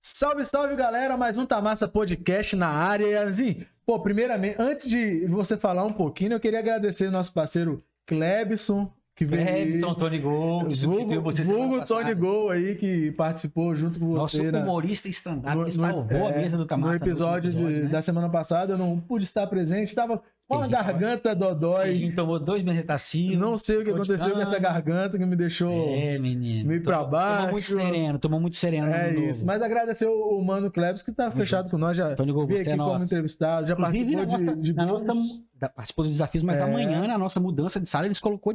Salve, salve, galera! Mais um Tamassa Podcast na área. E assim, pô, primeiramente, antes de você falar um pouquinho, eu queria agradecer nosso parceiro Clebson, que veio. Clebson, Tony Gol, que substituiu Vulgo, você semana vulgo passada. Tony Gol aí, que participou junto com Nosso você. na- humorista stand-up no- que no- é, salvou a mesa do Tamar. no episódio, de- da semana passada, eu não pude estar presente, estava com a né? Entendi. garganta A dodói. gente tomou dois E benzetacil. não sei o que aconteceu com essa garganta que me deixou. É, menino. meio pra Tomou- baixo. Tomou muito sereno, tomou muito sereno. É no novo. isso. Mas agradecer o o Mano Klebs, que tá fechado com nós, já Tony Gol, veio você é aqui como nosso. entrevistado, já Inclusive, na participou de, nossa, de na nossa da- participou dos desafios, mas É. amanhã, na nossa mudança de sala, eles colocou à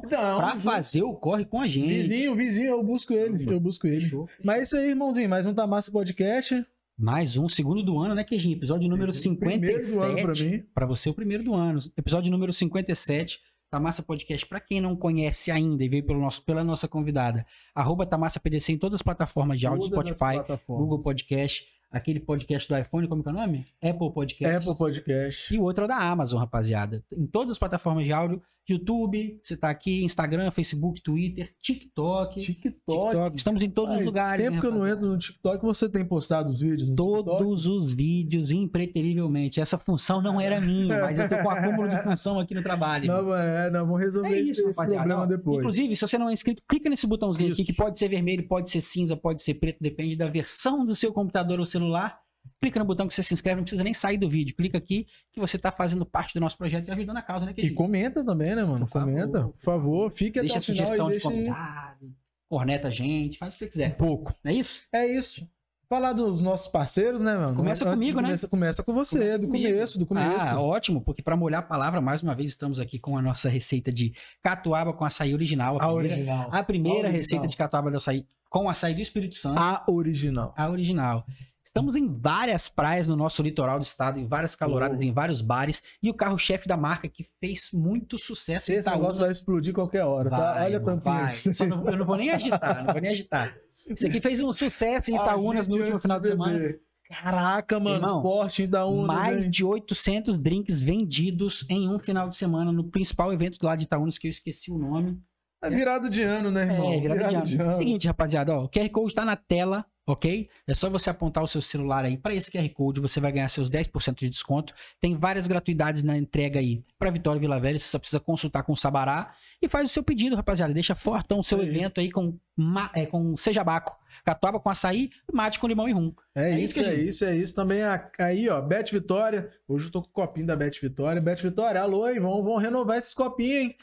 Não, pra fazer o corre com a gente. vizinho, vizinho, eu busco ele, eu busco ele. Fechou. Mas é isso aí, irmãozinho, mais um Tamassa Podcast. Mais um, segundo do ano, né, Queijinho? Episódio número Primeiro do ano pra 57. mim. Pra você, é o primeiro do ano. Episódio número 57, Tamassa Podcast. Pra quem não conhece ainda e veio pelo nosso, pela nossa convidada, arroba Tamassa PDC em todas as plataformas de áudio, Todas as Spotify, plataformas. Google Podcast, aquele podcast do iPhone, como que é o nome? Apple Podcast. Apple Podcast. E o outro é o da Amazon, rapaziada. Em todas as plataformas de áudio, YouTube, você tá aqui, Instagram, Facebook, Twitter, TikTok, TikTok. TikTok. Estamos em todos os Faz lugares. tempo né, que eu não rapaziada? entro no TikTok, você tem postado os vídeos no TikTok? Todos os vídeos, impreterivelmente. Essa função não era minha, mas eu tô com acúmulo de função aqui no trabalho. Não, é, não, vamos resolver É isso, esse rapaziada. problema Ó, depois. Inclusive, se você não é inscrito, clica nesse botãozinho Isso. aqui, que pode ser vermelho, pode ser cinza, pode ser preto, depende da versão do seu computador ou celular. Clica no botão que você se inscreve, não precisa nem sair do vídeo. Clica aqui que você tá fazendo parte do nosso projeto e ajudando a causa, né, E Queijinho? comenta também, né, mano? Por favor. comenta, por favor. Fique Deixa a até o final sugestão e de deixa convidado, corneta a gente, faz o que você um quiser. pouco. Não é isso? É isso. Falar dos nossos parceiros, né, mano? Começa comigo, né? começa, Começa com você, Começa do comigo. começo, do começo. Ah, ótimo, porque para molhar a palavra, mais uma vez estamos aqui com a nossa receita de catuaba com açaí original. A, a primeira, original. a A primeira original. Ah. receita de catuaba de açaí com açaí do Espírito Santo. A original. A original. Estamos em várias praias no nosso litoral do estado, em várias caloradas, Oh. em vários bares. E o carro-chefe da marca que fez muito sucesso em Esse Itaúna. um negócio vai explodir qualquer hora, tá? tá Vai, Olha a mano, tampinha. vai. Só não- eu não vou nem agitar, não vou nem agitar. Isso aqui fez um sucesso em A Itaúnas no gente último antes final de semana. beber. Caraca, mano, Irmão, forte da né? onda. Mais hein? de 800 drinks vendidos em um final de semana no principal evento lá de Itaúnas, que eu esqueci o nome. É virada de ano, né, irmão? é, virada, de, ano. Seguinte, rapaziada, ó, o QR Code tá na tela, ok? É só você apontar o seu celular aí para esse QR Code, você vai ganhar seus 10% de desconto. Tem várias gratuidades na entrega aí para Vitória e Vila Velha, você só precisa consultar com o Sabará. E faz o seu pedido, rapaziada. Deixa fortão o seu Isso aí. evento aí com, ma- é, com sejabaco, catuaba com açaí, mate com limão e rum. É, É isso isso, que a é gente- isso, é isso. Também a- aí, ó, Bet Vitória. Hoje eu tô com o copinho da Bet Vitória. Bet Vitória, alô, aí, vão, vão renovar esses copinhos, hein?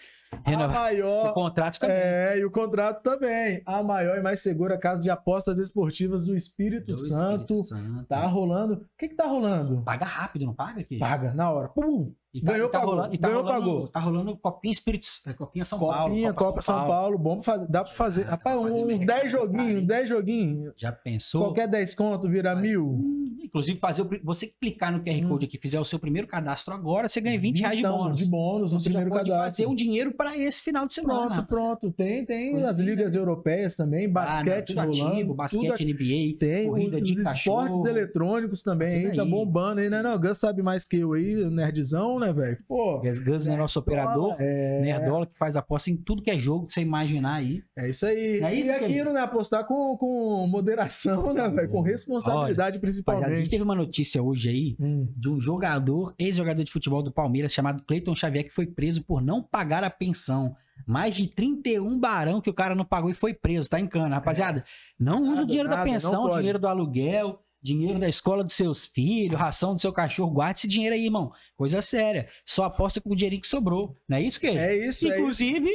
Renova- A O maior. contrato tá também. Ah, É, e o contrato também. A maior e mais segura casa de apostas esportivas do Espírito Do Santo. Espírito Santo. Tá rolando. O que que tá rolando? Paga rápido, não paga aqui? Paga, na hora. Pum! E tá, Ganhou, e tá pagou. rolando, e tá Ganhou, rolando, pagou. Tá rolando Copinha Espírito é, Copinha São Paulo. Copinha, Copa São Paulo. Bom pra fazer. Dá pra fazer. Dá Rapaz, pra fazer um mercado, 10 joguinhos, cara. 10 joguinhos. Já pensou? Qualquer 10 conto vira Vai. mil. Hum, Inclusive, fazer o pri- você clicar no QR Hum. Code aqui, fizer o seu primeiro cadastro agora, você ganha 20 reais de Então, bônus. De bônus no Você já primeiro pode cadastro. fazer um dinheiro para esse final de semana. Pronto, pronto. Tem, tem Coisa as linda. ligas europeias também, basquete ah, não, tudo rolando. ativo, tudo basquete ativo. NBA, Tem, corrida os, de os cachorro. esportes eletrônicos também, Tá hein? tudo Tá aí. bombando aí, né? Não, o Gus sabe mais que eu aí, o nerdzão, né, velho? Pô, Gus Gus é nosso operador, é, Nerdola, que faz aposta em tudo que é jogo que você imaginar aí. é isso aí. Não é isso, e aquilo, querido? né? Apostar com, com moderação, né, velho? Com responsabilidade, Rapaziada, A gente principalmente. teve uma notícia hoje aí Hum. de um jogador, ex-jogador de futebol do Palmeiras, chamado Cleiton Xavier, que foi preso por não pagar a pensão. Mais de 31 barão que o cara não pagou e foi preso, tá em cana, rapaziada. Não usa É. Nada, o dinheiro da nada, não pensão, pode. o dinheiro do aluguel, dinheiro da escola dos seus filhos, ração do seu cachorro, guarde esse dinheiro aí, irmão. Coisa séria. Só aposta com o dinheirinho que sobrou. Não é isso, que É isso, é isso. Inclusive,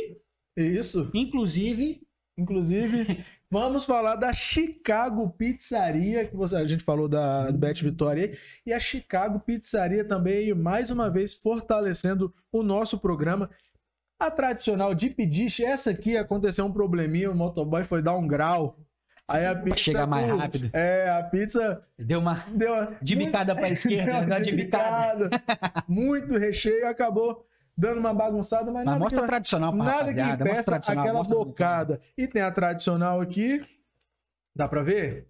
É isso. inclusive, Inclusive, vamos falar da Chicago Pizzaria, que você- a gente falou da Bet Vitória aí, e a Chicago Pizzaria também, mais uma vez, fortalecendo o nosso programa. A tradicional de pedir, essa aqui aconteceu um probleminha, o motoboy foi dar um grau. Aí a pizza. chegar mais rápido. É, a pizza deu uma deu uma. de muito- bicada pra esquerda, deu uma de bicada. Muito recheio, acabou dando uma bagunçada, mas, Mas nada mostra que- a tradicional pra Nada que rapaziada, mostra a impeça tradicional, aquela mostra né? a tradicional. bocada. E tem a tradicional aqui. Dá pra ver?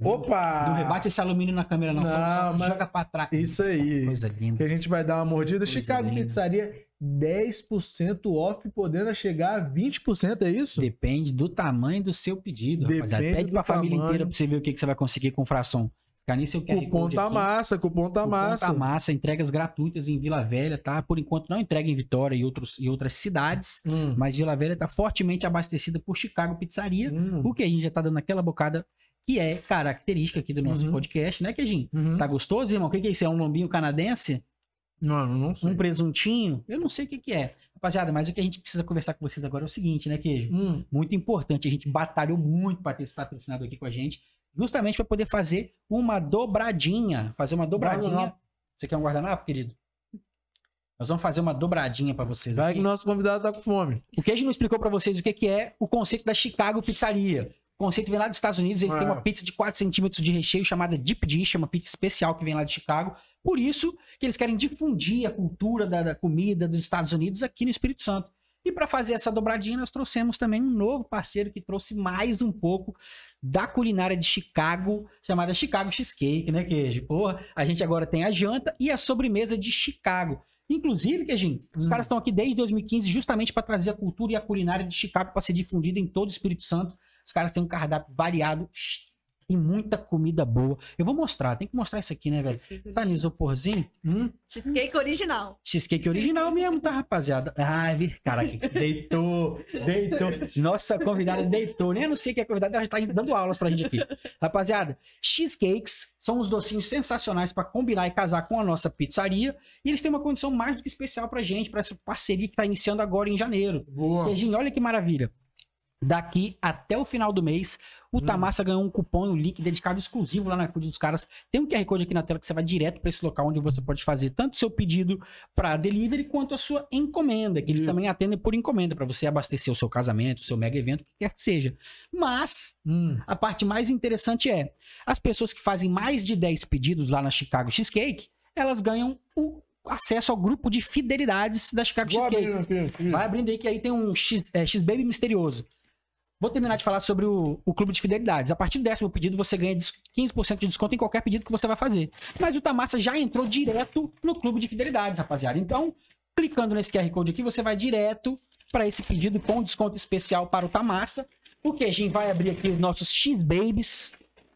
Opa! Não Hum. rebate esse alumínio na câmera, não. Não, Só- só mas- joga pra trás. Isso aí. Coisa linda. Que a gente vai dar uma mordida. Coisa Chicago linda. Pizzaria, 10% off, podendo chegar a 20%, é isso? Depende do tamanho do seu pedido, Depende rapaziada. Pede do pra família tamanho. inteira pra você ver o que, que você vai conseguir com fração. Escaneie seu QR Cupom Code tá aqui. massa, cupom tá Cupom massa. Tá massa, entregas gratuitas em Vila Velha, tá? Por enquanto não entrega em Vitória e, outros, e outras cidades, Hum. mas Vila Velha tá fortemente abastecida por Chicago Pizzaria, Hum. o que a gente já tá dando aquela bocada que é característica aqui do nosso Uhum. podcast, né, Queijinho? Uhum. Tá gostoso, irmão? O que, que é isso? É um lombinho canadense? Mano, não sei. Um presuntinho? Eu não sei o que, que é. Rapaziada, mas o que a gente precisa conversar com vocês agora é o seguinte, né, Queijo? Hum. muito importante. A gente batalhou muito para ter esse patrocinado aqui com a gente, justamente para poder fazer uma dobradinha. Fazer uma dobradinha. Guardanapo. Você quer um guardanapo, querido? Nós vamos fazer uma dobradinha para vocês. Vai aqui. que nosso convidado tá com fome. O Queijo não explicou para vocês o que, que é o conceito da Chicago Pizzaria. O conceito vem lá dos Estados Unidos, ele Ah. tem uma pizza de 4 centímetros de recheio chamada Deep Dish, é uma pizza especial que vem lá de Chicago. Por isso que eles querem difundir a cultura da, da comida dos Estados Unidos aqui no Espírito Santo. E para fazer essa dobradinha, nós trouxemos também um novo parceiro que trouxe mais um pouco da culinária de Chicago, chamada Chicago Cheesecake, né, Queijo? Porra, a gente agora tem a janta e a sobremesa de Chicago. Inclusive, Queijinho, os Hum. caras estão aqui desde 2015 justamente para trazer a cultura e a culinária de Chicago para ser difundida em todo o Espírito Santo. Os caras têm um cardápio variado e muita comida boa. Eu vou mostrar, tem que mostrar isso aqui, né, velho? Cheesecake Tá original. nisoporzinho? Hum? Cheesecake original. Cheesecake original mesmo, tá, rapaziada? Ai, vi- cara, que deitou, deitou. Nossa convidada deitou. Nem eu não sei que é convidada, ela já tá dando aulas pra gente aqui. Rapaziada, cheesecakes são uns docinhos sensacionais pra combinar e casar com a nossa pizzaria. E eles têm uma condição mais do que especial pra gente, pra essa parceria que tá iniciando agora em janeiro. Boa. Queijinho, olha que maravilha. Daqui até o final do mês, o Hum. Tamassa ganhou um cupom e um link dedicado exclusivo lá na iFood dos caras. Tem um QR Code aqui na tela que você vai direto para esse local onde você pode fazer tanto seu pedido para delivery quanto a sua encomenda, que eles Isso. também atendem por encomenda para você abastecer o seu casamento, o seu mega evento, o que quer que seja. Mas Hum. a parte mais interessante é, as pessoas que fazem mais de 10 pedidos lá na Chicago Cheesecake, elas ganham o acesso ao grupo de fidelidades da Chicago Boa, Cheesecake. menino, filho, filho. Vai abrindo aí que aí tem um X, é, X-Baby misterioso. Vou terminar de falar sobre o, o clube de fidelidades. A partir do décimo pedido, você ganha des- 15% de desconto em qualquer pedido que você vai fazer. Mas o Tamassa já entrou direto no clube de fidelidades, rapaziada. Então, clicando nesse QR Code aqui, você vai direto para esse pedido com desconto especial para o Tamassa. O Queijinho vai abrir aqui os nossos X-Babies,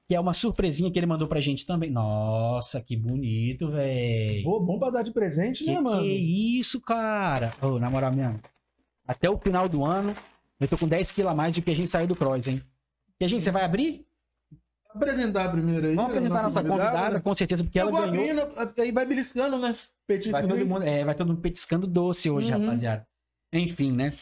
que é uma surpresinha que ele mandou pra gente também. Nossa, que bonito, véi. Pô, bom pra dar de presente, Que, é né, mano? que isso, cara? Ô, na moral mesmo. Até o final do ano, eu tô com 10 quilos a mais do que a gente saiu do Cross, hein? E a gente, você vai abrir? Apresentar primeiro aí. Vamos apresentar a nossa convidada, né? com certeza, porque Eu ela vou ganhou. abrindo, aí vai beliscando, né? Petisco Vai todo, mundo, é, vai todo mundo petiscando doce hoje, Uhum. rapaziada. Enfim, né?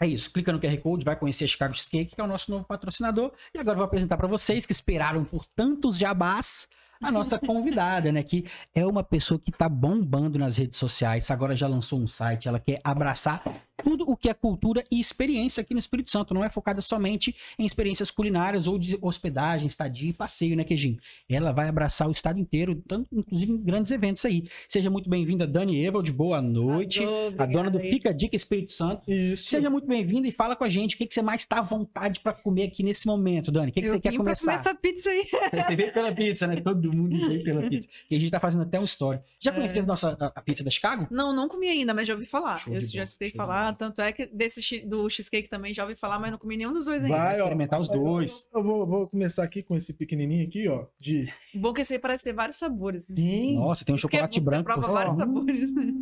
É isso. Clica no QR Code, vai conhecer a Chicago Cheesecake, que é o nosso novo patrocinador. E agora eu vou apresentar pra vocês, que esperaram por tantos jabás, a nossa convidada, né? Que é uma pessoa que tá bombando nas redes sociais. Agora já lançou um site, ela quer abraçar tudo o que é cultura e experiência aqui no Espírito Santo. Não é focada somente em experiências culinárias ou de hospedagem, estadia e passeio, né, Queijinho? Ela vai abraçar o estado inteiro, tanto, inclusive em grandes eventos aí. Seja muito bem-vinda, Dani Evald, boa noite. Arrasou, a dona obrigada do aí. Fica Dica Espírito Santo. Isso. Seja muito bem-vinda e fala com a gente o que, que você mais está à vontade para comer aqui nesse momento, Dani. O que, que você Eu quer vim pra comer começar? essa pizza aí. Você veio pela pizza, né? Todo mundo veio pela pizza. E a gente tá fazendo até um story. Já É. conheceu a nossa a, a pizza da Chicago? Não, não comi ainda, mas já ouvi falar. Show eu de já bola, escutei show de falar, tanto é que desse chi- do cheesecake também já ouvi falar, mas não comi nenhum dos dois ainda. Vai, ó. experimentar os dois. Eu vou, vou começar aqui com esse pequenininho aqui, ó. De... Bom que esse aí parece ter vários sabores. Sim. Nossa, tem um Isso que é chocolate bom, branco. Você prova vários Hum. sabores. né?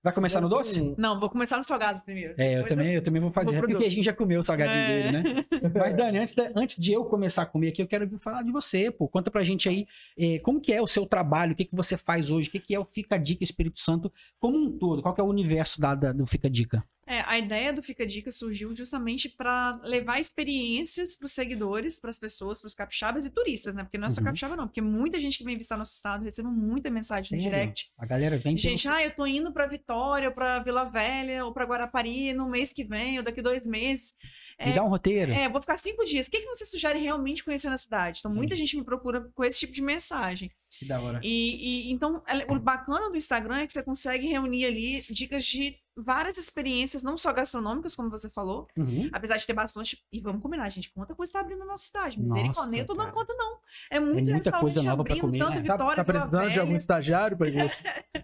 Vai começar no tá doce? um Não, vou começar no salgado primeiro. É, eu Depois também, eu também vou fazer. vou né? pro Porque o doce. Queijinho já comeu o salgadinho É. dele, né? Mas, Dani, antes da- antes de eu começar a comer aqui, eu quero ouvir falar de você, pô. Conta pra gente aí eh, como que é o seu trabalho, o que, que você faz hoje, o que, que é o Fica a Dica Espírito Santo como um todo. Qual que é o universo da, da- do Fica a Dica? É, a ideia do Fica Dica surgiu justamente para levar experiências para os seguidores, para as pessoas, para os capixabas e turistas, né? Porque não é só Uhum. capixaba, não, porque muita gente que vem visitar nosso estado recebe muita mensagem no Sério? direct. A galera vem... pelo- Gente, ah, eu tô indo para Vitória, ou para Vila Velha, ou para Guarapari no mês que vem, ou daqui dois meses. Me dá um roteiro. É, vou ficar cinco dias. O que, que você sugere realmente conhecer na cidade? Então, Hum. muita gente me procura com esse tipo de mensagem. Que da hora. é E, e- então, ela- o bacana do Instagram é que você consegue reunir ali dicas de várias experiências, não só gastronômicas, como você falou, Uhum. apesar de ter bastante. E vamos combinar, gente, quanta coisa tá abrindo na nossa cidade. Nossa, Misericórdia, nem eu tô dando cara. conta, não. É muito muita restaurante coisa nova pra abrindo, comer, tanto né? Tá, Vitória, tá precisando Vila de algum Velha. estagiário pra você?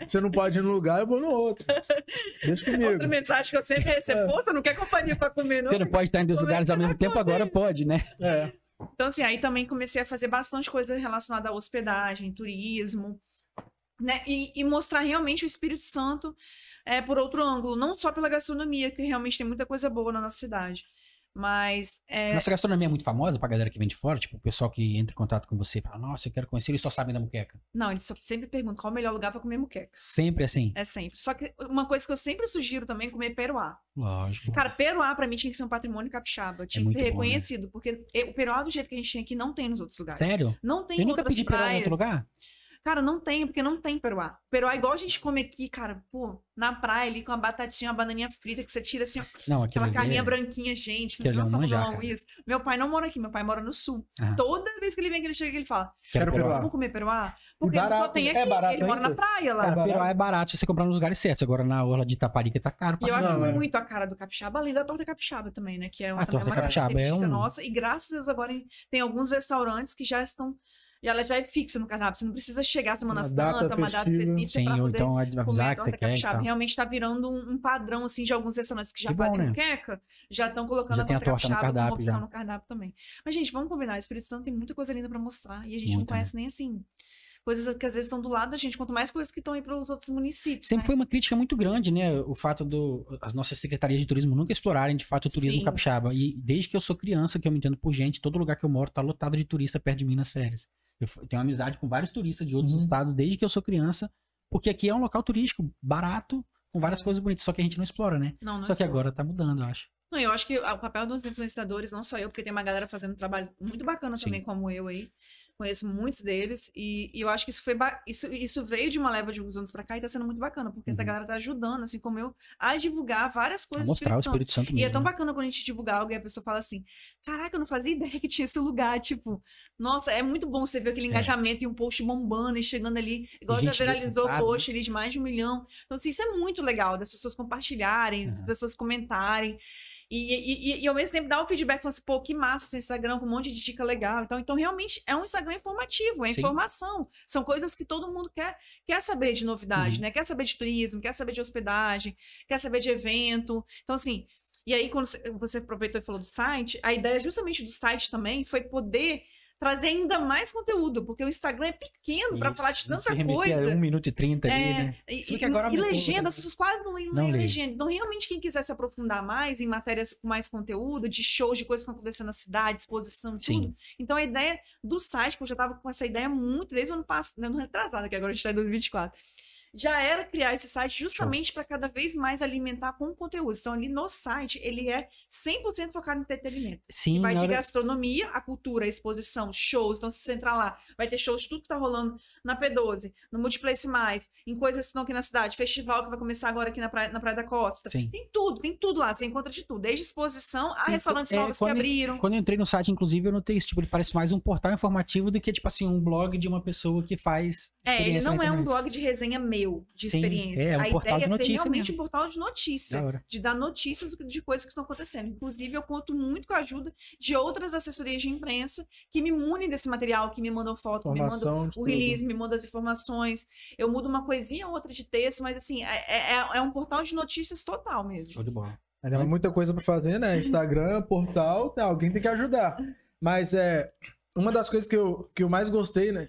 Você não pode ir num lugar, eu vou no outro. Deixa comigo. Outra mensagem que eu sempre É. recebo, pô, você não quer companhia pra comer, não? Você não pode estar em dois Como é lugares que ao você mesmo vai tempo, agora pode, né? É. Então, assim, aí também comecei a fazer bastante coisa relacionada à hospedagem, turismo, né? E, e mostrar realmente o Espírito Santo é, por outro ângulo, não só pela gastronomia, que realmente tem muita coisa boa na nossa cidade, mas é, Nossa gastronomia é muito famosa pra galera que vem de fora, tipo, o pessoal que entra em contato com você e fala, nossa, eu quero conhecer, eles só sabem da muqueca. não, eles só sempre perguntam qual o melhor lugar pra comer muqueca. Sempre assim. É sempre. Só que uma coisa que eu sempre sugiro também é comer peruá. Lógico. Cara, peruá pra mim tinha que ser um patrimônio capixaba, tinha que muito ser bom, né? reconhecido, porque e- o peruá do jeito que a gente tem aqui não tem nos outros lugares. Sério? Não tem eu em nunca outras pedi peruá em outro praias. lugar? Cara, não tem, porque não tem peruá. Peruá é igual a gente come aqui, cara, pô, na praia ali com uma batatinha, uma bananinha frita que você tira assim, ó, Não, aquilo aquela ali carninha é- branquinha, gente. aquilo ali é um Nossa, como eu manjar, amo cara. isso. Meu pai não mora aqui, meu pai mora no sul. Ah. Toda vez que ele vem aqui, ele chega e ele fala: Quero peruá. Vamos comer peruá? Porque ele só barato, tem né? aqui. É barato ele mora na ainda? praia lá. Cara, barato? peruá é barato se você comprar nos lugares certos. Agora na orla de Itaparica tá caro E eu pra acho Não, é. muito a cara do capixaba, além da torta capixaba também, né? Que é uma, A também torta uma capixaba é característica um- nossa. E graças a Deus agora em- tem alguns restaurantes que já estão. E ela já é fixa no cardápio. Você não precisa chegar semana Uma santa, data uma data festiva. festiva Sim, pra ou poder então comer avisar a que você torta quer e capixaba. tal. Realmente tá virando um, um padrão, assim, de alguns restaurantes que já Que bom, fazem né? muqueca, já estão colocando Já tem a torta no capixaba como cardápio, opção já. no cardápio também. Mas, gente, vamos combinar. O Espírito Santo tem muita coisa linda pra mostrar. E a gente não Muita, né? conhece nem, assim, coisas que às vezes estão do lado da gente. Quanto mais coisas que estão aí pelos outros municípios, Sempre né? foi uma crítica muito grande, né? O fato do as nossas secretarias de turismo nunca explorarem de fato o turismo Sim. capixaba. E desde que eu sou criança, que eu me entendo por gente, todo lugar que eu moro tá lotado de turista perto de mim nas férias. Eu f- tenho amizade com vários turistas de outros Uhum. estados desde que eu sou criança, porque aqui é um local turístico barato, com várias coisas bonitas, só que a gente não explora, né? Não, não só que explora. agora tá mudando, eu acho. Não, eu acho que o papel dos influenciadores, não só eu, porque tem uma galera fazendo um trabalho muito bacana Sim. também, como eu aí. Conheço muitos deles. E, e eu acho que isso foi ba- isso, isso veio de uma leva de uns anos pra cá e tá sendo muito bacana, porque essa Uhum. galera tá ajudando, assim como eu, a divulgar várias A coisas. do mostrar o Espírito Santo. Espírito Santo mesmo. E é tão né? bacana quando a gente divulga algo e a pessoa fala assim: Caraca, eu não fazia ideia que tinha esse lugar. Tipo, nossa, é muito bom você ver aquele engajamento e um post bombando e chegando ali. Igual já gente dando viralizou o resultado, post ali de mais de um milhão. Então, assim, isso é muito legal das pessoas compartilharem, das Aham. pessoas comentarem. E, e, e, e ao mesmo tempo dar o feedback falando assim, pô, que massa seu Instagram, com um monte de dica legal. Então, então realmente é um Instagram informativo, é Sim. informação. São coisas que todo mundo quer, quer saber de novidade, Uhum. né? Quer saber de turismo, quer saber de hospedagem, quer saber de evento. Então, assim, e aí, quando você- você aproveitou e falou do site, a ideia justamente do site também foi poder trazer ainda mais conteúdo, porque o Instagram é pequeno para Isso, falar de não se tanta remeter a coisa. 1 minuto e 30 ali, É, né? E, Se bem e- que agora e aumentou, legenda, né? as pessoas quase não leem Não não leem leem. legenda. Então, realmente, quem quiser se aprofundar mais em matérias com mais conteúdo, de shows, de coisas que estão acontecendo na cidade, exposição, tudo. Sim. Então, a ideia do site, que eu já estava com essa ideia muito desde o ano passado, não retrasado, que agora a gente está em 2024. Já era criar esse site justamente para cada vez mais alimentar com conteúdo. Então, ali no site, ele é 100% focado em entretenimento. Sim, Vai na de hora- gastronomia, a cultura, a exposição, shows. Então, se você entrar lá, vai ter shows de tudo que tá rolando na P12, no Multiplex Mais, em coisas que estão aqui na cidade, festival que vai começar agora aqui na Praia, na Praia da Costa. Sim. Tem tudo, tem tudo lá. Você encontra de tudo. Desde exposição a Sim, restaurantes é, novos que quando- abriram. Quando eu entrei no site, inclusive, eu notei isso. Tipo, ele parece mais um portal informativo do que, tipo assim, um blog de uma pessoa que faz. É, ele experiência não na é um internet. blog de resenha meu, de Sim, experiência. é, um a portal ideia de é ser notícia realmente mesmo. um portal de notícia. Da hora. de dar notícias do que- de coisas que estão acontecendo. Inclusive, eu conto muito com a ajuda de outras assessorias de imprensa que me munem desse material, que me mandam foto, que me mandam Formação de o tudo. release, me manda as informações. Eu mudo uma coisinha ou outra de texto, mas assim, é, é- é um portal de notícias total mesmo. Show de bola. Ainda mais muita coisa pra fazer, né? Instagram, portal, tá, alguém tem que ajudar. Mas é uma das coisas que eu, que eu mais gostei, né?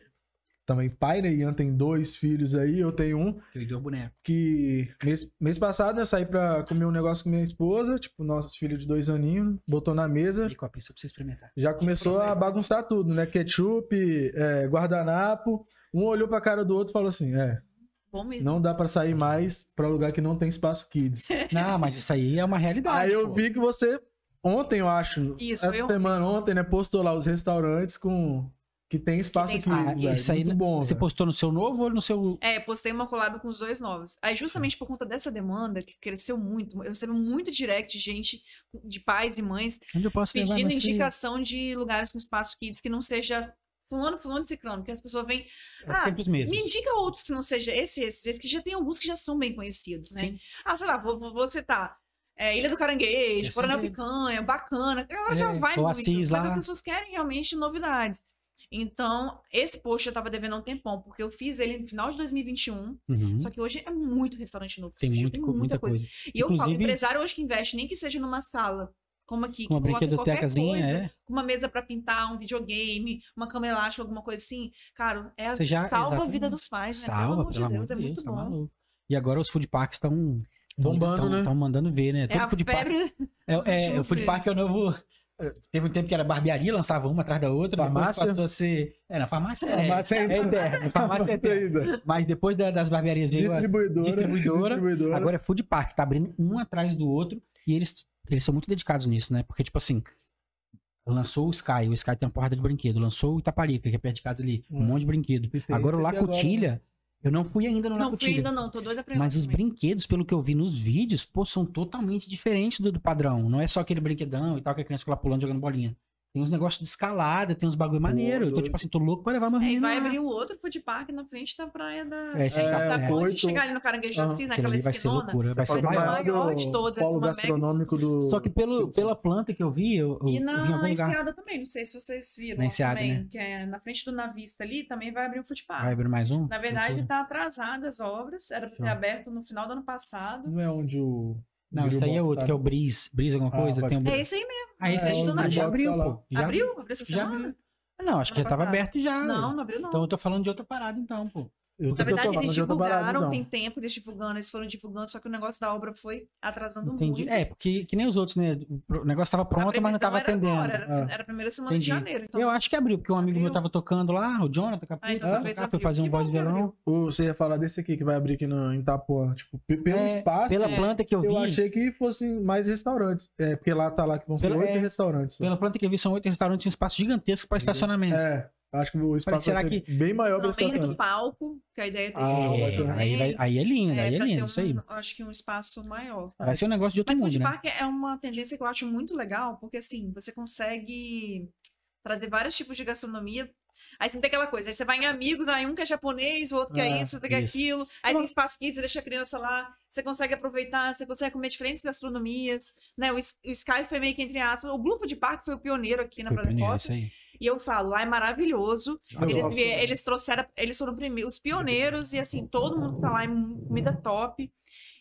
Também pai, né? Ian tem dois filhos aí, eu tenho um. Eu e o boneco. Que mês, mês passado né, eu saí pra comer um negócio com minha esposa, tipo, nosso filho de dois aninhos, botou na mesa. E copinha, só pra você experimentar. Já começou a bagunçar tudo, né? Ketchup, é, guardanapo. Um olhou pra cara do outro e falou assim: é, Bom mesmo. não dá pra sair mais pra lugar que não tem espaço kids. Não, mas isso aí é uma realidade. Aí eu pô. vi que você, ontem eu acho, Isso, essa eu- semana, ontem, né, postou lá os restaurantes com... Que tem espaço tem aqui, espaço. velho. Isso aí, Muito né? bom, Você velho. postou no seu novo ou no seu. É, postei uma collab com os dois novos. Aí, justamente por conta dessa demanda, que cresceu muito, eu recebo muito direct de gente, de pais e mães, Onde eu né? posso levar pedindo meus filhos? indicação de lugares com espaço kids que não seja fulano, fulano e ciclano, que as pessoas vêm, É Ah, sempre os mesmos. me indica outros que não seja esse, esses, esses, que já tem alguns que já são bem conhecidos, né? Sim. Ah, sei lá, vou, vou, vou citar. é, Ilha do Caranguejo, Esse Coronel mesmo. Picanha, bacana. Ela já É, vai o muito, Assis mas lá. as pessoas querem realmente novidades. Então, esse post eu tava devendo há um tempão, porque eu fiz ele no final de 2021, Uhum. só que hoje é muito restaurante novo que Tem, surgiu, muito, co- muita coisa. E eu falo, Inclusive- empresário hoje que investe, nem que seja numa sala, como aqui, que Uma coloca qualquer brinquedotecazinha, coisa, né? é. com uma mesa pra pintar, um videogame, uma cama elástica, alguma coisa assim, cara, é Você já- salva a vida exatamente. dos pais, né? Salva, pelo amor de Deus, é muito tá bom. maluco. E agora os food parks estão Bombando, né? Estão mandando ver, né? É Todo a food park- febre dos é, é, o últimos food park é o novo. Teve um tempo que era barbearia, lançava uma atrás da outra. depois Farmácia? Passou a ser... É, na farmácia é. Farmácia é ainda. eterno. Farmácia é Farmácia eterno. ainda. Mas depois da- das barbearias veio as- Distribuidora. distribuidora. distribuidora. Agora é food park, tá abrindo um atrás do outro e eles, eles são muito dedicados nisso, né? Porque, tipo assim, lançou o Sky, o Sky tem uma porrada de brinquedo, lançou o Itaparica, que é perto de casa ali, um Hum. monte de brinquedo. E tem Agora o esse aqui né? Lacutilha, eu não fui ainda no Não fui Lacutilha. ainda não, tô doida pra ir lá Mas os também. brinquedos, pelo que eu vi nos vídeos, pô, são totalmente diferentes do, do padrão. Não é só aquele brinquedão e tal, que a criança fica lá pulando, jogando bolinha. Tem uns negócios de escalada, tem uns bagulho maneiro. Então, doido. tipo assim, tô louco pra levar meu É, e menino vai lá. abrir o outro food park na frente da praia da, É, esse É, aqui tá... da é, ponte, oito- chegar ali no Caranguejo Aham, Assis, aquele naquela ali vai ser esquinona. loucura. Vai Vai ser ser Mas o é maior. maior do maior de todos, essa polo uma mega- gastronômico do. Só que pelo, Espírito Santo. pela planta que eu vi, eu, eu, E eu vi em na algum lugar. Ah, Enseada também, não sei se vocês viram Na Enseada, também, né? que é na frente do Navista ali, também vai abrir um food park. Vai abrir mais um? Na verdade, está atrasada as obras, era para ter Show. aberto no final do ano passado. Não é onde o. Não, isso Grill daí é Box outro, tá? que é o Bris. Bris alguma Ah, coisa? pode tem o... É isso aí mesmo. Ah, esse é, daí do já, nada, já já abriu, abriu. pô. Já abriu? Abriu essa Já semana? abriu. Ah, Não, acho que já Semana tava passada. aberto já. Não, ué. não abriu não. Então eu tô falando de outra parada, então, pô. Eu Na tô verdade, falando eles de outra divulgaram, parada, então. não. tem tempo eles divulgando, eles foram divulgando, só que o negócio da obra foi atrasando Entendi. muito. É, porque que nem os outros, né? O pro- o negócio tava A pronto, mas não previsão tava era atendendo. agora, era, Ah. era a primeira semana Entendi. de janeiro. Então, Eu acho que abriu, porque um amigo meu Abriu. tava tocando lá, o Jonathan, Caputo, Ah, então tocava, talvez foi abriu. fazer um Que voz bom e que abriu. violão. Ou Você ia falar desse aqui que vai abrir aqui no, em Itapuã. Tipo, pe- pelo É, espaço, Pela É. planta que eu vi, eu achei que fossem mais restaurantes. É, porque lá tá lá que vão ser Pela- oito é. restaurantes. pela planta que eu vi, são oito restaurantes e um espaço gigantesco pra estacionamento. É, acho que o espaço será vai ser bem maior pra também do estacionamento. um palco, que a ideia é ter Ah, um ótimo. palco aí, vai- também, aí é lindo, aí é pra ter lindo, um- isso aí. Acho que um espaço maior. Vai ser um negócio de outro Mas mundo, food né? park é uma tendência que eu acho muito legal, porque assim, você consegue trazer vários tipos de gastronomia. Aí você não tem aquela coisa, aí você vai em amigos, aí um que é japonês, o outro que é, É, isso, outro que é Ah, isso. aquilo. Aí Não. tem espaço kids, você deixa a criança lá, você consegue aproveitar, você consegue comer diferentes gastronomias, né? O, S- o Sky foi meio que entre aspas, o Blue Food Park foi o pioneiro aqui na Foi Praia da pioneiro, né, Costa, isso aí. e eu falo, lá é maravilhoso. Eu Eles, gosto. vie- eles trouxeram, eles foram prime- os pioneiros, e assim, todo mundo que tá lá é mu- comida top.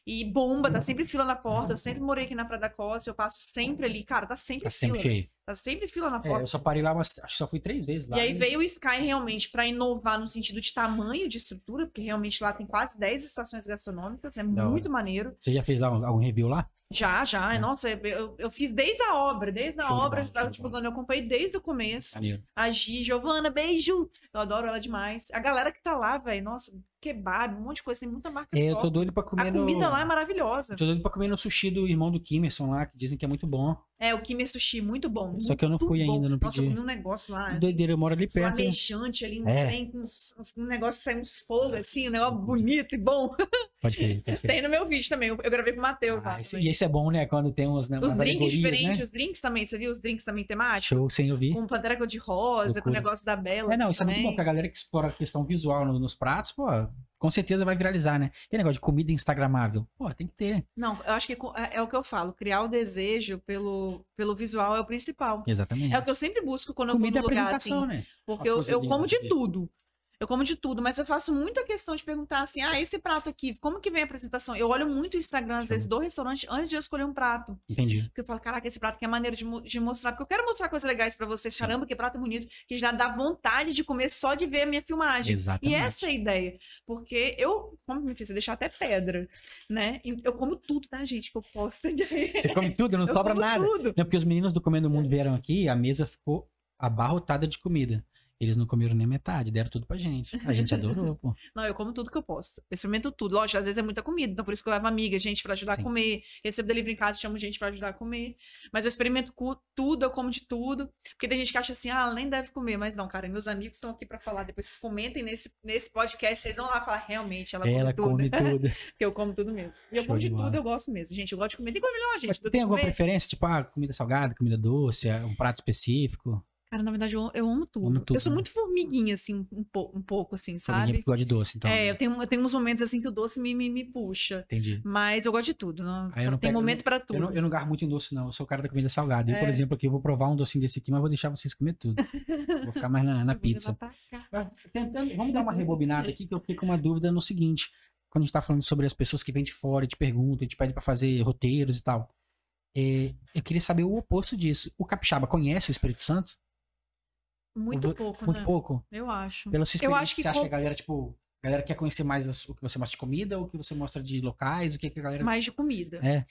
E bomba, tá sempre fila na porta. Eu sempre morei aqui na Praia da Costa, eu passo sempre ali. Cara, tá sempre Tá fila. sempre cheio. Tá sempre fila na É, porta. eu só parei lá, umas, acho que só fui três vezes lá. E aí né? veio o Sky realmente pra inovar no sentido de tamanho de estrutura, porque realmente lá tem quase 10 estações gastronômicas, é Da hora. muito maneiro. Você já fez lá um- algum review lá? Já, já, É. nossa, eu- eu, eu fiz desde a obra, desde a Show de obra, bola, eu tava show de bola. divulgando, eu acompanhei desde o começo. Maneiro. A Gi, Giovana, beijo! Eu adoro ela demais. A galera que tá lá, velho, nossa, kebab, um monte de coisa, tem muita marca É, eu top. tô doido pra A comer no... comida lá é maravilhosa. Tô doido pra comer no sushi do irmão do Kimerson lá, que dizem que é muito bom. É, o Kimi Sushi, muito bom. Só que eu não muito fui bom. ainda, não Nossa, eu pedi. comi um negócio lá, Que doideira, eu moro ali perto. né? flamejante ali, um É. trem com uns- uns- um negócio que sai uns fogos, assim, um negócio bonito e bom. Pode crer, pode crer. Tem no meu vídeo também, eu eu gravei com o Matheus lá. Ah, esse- também. e esse é bom, né? Quando tem uns, né, Os umas drinks alegorias, diferentes, né? os drinks também, você viu os drinks também temáticos? Show, sem ouvir. Com Pantera Cor-de-Rosa, com o Loucura. negócio da Bela. É, não, assim, isso é muito também. bom, porque a galera que explora a questão visual no- nos pratos, pô, com certeza vai viralizar, né? Tem negócio de comida instagramável. Pô, tem que ter. Não, eu acho que co- é é o que eu falo, criar o desejo pelo, pelo visual é o principal. Exatamente. É o que eu sempre busco quando eu vou comida num é lugar apresentação, assim, né? porque Uma eu, coisa eu linda né? como de de ver. tudo. Eu como de tudo, mas eu faço muita questão de perguntar assim: "Ah, esse prato aqui, como que vem a apresentação?". Eu olho muito o Instagram às Show. vezes do restaurante antes de eu escolher um prato, Entendi. porque eu falo: "Caraca, esse prato aqui é maneiro de, mo- de mostrar, porque eu quero mostrar coisas legais pra vocês. Sim. Caramba, que prato bonito, que já dá vontade de comer só de ver a minha filmagem". E Exatamente. essa é a ideia. Porque eu, como me fiz, deixar até pedra, né? E Eu como tudo, tá, gente? Que eu posso. Você come tudo, não eu sobra como nada. tudo. Não, porque os meninos do Comendo Mundo vieram aqui a mesa ficou abarrotada de comida. Eles não comeram nem metade, deram tudo pra gente. A gente adorou, pô. Não, eu como tudo que eu posso. Eu experimento tudo. Lógico, às vezes é muita comida, então por isso que eu levo amiga, gente pra ajudar Sim. a comer. Recebo delivery em casa, chamo gente pra ajudar a comer. Mas eu experimento cu- tudo, eu como de tudo. Porque tem gente que acha assim, ah, nem deve comer. Mas não, cara, meus amigos estão aqui pra falar. Depois vocês comentem nesse, nesse podcast, vocês vão lá falar, realmente, ela, Ela come tudo. come tudo. Porque eu como tudo mesmo. E eu Show como de de bola. tudo, eu gosto mesmo. Gente, eu gosto de comer. Tem coisa melhor, gente. Mas do tu tem que alguma comer. preferência? Tipo, ah, comida salgada, comida doce, ah, um prato é específico? Cara, na verdade, eu, eu amo tudo. Amo tudo, Eu sou né? muito formiguinha, assim, um, um po- um pouco, assim, Formiguinha sabe? porque gosta de doce, então. É, eu tenho, eu tenho uns momentos, assim, que o doce me, me, me puxa. Entendi. Mas eu gosto de tudo. Não, Aí eu não tem pego- momento pra Eu tudo. não, eu não garro muito em doce, não. Eu sou o cara da comida salgada. Eu, por É. exemplo, aqui eu vou provar um docinho desse aqui, mas vou deixar vocês comer tudo. vou ficar mais na, na Eu vou levar pizza. pra cá. Mas tentando- vamos dar uma rebobinada aqui, que eu fiquei com uma dúvida no seguinte. Quando a gente tá falando sobre as pessoas que vêm de fora e te perguntam, e te pedem pra fazer roteiros e tal. É, eu queria saber o oposto disso. O capixaba conhece o Espírito Santo? Muito vou- pouco, Muito né? pouco? Eu acho. Pela sua experiência, Eu acho que você acha com- que a galera, tipo... A galera quer conhecer mais as- o que você mostra de comida, o que você mostra de locais, o que, que a galera... Mais de comida. É.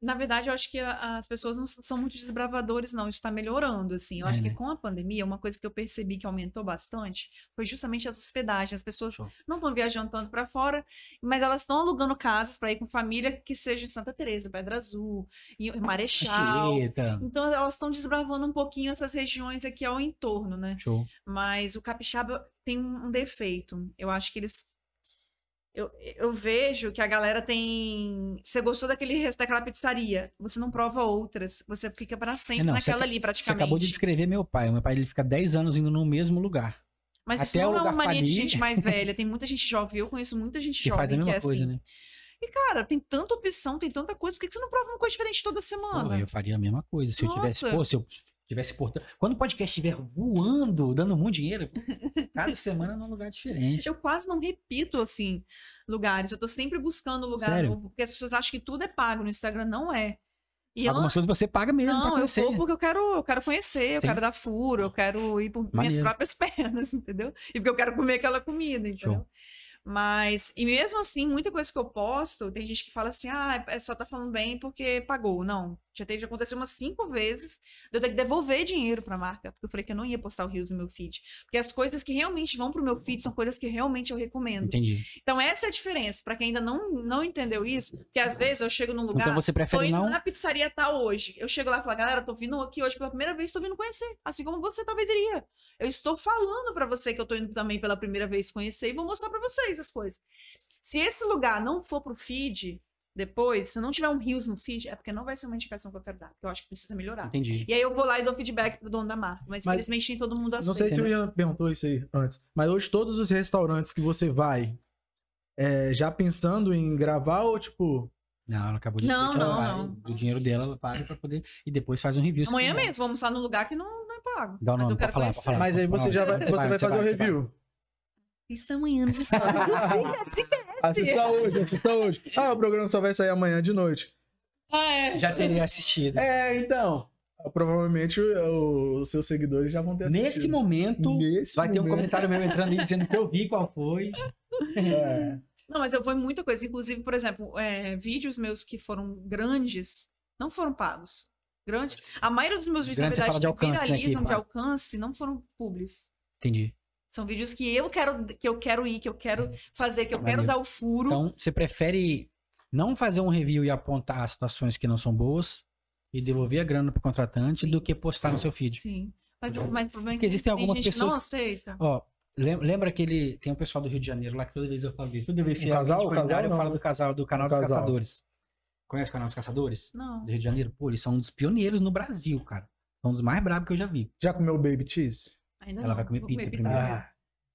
Na verdade, eu acho que a- as pessoas não s- são muito desbravadores, não. Isso está melhorando, assim. Eu É, acho né? que com a pandemia, uma coisa que eu percebi que aumentou bastante foi justamente as hospedagens. As pessoas Show. não estão viajando tanto para fora, mas elas estão alugando casas para ir com família que seja em Santa Teresa, Pedra Azul, em Marechal. Anchieta. Então, elas estão desbravando um pouquinho essas regiões aqui ao entorno, né? Show. Mas o capixaba tem um um defeito. Eu acho que eles. Eu, eu vejo que a galera tem. Você gostou daquele, res- daquela pizzaria, você não prova outras. Você fica pra sempre É, não, você naquela aca- ali, Você acabou de praticamente. descrever meu pai. Meu pai ele fica 10 anos indo no mesmo lugar. Mas isso até o não é uma lugar mania de falir. gente mais velha. Tem muita gente jovem. Eu conheço muita gente Que jovem faz a mesma que é coisa, assim. né? E, cara, tem tanta opção, tem tanta coisa. Por que que você não prova uma coisa diferente toda semana? Pô, eu faria a mesma coisa. Se eu tivesse, Nossa. pô, se eu tivesse portando. Quando o podcast estiver voando, dando muito dinheiro, cada semana num lugar diferente. Eu quase não repito, assim, lugares. Eu tô sempre buscando lugar Sério? novo. Porque as pessoas acham que tudo é pago no Instagram. Não é. E eu não Algumas coisas você paga mesmo pra Não, é eu conhecer. vou porque eu quero, eu quero conhecer, eu Sim. quero dar furo, eu quero ir por minhas Maneiro. próprias pernas, entendeu? E porque eu quero comer aquela comida, entendeu? Show. Mas, e mesmo assim, muita coisa que eu posto, tem gente que fala assim, ah, é só tá falando bem porque pagou. Não, já teve, já aconteceu umas cinco vezes, de eu ter que devolver dinheiro pra marca, porque eu falei que eu não ia postar o Rios no meu feed. Porque as coisas que realmente vão pro meu feed são coisas que realmente eu recomendo. Entendi. Então, essa é a diferença, pra quem ainda não, não entendeu isso, que às vezes eu chego num lugar... Então você Tô prefere indo não. na pizzaria tal hoje. Eu chego lá e falo, galera, tô vindo aqui hoje pela primeira vez, tô vindo conhecer. Assim como você talvez iria. Eu estou falando pra você que eu tô indo também pela primeira vez conhecer e vou mostrar pra vocês as coisas. Se esse lugar não for pro feed depois, se não tiver um rios no feed, é porque não vai ser uma indicação que eu quero dar. Porque eu acho que precisa melhorar. Entendi. E aí eu vou lá e dou feedback pro dono da marca. Mas, Mas- infelizmente nem todo mundo Não aceita. sei se o né? Ian perguntou isso aí antes, mas hoje todos os restaurantes que você vai, é, já pensando em gravar ou tipo. Não, ela acabou de Não, dizer que ela não, vai, não. do dinheiro dela, ela paga pra poder. E depois faz um review. se Amanhã for bom. mesmo, vou almoçar num lugar que não, não é pago. Dá o mas nome, eu pode quero falar, conhecer. pode falar. Mas aí você já vai, Você você vai, vai fazer você o vai, você vai. review. Isso amanhã nos stories. Diga, diga. Assista Ah, tá hoje, assista hoje. Ah, o programa só vai sair amanhã de noite. Ah, é. Já teria assistido. É, então. Provavelmente o- os seus seguidores já vão ter assistido. Nesse momento, Nesse vai ter um momento. comentário meu entrando aí dizendo que eu vi qual foi. É. Não, mas eu vou em muita coisa. Inclusive, por exemplo, é, vídeos meus que foram grandes não foram pagos. Grande. A maioria dos meus vídeos, Grande, você na verdade, fala de que alcance, né, viralizam que- de alcance não foram públicos. Entendi. São vídeos que eu quero, que eu quero ir, que eu quero fazer, que eu Ah, Maneiro. quero dar o furo. Então, você prefere não fazer um review e apontar as situações que não são boas e devolver a grana pro contratante Sim. do que postar no seu feed. Sim. Mas, mas o problema é Então, Porque que existem tem algumas gente que não pessoas- aceita. Ó, lem- lembra aquele. Tem um pessoal do Rio de Janeiro lá que toda vez eu falo isso. Toda vez que Um é alguém casal? de O casal culinária, eu não, falo né? do casal, do canal Um dos casal. caçadores. Conhece o canal dos caçadores? Não. Do Rio de Janeiro? Pô, eles são um dos pioneiros no Brasil, cara. São um dos mais bravos que eu já vi. Já comeu baby cheese? Ainda Ela não. vai comer Vou pizza primeiro. primeiro. Ah,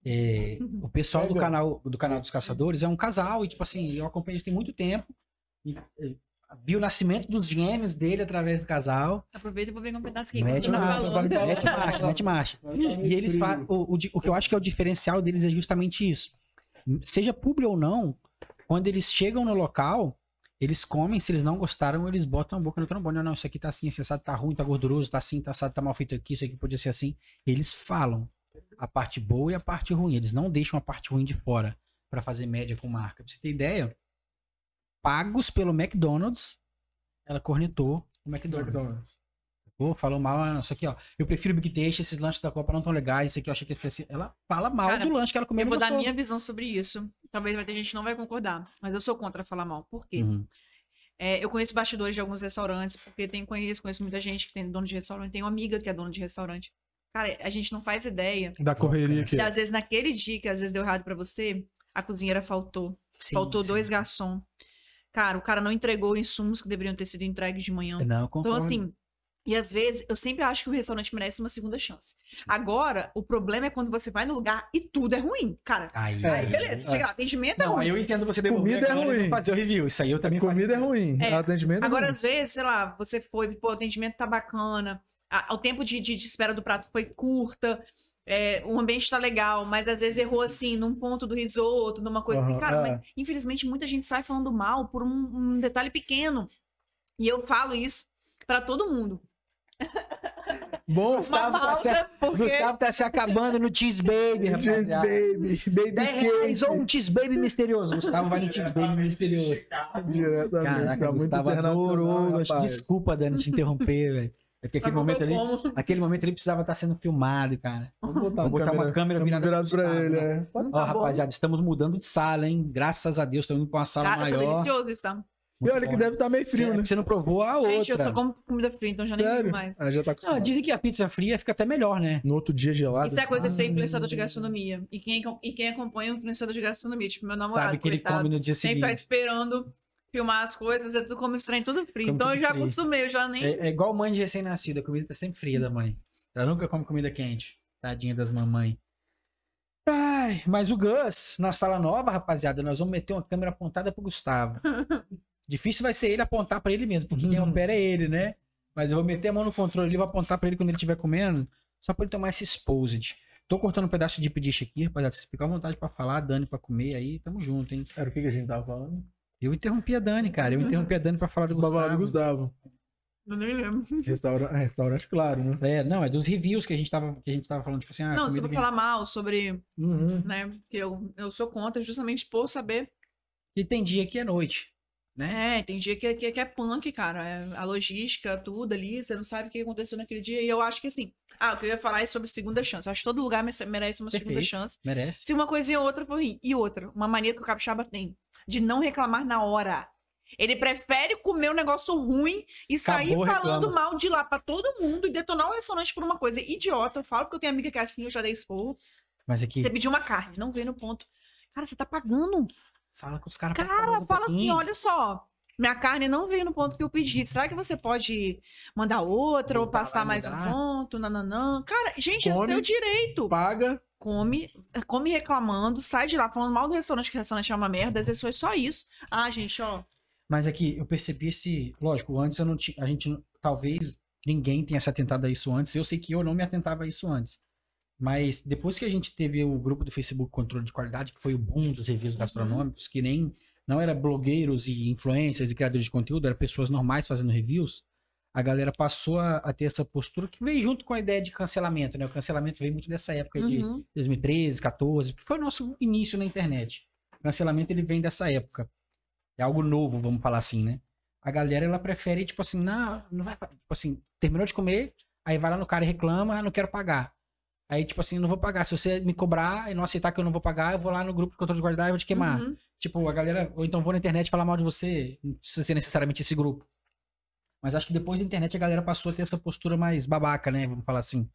É, o pessoal do Pega. canal, do canal dos caçadores é um casal e, tipo assim, eu acompanho eles tem muito tempo. E, eh, vi o nascimento dos gêmeos dele através do casal. Aproveita e vou pegar um pedaço aqui. Mete que eu tô marcha, falando. mete marcha, mete marcha. É, E eles fa- o, o, di- o que eu acho que é o diferencial deles é justamente isso. Seja público ou não, quando eles chegam no local, eles comem, se eles não gostaram, eles botam a boca no trombone. Não, não, isso aqui tá assim, esse assado tá ruim, tá gorduroso, tá assim, tá assado, tá mal feito aqui, isso aqui podia ser assim. Eles falam a parte boa e a parte ruim. Eles não deixam a parte ruim de fora pra fazer média com marca. Pra você ter ideia, pagos pelo McDonald's, ela cornetou o McDonald's. McDonald's. Pô, falou mal, ah, isso aqui, ó. Eu prefiro Big Taste, esses lanches da Copa não tão legais, isso aqui eu achei que ia ser assim. Ela fala mal Cara, do lanche que ela comeu. Eu vou e dar gostou. minha visão sobre isso. Talvez vai ter gente que não vai concordar, mas eu sou contra falar mal. Por quê? Uhum. É, eu conheço bastidores de alguns restaurantes, porque tem, conheço, conheço muita gente que tem dono de restaurante, tenho uma amiga que é dona de restaurante. Cara, a gente não faz ideia. Da correria aqui. Se às vezes naquele dia que às vezes deu errado pra você, a cozinheira faltou. Sim, faltou sim. dois garçom. Cara, o cara não entregou insumos que deveriam ter sido entregues de manhã. Não, eu Então, concordo. assim, E às vezes, eu sempre acho que o restaurante merece uma segunda chance. Agora, o problema é quando você vai no lugar e tudo é ruim. Cara, Aí, É, aí beleza, chega lá, atendimento é Não, ruim. aí eu entendo você Comida é a grana e não ruim. fazer o review. Isso aí eu também Comida é faria. ruim, É. atendimento é Agora, ruim. às vezes, sei lá, você foi, pô, o atendimento tá bacana, a- o tempo de, de- de espera do prato foi curta, é, o ambiente tá legal, mas às vezes errou assim, num ponto do risoto, numa coisa assim. Aham, Cara, é. mas infelizmente muita gente sai falando mal por um, um detalhe pequeno. E eu falo isso pra todo mundo. Bom, Uma Gustavo tá pausa, O porque. Gustavo tá se acabando no Cheese Baby, Cheese rapaziada. Baby, Baby 10 reais ou Cake. um Cheese Baby misterioso. Gustavo vai no Cheese Baby misterioso. Diretamente, Caraca, tá muito Gustavo internacional, adorou. rapaz. Desculpa, Dani, te interromper, velho. É tá porque aquele momento ali, aquele momento ali precisava estar sendo filmado, cara. Vamos botar, Vou botar uma câmera virada pro virada pra Gustavo, ele, né? é. Pode- Ó, Tá bom. rapaziada, estamos mudando de sala, hein? Graças a Deus, estamos indo pra uma sala Cara, tá maior. delicioso isso, tá? E Muito olha que bom. deve estar meio Você- frio, né? Você não provou a outra. Gente, eu só como comida fria, então já nem ligo Sério? mais. Ah, já tá Não, acostumado. dizem que a pizza fria fica até melhor, né? No outro dia gelado. Isso é coisa de ser Ah. influenciador de gastronomia. E quem, e quem acompanha um influenciador de gastronomia, tipo meu namorado, Sabe que ele coitado, come no dia sempre fica seguinte. esperando filmar as coisas, eu como estranho, tudo frio. Come Então eu tudo já frio. acostumei, eu já nem... É, é igual mãe de recém-nascida, a comida tá sempre fria da mãe. Ela nunca come comida quente. Tadinha das mamães. Ai, mas o Gus, na sala nova, rapaziada, nós vamos meter uma câmera apontada pro Gustavo. Difícil vai ser ele apontar pra ele mesmo, porque quem opera é ele, né? Mas eu vou meter a mão no controle ali, vou apontar pra ele quando ele estiver comendo, só pra ele tomar esse exposed. Tô cortando um pedaço de pediche aqui, rapaziada. Vocês ficam à vontade pra falar, Dani pra comer aí, tamo junto, hein? Era o que que a gente tava falando? Eu interrompi a Dani, cara. Eu interrompi a Dani pra falar do Pra falar do Gustavo. Gustavo. Eu nem lembro. Restaura... é, Restaurante, claro, né? É, não, é dos reviews que a gente tava, que a gente tava falando, tipo assim, ah, Não, comida sobre vem- falar mal, sobre, Uhum. né, que eu, eu sou contra justamente por saber. E tem dia que é noite. É, tem dia que, que, que é punk, cara, é a logística, tudo ali, você não sabe o que aconteceu naquele dia. E eu acho que assim, ah, o que eu ia falar é sobre segunda chance. Eu acho que todo lugar merece- merece uma segunda Perfeito. chance. Merece. Se uma coisinha ou outra for ruim. E outra, uma mania que o capixaba tem, de não reclamar na hora. Ele prefere comer um negócio ruim e sair Acabou, falando reclama. mal de lá pra todo mundo e detonar o restaurante por uma coisa idiota. Eu falo que eu tenho amiga que é assim, eu já dei esporro. Mas é aqui, Você pediu uma carne, não veio no ponto. Cara, você tá pagando. fala com os caras. pra falar Cara, um fala assim, pouquinho. olha só. Minha carne não veio no ponto que eu pedi. Será que você pode mandar outra ou Voltar lá passar e mais um mudar?" ponto? Nananã. Cara, gente, é o Come. seu direito Paga. come, come reclamando, sai de lá falando mal do restaurante, que o restaurante é uma merda, às vezes foi só isso. Ah, gente, ó. Mas aqui, eu percebi esse. Lógico, antes eu não tinha. A gente. não- Talvez ninguém tenha se atentado a isso antes. Eu sei que eu não me atentava a isso antes. Mas depois que a gente teve o grupo do Facebook Controle de Qualidade, que foi o boom dos reviews gastronômicos, que nem. Não era blogueiros e influencers e criadores de conteúdo, era pessoas normais fazendo reviews. A galera passou a, a ter essa postura que veio junto com a ideia de cancelamento, né? O cancelamento veio muito dessa época Uhum. de 2013, 14, que foi o nosso início na internet. O cancelamento ele vem dessa época. É algo novo, vamos falar assim, né? A galera ela prefere tipo assim, não, não vai, pa- tipo assim, terminou de comer, aí vai lá no cara e reclama, ah, não quero pagar. Aí tipo assim, não vou pagar, se você me cobrar e não aceitar que eu não vou pagar, eu vou lá no grupo de controle de qualidade e vou te queimar. Uhum. Tipo, a galera, ou então vou na internet falar mal de você, não precisa ser necessariamente esse grupo. Mas acho que depois da internet a galera passou a ter essa postura mais babaca, né? Vamos falar assim.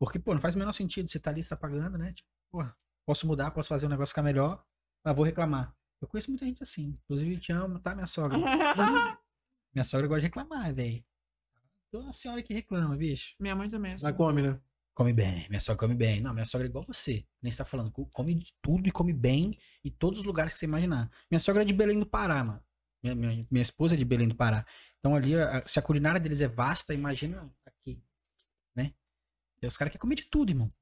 Porque, pô, não faz o menor sentido. Você tá ali, você tá pagando, né? Tipo, porra, posso mudar, posso fazer um negócio ficar melhor, mas vou reclamar. Eu conheço muita gente assim. Inclusive, eu te amo, tá, minha sogra? minha sogra gosta de reclamar, velho. Tô uma senhora que reclama, bicho. Minha mãe também é assim. Mas come, né? Come bem, minha sogra come bem. Não, minha sogra é igual você. Nem está falando, co- come de tudo e come bem em todos os lugares que você imaginar. Minha sogra é de Belém do Pará, mano. Minha, minha, minha esposa é de Belém do Pará. Então ali, a- se a culinária deles é vasta, imagina aqui, né? E os caras querem comer de tudo, irmão.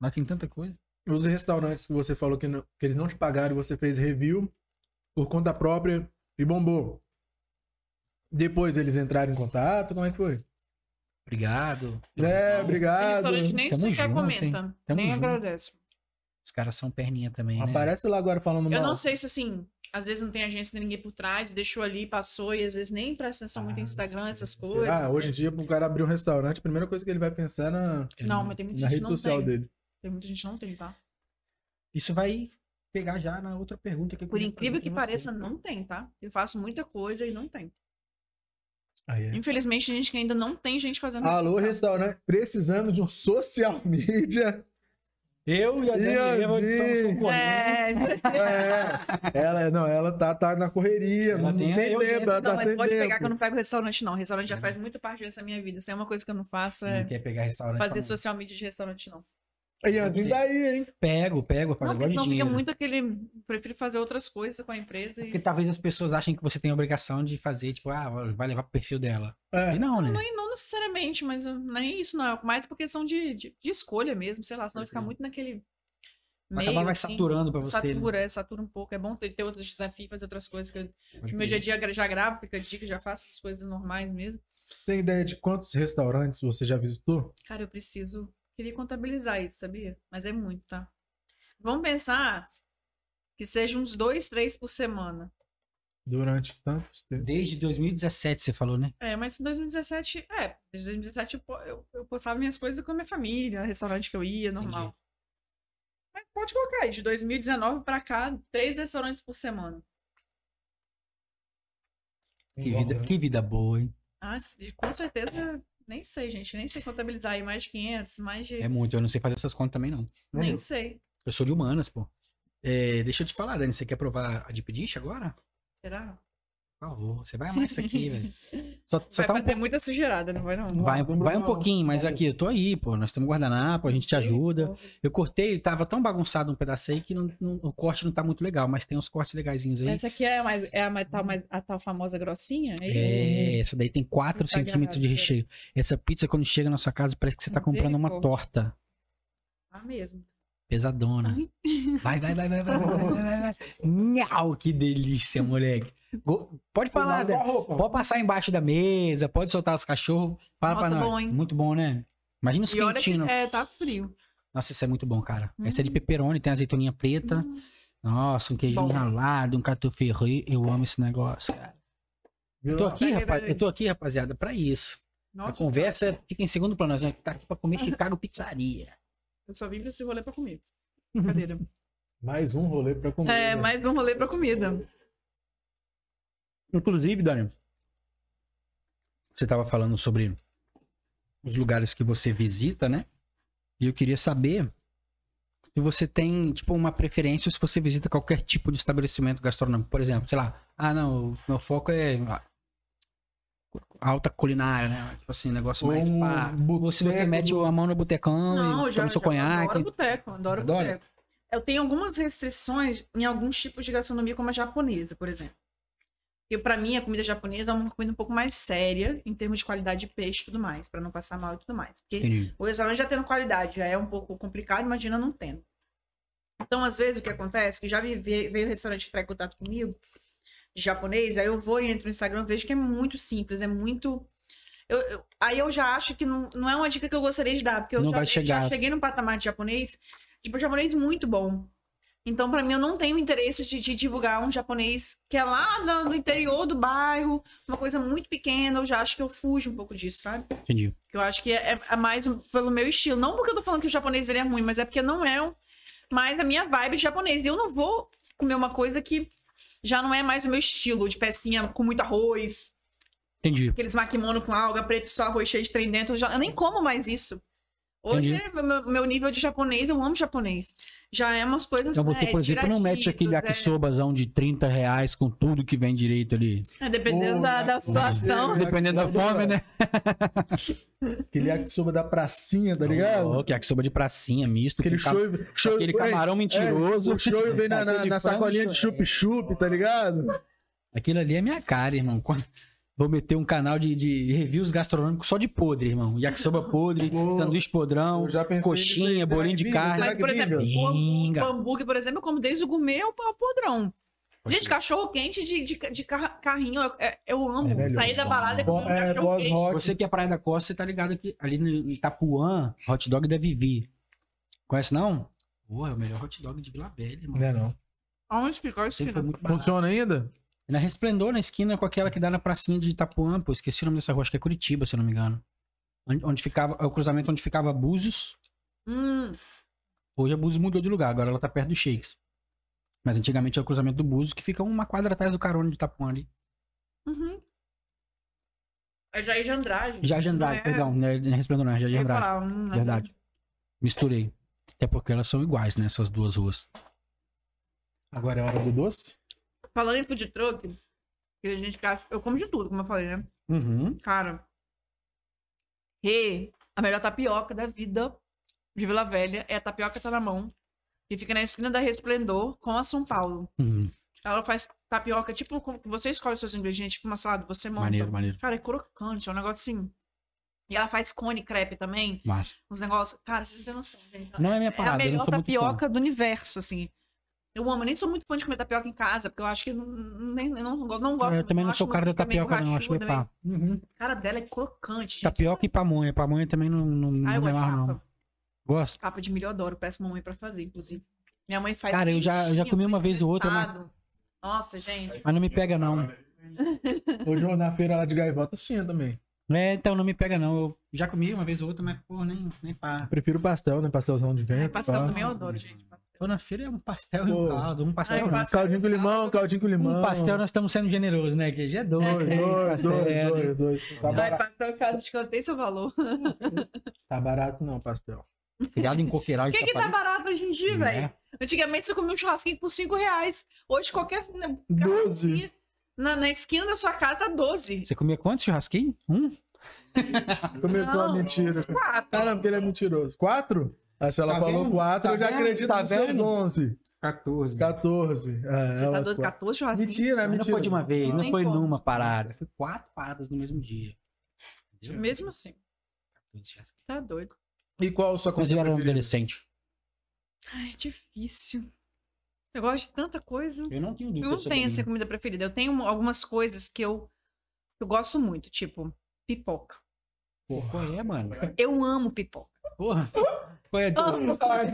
Lá tem tanta coisa. Os restaurantes que você falou que, não- que eles não te pagaram e você fez review por conta própria e bombou. Depois eles entraram em contato, como é que foi? Obrigado. É, O obrigado. restaurante nem Tamo sequer junto, comenta, Tamo nem junto. agradece. Os caras são perninha também, né? Aparece lá agora falando mal. Eu não sei se assim, às vezes não tem agência nem ninguém por trás, deixou ali, passou, e às vezes nem presta atenção muito Ah, em Instagram, não sei, essas será? coisas. Ah, hoje em dia, pra um cara abrir um restaurante, a primeira coisa que ele vai pensar é na, né? Não, mas tem muita na gente que rede não social tem. dele. Tem muita gente que não tem, tá? Isso vai pegar já na outra pergunta que eu Por queria incrível fazer que pra você. pareça, não tem, tá? Eu faço muita coisa e não tem. Aí é. Infelizmente, tem gente que ainda não tem gente fazendo. Alô, restaurante, precisamos de um social media Eu e a Daniela Sim. estamos concorrendo. É, É, ela, não, ela tá, tá na correria, Ela não, não tem- tem tempo, eu mesmo- ela não, tá mas sem pode pegar que eu tempo. não pego restaurante, não. Restaurante já É. Hum, faz muito parte dessa minha vida. Se tem uma coisa que eu não faço Não é quer pegar restaurante. fazer pra- social media de restaurante, não. Ianzinho daí, tá hein? Pego, pego, rapaz. Não, eu gosto de porque senão fica dinheiro. muito aquele. Prefiro fazer outras coisas com a empresa. E... Porque talvez as pessoas achem que você tem a obrigação de fazer, tipo, ah, vai levar pro perfil dela. É. E não, né? Não, não necessariamente, mas uh, nem isso não. É mais por questão de, de, de escolha mesmo, sei lá, senão fica Perfeito. muito naquele. Vai Meio, acabar vai assim, saturando pra você. né? Satura, é, satura um pouco. É bom ter, ter outros desafios, fazer outras coisas. Que eu- né? no meu dia a dia gra- já gravo, fica dica, já faço as coisas normais mesmo. Você tem ideia de quantos restaurantes você já visitou? Cara, eu preciso. Queria contabilizar isso, sabia? Mas é muito, tá? Vamos pensar que seja uns dois, três por semana. Durante tantos tempos. Desde 2017, você falou, né? É, mas em 2017, é, desde 2017 eu, po- eu, eu postava minhas coisas com a minha família, restaurante que eu ia, normal. Entendi. Mas pode colocar aí, de 2019 pra cá, três restaurantes por semana. Que né? vida, que vida boa, hein? Ah, se- com certeza, nem sei, gente, nem sei contabilizar aí mais de 500, mais de. É muito, eu não sei fazer essas contas também, não. nem sei. Eu sou de humanas, pô. É, deixa eu te falar, Dani, você quer provar a de pediche agora? Será? Por favor, você vai amar isso aqui, velho. Só, só vai tá um fazer muita sujeirada, não vai não? Vai, Vamos vai um lá, pouquinho, mas aqui, eu tô aí, pô. Nós temos guardanapo, a gente te ajuda. Eu cortei, tava tão bagunçado um pedaço aí que não- não- o corte não tá muito legal, mas tem uns cortes legaisinhos aí. Essa aqui é, a mais, é a, mais, tal, mais, a tal famosa grossinha? É isso? É, essa daí tem 4 Não tá centímetros de agarrado, recheio. Essa pizza, quando chega na sua casa, parece que você tá comprando uma Misericórdia. torta Ah, mesmo. pesadona. Vai, vai, vai, vai, vai, vai, vai, vai, vai. Miau, que delícia, moleque. Go- Pode falar, Dani. né? Pode passar embaixo da mesa, pode soltar os cachorros. Fala Nossa, pra nós. bom, hein? Muito bom, né? Imagina os E olha que quentinhos. é, tá frio. Nossa, isso é muito bom, cara. Essa é de Hum. pepperoni, tem azeitoninha preta. Nossa, um queijo Bom. enralado, um catu ferri. Eu amo esse negócio, cara. Eu tô aqui, Pega aí, rapaz, pega aí. eu tô aqui, rapaziada, pra isso. é Nossa, então. a conversa fica em segundo plano. Nós tá aqui pra comer Chicago Pizzaria. Eu só vim pra esse rolê pra comer. Brincadeira. Mais um rolê pra comer. É, né? mais um rolê pra comida. Inclusive, Dani, você tava falando sobre os lugares que você visita, né? E eu queria saber se você tem, tipo, uma preferência ou se você visita qualquer tipo de estabelecimento gastronômico. Por exemplo, sei lá, ah, não, o meu foco é ah, alta culinária, né? Tipo assim, negócio mais Hum. Um pá. Ou se você boteco mete do- a mão tá no botecão e toma seu conhaque. adoro boteco, adoro Adora? boteco. Eu tenho algumas restrições em alguns tipos de gastronomia, como a japonesa, por exemplo. E pra mim, a comida japonesa é uma comida um pouco mais séria, em termos de qualidade de peixe e tudo mais, pra não passar mal e tudo mais. Porque Entendi. O restaurante já tendo qualidade, já é um pouco complicado, imagina não tendo. Então, às vezes, o que acontece, que já vi- ve- veio o restaurante entrar em contato comigo, de japonês, aí eu vou e entro no Instagram, vejo que é muito simples, é muito... eu- eu- aí eu já acho que não, não é uma dica que eu gostaria de dar, porque eu Não já, vai eu chegar. já cheguei num patamar de japonês, tipo, japonês muito bom. Então, pra mim, eu não tenho interesse de, de divulgar um japonês que é lá da- do interior do bairro, uma coisa muito pequena, eu já acho que eu fujo um pouco disso, sabe? Entendi. Que eu acho que é, é mais um- pelo meu estilo. Não porque eu tô falando que o japonês ele é ruim, mas é porque não é um- mais a minha vibe de japonês. E eu não vou comer uma coisa que já não é mais o meu estilo, de pecinha com muito arroz, Entendi. aqueles maquimono com alga preta e só arroz cheio de trem dentro. Eu, já- eu nem como mais isso. Hoje, é meu, meu nível de japonês, eu amo japonês. Já é umas coisas. Então você, é, por exemplo, não mete aquele tiraditos, yakisobazão de 30 reais com tudo que vem direito ali. é, é, dependendo Pô, da, da yakisoba. situação. Ah, Dependendo da fome, né? Aquele yakisoba da pracinha, tá ligado? Oh, que yakisoba de pracinha, misto. Aquele com ca- show, show aquele é. camarão mentiroso. o show vem na, na, Aquele na frango sacolinha de shoyu. chup-chup, tá ligado? Aquilo ali é minha cara, irmão. Quando- Vou meter um canal de, de reviews gastronômicos só de podre, irmão. Yakisoba podre, Pô, sanduíche podrão. Eu já pensei coxinha, nisso aí. Será bolinho que de vinga? carne. Será Mas, que é por exemplo, vinga? vinga? o hambúrguer, Vinga. o hambúrguer, por exemplo, eu como desde o gourmet ao ao podrão. Gente, cachorro quente de, de, de carra- carrinho, eu, é- eu amo. É melhor. Sair da balada e Bo- comer um É, cachorro boss quente. rock. Você que é Praia da Costa, você tá ligado que ali no Itapuã, hot dog da Vivi. Conhece não? Pô, é o melhor hot dog de Vila Velha, irmão. Não é não. Aonde ficou isso? Sempre foi muito barato. Funciona ainda? Na Resplendor, na esquina com aquela que dá na pracinha de Itapuã, pô, esqueci o nome dessa rua, acho que é Curitiba, se eu não me engano. Onde, onde ficava, é o cruzamento onde ficava Búzios. Hum, Hoje a Búzios mudou de lugar, agora ela tá perto do Shakes. Mas antigamente é o cruzamento do Búzios, que fica uma quadra atrás do Carone de Itapuã ali. uhum. É Jair de Andrade. Jardim Andrade, Não é- perdão, não é Resplendor não, é Jardim Eu ia Andrade. falar, hum, é Verdade. Misturei. Até porque elas são iguais, né? Essas duas ruas. Agora é hora do doce? Falando em food truck, que a gente gasta- eu como de tudo, como eu falei, né? Uhum. Cara, e a melhor tapioca da vida de Vila Velha é a tapioca tá na mão, que fica na esquina da Resplendor com a São Paulo. Hum, Ela faz tapioca, tipo, como você escolhe os seus ingredientes, tipo uma salada, você monta. maneiro, maneiro. Cara, é crocante, é um negócio assim. E ela faz cone crepe também, Massa. uns negócios. Cara, vocês não têm noção, gente. Não é minha É a parada, eu não melhor sou muito fã. tapioca do universo, assim. Eu amo, eu nem sou muito fã de comer tapioca em casa, porque eu acho que eu não, nem, eu não, não, gosto. É, Eu também não sou o cara da tapioca, não. Acho que é pá. A cara dela é crocante, gente. Tapioca e pamonha. Pamonha também não, não, não Ah, eu me gosto de amarra, papa. não. Gosto? Papa de milho eu adoro, peço mamãe pra fazer, inclusive. Minha mãe faz. Cara, eu já- eu já quentinho, comi uma bem vez ou outra, mas- tostado. Nossa, gente. Mas não me pega, não. Hoje eu na feira lá de gaivotas tinha também. É, então não me pega, não. Eu já comi uma vez ou outra, mas, pô, nem, nem pá. Prefiro pastel, né? Pastelzão de vento. Passando tá. pá. É, também eu adoro, gente. Tô na feira é um pastel e Pô. um caldo. Um pastel, Ai, não. pastel. é Caldinho com limão, caldinho com limão. Um pastel nós estamos sendo generosos, né, Gui? Já é né? dois, Dois, três dois, pastel. dois, dois, dois. Tá Vai, barato, pastel, cara, descantei seu valor. O tá barato não, pastel. Criado em coqueiral de que que tá Taparica. barato hoje em dia, Né? velho? Antigamente você comia um churrasquinho por 5 reais. Hoje qualquer né, Doze. carrocinha na, na esquina da sua casa tá 12. Você comia quantos churrasquinho? Um? Começou a Não. mentira. Quatro. Ah, não, porque ele é mentiroso. Quatro? Ah, se ela Tá falou vendo? quatro, Tá eu já vendo? acredito Tá tá vendo? vendo? 11. 14. 14. Ah, Você tá ela- doido? 14 Mentira, churrasquinhos? É mentira. Mas não foi de uma vez, não, Tem foi como. numa parada. Foi quatro paradas no mesmo dia. Entendeu? Mesmo assim, 14 churrasquinhos. tá doido. E qual a sua Mas comida eu era um preferida? adolescente. Ai, é difícil. Eu gosto de tanta coisa. Eu não tenho dúvida. Eu não sobre tenho isso. assim comida preferida. Eu tenho algumas coisas que eu, eu gosto muito, tipo pipoca. Pô, Qual é, mano? Eu amo pipoca. Porra. Qual é? tu?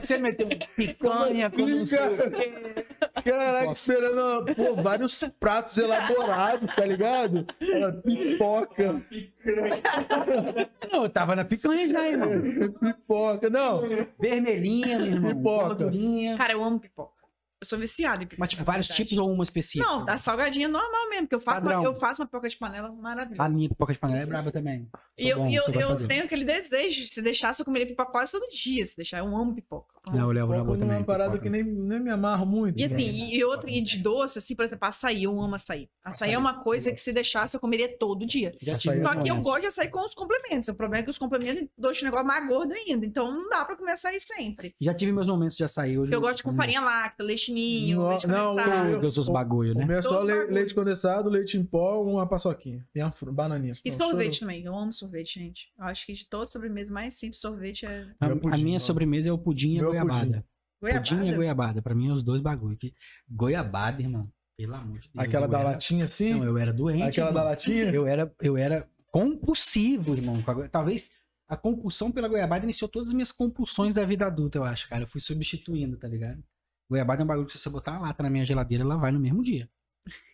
Você meteu É picanha com não sei o quê. Caraca, esperando pô, vários pratos elaborados, tá ligado? Ela, Pipoca, Não, eu tava na picanha já, irmão. pipoca. Não, Vermelhinha, meu irmão. Pipoca. gordurinha. Cara, eu amo pipoca. Eu sou viciada em pipoca. É. Mas, tipo, vários verdade. tipos ou uma específica? Não, tá da salgadinha normal mesmo, porque eu faço, uma, Padrão. eu faço uma pipoca de panela A maravilhosa. minha pipoca de panela é braba também. E eu, e eu, eu tenho aquele desejo, de se deixar, eu comeria pipoca quase todo dia, se deixar. Eu amo pipoca. Eu amo. Não, é Léo, pipoca Léo não é também. uma parada pipoca. que nem, nem me amarro muito. E assim, né? e, e outra, e de doce, assim, por exemplo, açaí, eu amo açaí. Açaí é uma coisa que se deixasse, eu comeria todo dia. Já tive Só Só meus que eu momentos. gosto de açaí com os complementos. O problema é que os complementos deixam o negócio mais gordo ainda. Então não dá pra comer açaí sempre. Já tive meus momentos de açaí hoje. Porque eu gosto de com como farinha láctea, leite ninho, Não, leite não, condensado. eu- Todos os bagulho, O né? meu é só Todo le- bagulho. leite condensado, leite em pó, uma paçoquinha. E uma fru- bananinha. E Pronto, sorvete também. Eu amo sorvete, gente. Eu acho que de todas as sobremesas mais simples, sorvete é A, Meu a pudim, minha ó. sobremesa é o pudim e a Meu goiabada. Pudim e a goiabada. goiabada. Pra mim, é os dois bagulho. Que... Goiabada, irmão. Pelo amor de Deus. Aquela eu da era- latinha assim? Não, eu era doente. Aquela da irmão. latinha? Eu era, eu era compulsivo, irmão. com a goi- Talvez a compulsão pela goiabada iniciou todas as minhas compulsões da vida adulta, eu acho, cara. Eu fui substituindo, tá ligado? Goiabada é um bagulho que se você botar uma lata na minha geladeira, ela vai no mesmo dia.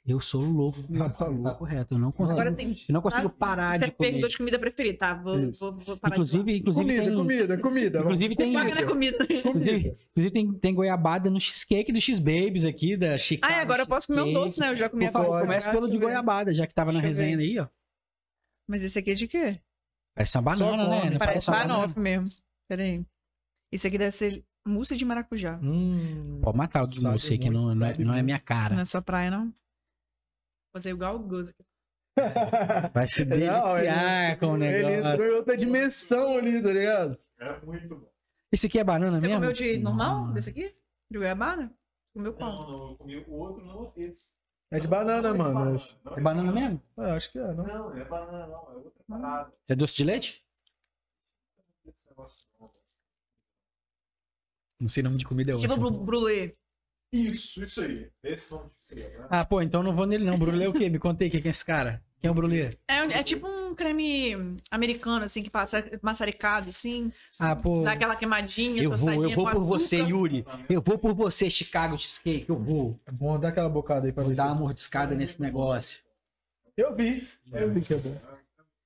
Eu sou louco. Tá maluco. Tá correto. Eu não consigo, Agora sim. eu não consigo parar Você de comer. perguntou de comida preferida, tá? Vou, Isso. vou, vou parar Inclusive, inclusive comida, tem, comida, comida, inclusive de tem, falar. Paga na comida. inclusive, inclusive tem, tem goiabada no cheesecake do X-Babies aqui, da Chicago. Ah, e agora eu posso comer um Cheesecake. doce, né? Eu já comi Por a favor, agora. começa pelo de goiabada, já que tava na Deixa eu resenha aí, ó. Mas esse aqui é de quê? Parece uma Só banana, né? come. Não Parece uma banoffee mesmo. Pera aí. Esse aqui deve ser mousse de maracujá. Hum. Pode matar o de Sabe você, que muito, não, não, é, sabe não é muito. minha Não cara. é sua praia, não? Fazer igual o Gozo. Vai se Não, deliciar com o Ele negócio. entrou em outra dimensão ali, tá ligado? É muito bom. Esse aqui é banana Você mesmo? comeu de normal? Não. é. Desse aqui? De goiabada? Comeu qual? Não, não, eu comi o outro, não esse. É de banana, Não, não é de mano. banana, esse. não É banana mesmo? Ah, eu acho que é, não. Não, não é banana, não. É Hum. outra parada. É doce de leite? Esse negócio não. Não sei nome de comida é hoje. Tipo bru- brulê. Isso, isso aí. Esse nome de ser, né? Ah, pô, então não vou nele não. Brulê é o quê? Me contei quem é esse cara. Quem é o Brulê? É, um- é tipo um creme americano, assim, que passa maçaricado, assim. Ah, pô. Dá aquela queimadinha, Eu vou, eu tostadinha vou com por açúcar. você, Yuri. Eu vou por você, Chicago Cheesecake. Eu vou. É bom, dá aquela bocada aí pra Vou ver. dar uma se- mordiscada nesse negócio. Eu vi. Eu vi que é bom.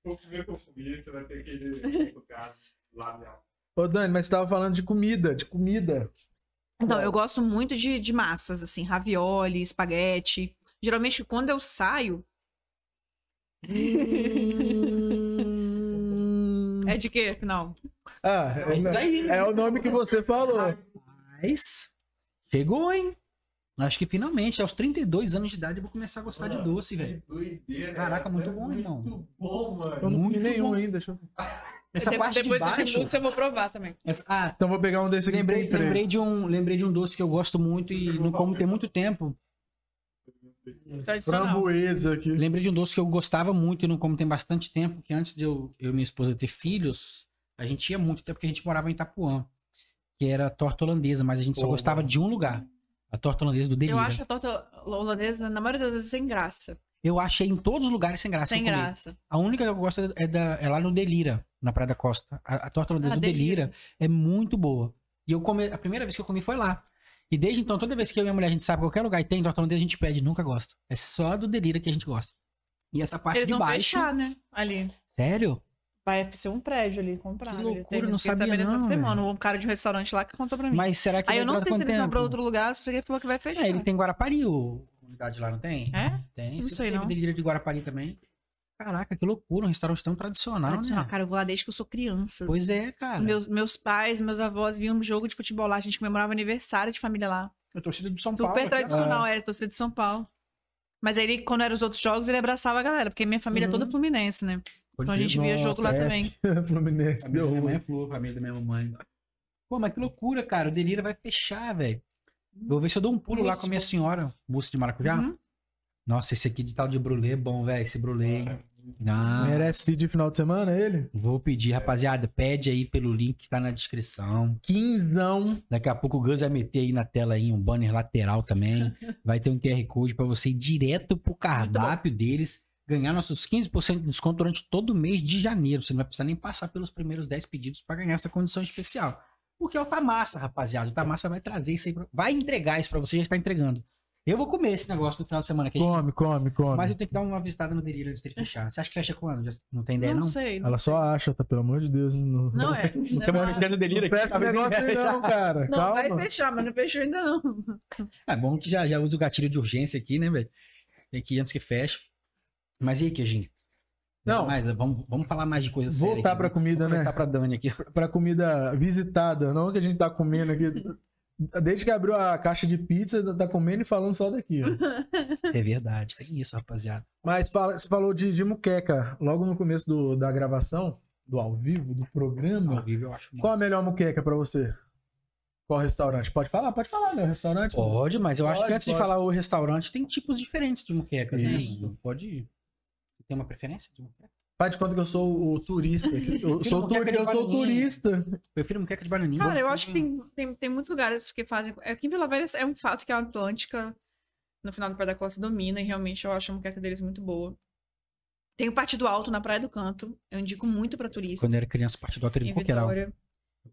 O primeiro que eu comi, você vai ter que tocar lá nela. Ô, Dani, mas você tava falando de comida, de comida. Então, eu gosto muito de, de massas, assim, ravioli, espaguete. Geralmente, quando eu saio, Hum, É de quê, afinal? Ah, é, isso daí, né? é o nome que você falou. Mas chegou, hein? Acho que finalmente, aos 32 anos de idade, eu vou começar a gostar tá Ah, de doce, velho. Doideira. Caraca, essa muito é bom, muito irmão. Muito bom, Eu mano. não comi Muito nenhum bom. ainda. Deixa eu... Essa De- parte de depois desses baixo. minutos eu vou provar também. essa- ah, Então vou pegar um desse aqui. lembrei, com três. lembrei, de um, lembrei de um doce que eu gosto muito e não como tem muito tempo. Tradicional. Framboesa aqui. Lembrei de um doce que eu gostava muito e não como tem bastante tempo, que antes de eu, eu e minha esposa ter filhos, a gente ia muito, até porque a gente morava em Itapuã, que era torta holandesa, mas a gente só Pô, gostava bom. de um lugar. A torta holandesa do Delírio. Eu acho a torta holandesa, na maioria das vezes, sem graça. Eu achei em todos os lugares sem graça. sem eu comi. graça. A única que eu gosto é, da, é lá no Delira, na Praia da Costa. A, a torta holandesa Ah, do Delira. Delira é muito boa. E eu comi, a primeira vez que eu comi foi lá. E desde então, toda vez que eu e minha mulher, a gente sabe qualquer lugar e tem torta holandesa, a gente pede, nunca gosta. É só do Delira que a gente gosta. E essa parte Eles de vão baixo. fechar, né? Ali. Sério? Vai ser um prédio ali comprado. Que Ele loucura, teve- não fiquei sabia sabendo essa não, né? semana. Um cara de um restaurante lá que contou pra mim. Mas será que Aí vai eu não durar sei se quanto eles vão pra tempo? outro lugar, só sei que ele falou que vai fechar. É, ele tem Guarapari, o a unidade lá, não tem? É? Tem. Não Sempre sei, teve não. Delira de Guarapari também. Caraca, que loucura, um restaurante tão tradicional, Tradicional. né? Cara, eu vou lá desde que eu sou criança. Pois é, cara. Meus, meus pais, meus avós vinham no jogo de futebol lá. A gente comemorava aniversário de família lá. Eu torcida do São Super Paulo. aqui, ó. tradicional, é. torcida de São Paulo. Mas aí, ele, quando eram os outros jogos, ele abraçava a galera, porque minha família é Uhum. toda fluminense, né? Pode Então a crer. gente via jogo lá Nossa, é. também. Fluminense. Família Deu da minha ruim. mãe é flor, família da minha mamãe. Pô, mas que loucura, cara. O Delira vai fechar, velho. Vou ver se eu dou um pulo lá com a minha senhora, moço de maracujá. Uhum. Nossa, esse aqui de tal de brulê é bom, velho. Esse brulê. hein? Ah, Merece pedir final de semana ele? vou pedir, rapaziada. Pede aí pelo link que tá na descrição. Quinzão. Daqui a pouco o Gus vai meter aí na tela aí um banner lateral também. Vai ter um QR Code pra você ir direto pro cardápio deles. Ganhar nossos 15% de desconto durante todo o mês de janeiro. Você não vai precisar nem passar pelos primeiros 10 pedidos pra ganhar essa condição especial. Porque é o Tamassa, rapaziada. O Tamassa vai trazer isso aí. Pra... Vai entregar isso pra você, já está entregando. Eu vou comer esse negócio no final de semana. Que a gente- Come, come, come. Mas eu tenho que dar uma visitada no delírio antes de fechar. Você acha que fecha quando? Já- Não tem ideia, Não, é, não? sei. Ela só acha, tá? Pelo amor de Deus. Não, Não é. Não, no delírio tá Não fecha né? o negócio aí não, cara. não Calma. vai fechar, mas não fechou ainda não. É bom que já, já usa o gatilho de urgência aqui, né, velho? Tem que ir antes que feche. Mas e aí, Queijinho? Não. Mas, vamos, vamos falar mais de coisa séria. Voltar pra comida, né? Voltar pra Dani aqui. pra comida visitada, não que a gente tá comendo aqui. Desde que abriu a caixa de pizza, tá comendo e falando só daqui. ó. É verdade, tem isso, rapaziada. Mas fala- você falou de, de muqueca logo no começo do- da gravação, do ao vivo, do Ao programa. vivo eu acho Qual a massa. melhor muqueca pra você? Qual restaurante? Pode falar, pode falar, né? O restaurante. Pode, mas eu acho Pode, que antes de pode. falar o restaurante, tem tipos diferentes de muqueca. né? Isso. Pode ir. Tem uma preferência de muqueca? Faz de conta que eu sou o turista. aqui. Eu Prefiro sou, o é moqueca turi- de eu sou o bananinha. turista. Prefiro muqueca de bananinha. Cara, eu acho que tem, tem, tem muitos lugares que fazem. Aqui em Vila Velha é um fato que a Atlântica, no final do Praia da Costa, domina, e realmente eu acho a moqueca deles muito boa. Tem o Partido Alto na Praia do Canto, eu indico muito pra turista. Quando eu era criança, parte do Em em qualquer aula. Vitória.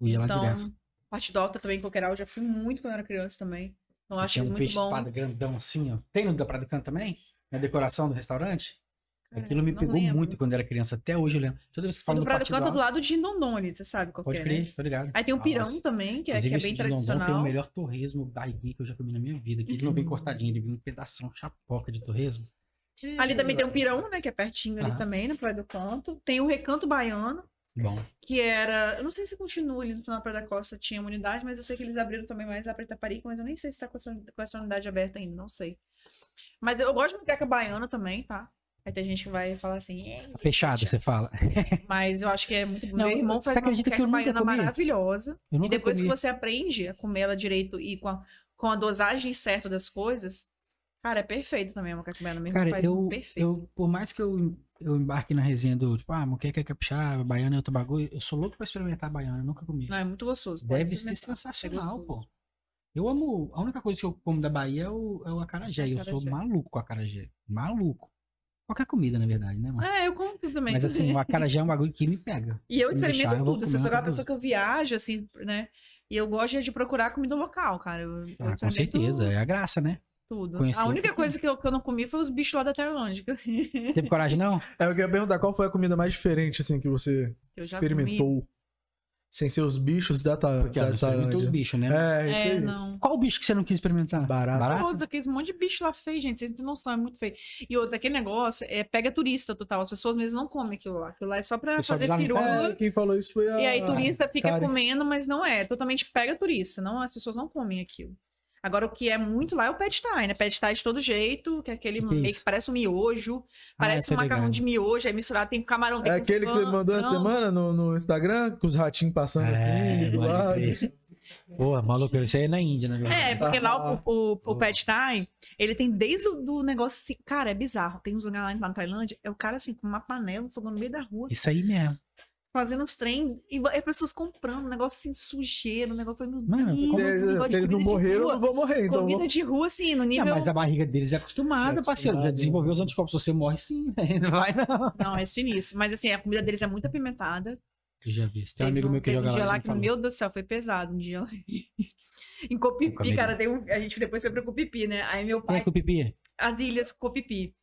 Eu ia lá direto. Então, Partido Alto também, qualquer aula, eu já fui muito quando eu era criança também. Então, eu acho Tinha isso um muito peixe bom. espada grandão assim, ó. Tem no da Praia do Canto também? Na decoração do restaurante? Cara, Aquilo me não pegou lembro. muito quando era criança, até hoje eu lembro. Toda vez que O falo do do Praia do partido Canto é do alto, lado de Rondônia, você sabe qual que pode é, né? crer, tô ligado. Aí tem o Ah, Pirão nossa. também, que é, que Inclusive, esse é um bem de London tem o tradicional. Uhum. melhor torresmo barriguinho que eu já comi na minha vida, que ele não vem cortadinho, ele vem um pedação, chapoca de torresmo. Ali também tem o Pirão, né? Que é pertinho ali Aham. também, na Praia do Canto. Tem o Recanto Baiano. Bom, que era. Eu não sei se continua ali no final da Praia da Costa, tinha uma unidade, mas eu sei que eles abriram também mais a pra Itaparica, mas eu nem sei se tá com essa, com essa unidade aberta ainda, não sei. Mas eu gosto de muqueca baiana também, tá? Aí tem gente que vai falar assim, "É, fechado, você fala. mas eu acho que é muito bom. Não, Meu irmão você faz uma acredita que muqueca eu nunca baiana comi? maravilhosa. Eu E nunca depois comi. que você aprende a comer ela direito e com a, com a dosagem certa das coisas, cara, é perfeito também a muqueca baiana. Meu irmão Cara, faz um eu, perfeito. eu, por mais que eu, eu embarque na resenha do, tipo, ah, moqueca é capixaba, baiana é outro bagulho, eu sou louco pra experimentar baiana, eu nunca comi. Não, é muito gostoso. pode Deve ser experimentar. sensacional, gostoso. pô. Eu amo. A única coisa que eu como da Bahia é o, é o acarajé. Eu sou Acarajé. maluco com acarajé. Maluco. Qualquer comida, na verdade, né, mano? É, eu como tudo também. Mas assim, o acarajé é um bagulho que me pega. E eu Se me experimento deixar, eu vou tudo. comer Se eu sou outra aquela pessoa que eu viajo, assim, né? E eu gosto de procurar comida local, cara. Eu, eu Ah, com experimento certeza. É a graça, né? Tudo. Conhecer A o única que coisa que eu, que eu não comi foi os bichos lá da Tailândia. Que Teve Tá coragem, não? É, eu queria perguntar qual foi a comida mais diferente, assim, que você eu já comi. experimentou. sem ser os bichos da Tailândia. Porque ah, ela não experimentou os Tá, bichos, né? É, isso É, aí. não. Qual bicho que você não quis experimentar? Barata. Todos aqueles um monte de bicho lá feio, gente. Vocês não têm noção, é muito feio. E outro, aquele negócio é pega turista total. As pessoas mesmo não comem aquilo lá. Aquilo lá é só pra Pessoal de fazer lá não pirula. É, quem falou isso foi a. E aí turista fica Karen. comendo, mas não é. Totalmente pega turista. Não, as pessoas não comem aquilo. Agora, o que é muito lá é o pad thai, né? Pad thai de todo jeito, que é aquele Que que é meio isso? que parece um miojo. Ah, Parece essa é um macarrão legal. de miojo, aí misturado tem com camarão. tem É com aquele que você flan, mandou essa não. semana no, no Instagram, com os ratinhos passando É, assim, do lado. pode crer. Pô, maluco, isso aí é na Índia, na verdade. É, porque lá o, o, o Ah. Boa. Pad Thai, ele tem desde o do negócio assim, cara, é bizarro. Tem uns lugares lá na Tailândia, é o cara assim, com uma panela, um fogão no meio da rua, Isso aí mesmo. fazendo os trem, e va- é pessoas comprando, um negócio assim, sujeira, um negócio, eu falei, meu Mano, Deus, Se como eles- um negócio se de é eles não comida de morreram, eu rua, não vou morrer. Então, comida de rua, assim, no Ah, nível... mas a barriga deles é acostumada, É parceiro. Já acostumada, desenvolveu os anticorpos. Se você morre, sim. velho. Não vai, não. Não, é sinistro. Mas assim, a comida deles é muito apimentada. Eu já vi. Tem um Teve amigo meu que teve joga um dia lá. lá ele que, falou. meu Deus do céu, foi pesado um dia lá. em Eu comi Copipi, lá. cara, tem um, a gente depois foi pra Copipi, né? Aí meu Quem pai é que o pipi? as ilhas Copipi,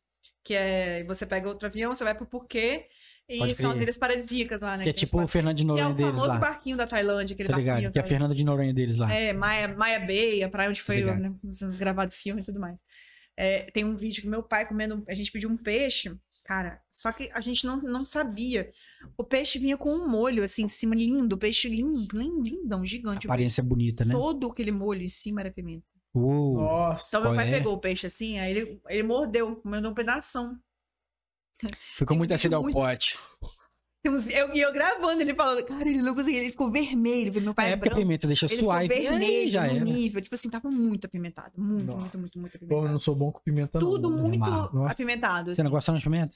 que é você pega outro avião, você vai pro Porquê e Pode são as crer. ilhas paradisíacas lá, né? Que é eles tipo o passam- Fernando de que é Noronha o deles famoso lá. barquinho da Tailândia, aquele Tá ligado? barquinho. Que é a aquela- Fernanda de Noronha deles lá. É, Maia, Maia Bay, a praia onde foi ligado. né, gravado o filme e tudo mais. É, tem um vídeo que meu pai comendo, a gente pediu um peixe, cara, só que a gente não, não sabia. O peixe vinha com um molho assim em cima, lindo, o peixe lindo, lindo, lindão, gigante. Aparência bonita, né? Todo aquele molho em cima era pimenta. Uou. Nossa. Então meu pai Olha. pegou o peixe assim, aí ele, ele mordeu, comeu um pedação. Ficou tem muito um acida ao muito- pote. Tem uns- Eu, e eu gravando, ele falando, cara, ele não conseguiu, ele ficou vermelho, meu pai É é porque a branco. pimenta deixa Ele ficou suar e fica- Ih, vermelho já no era. nível, tipo assim, tava muito apimentado, muito, Nossa. muito, muito, Pô, muito eu não apimentado. sou bom com pimenta, não. Tudo né? muito Mar- Nossa. apimentado, Você não assim. gosta não de pimenta?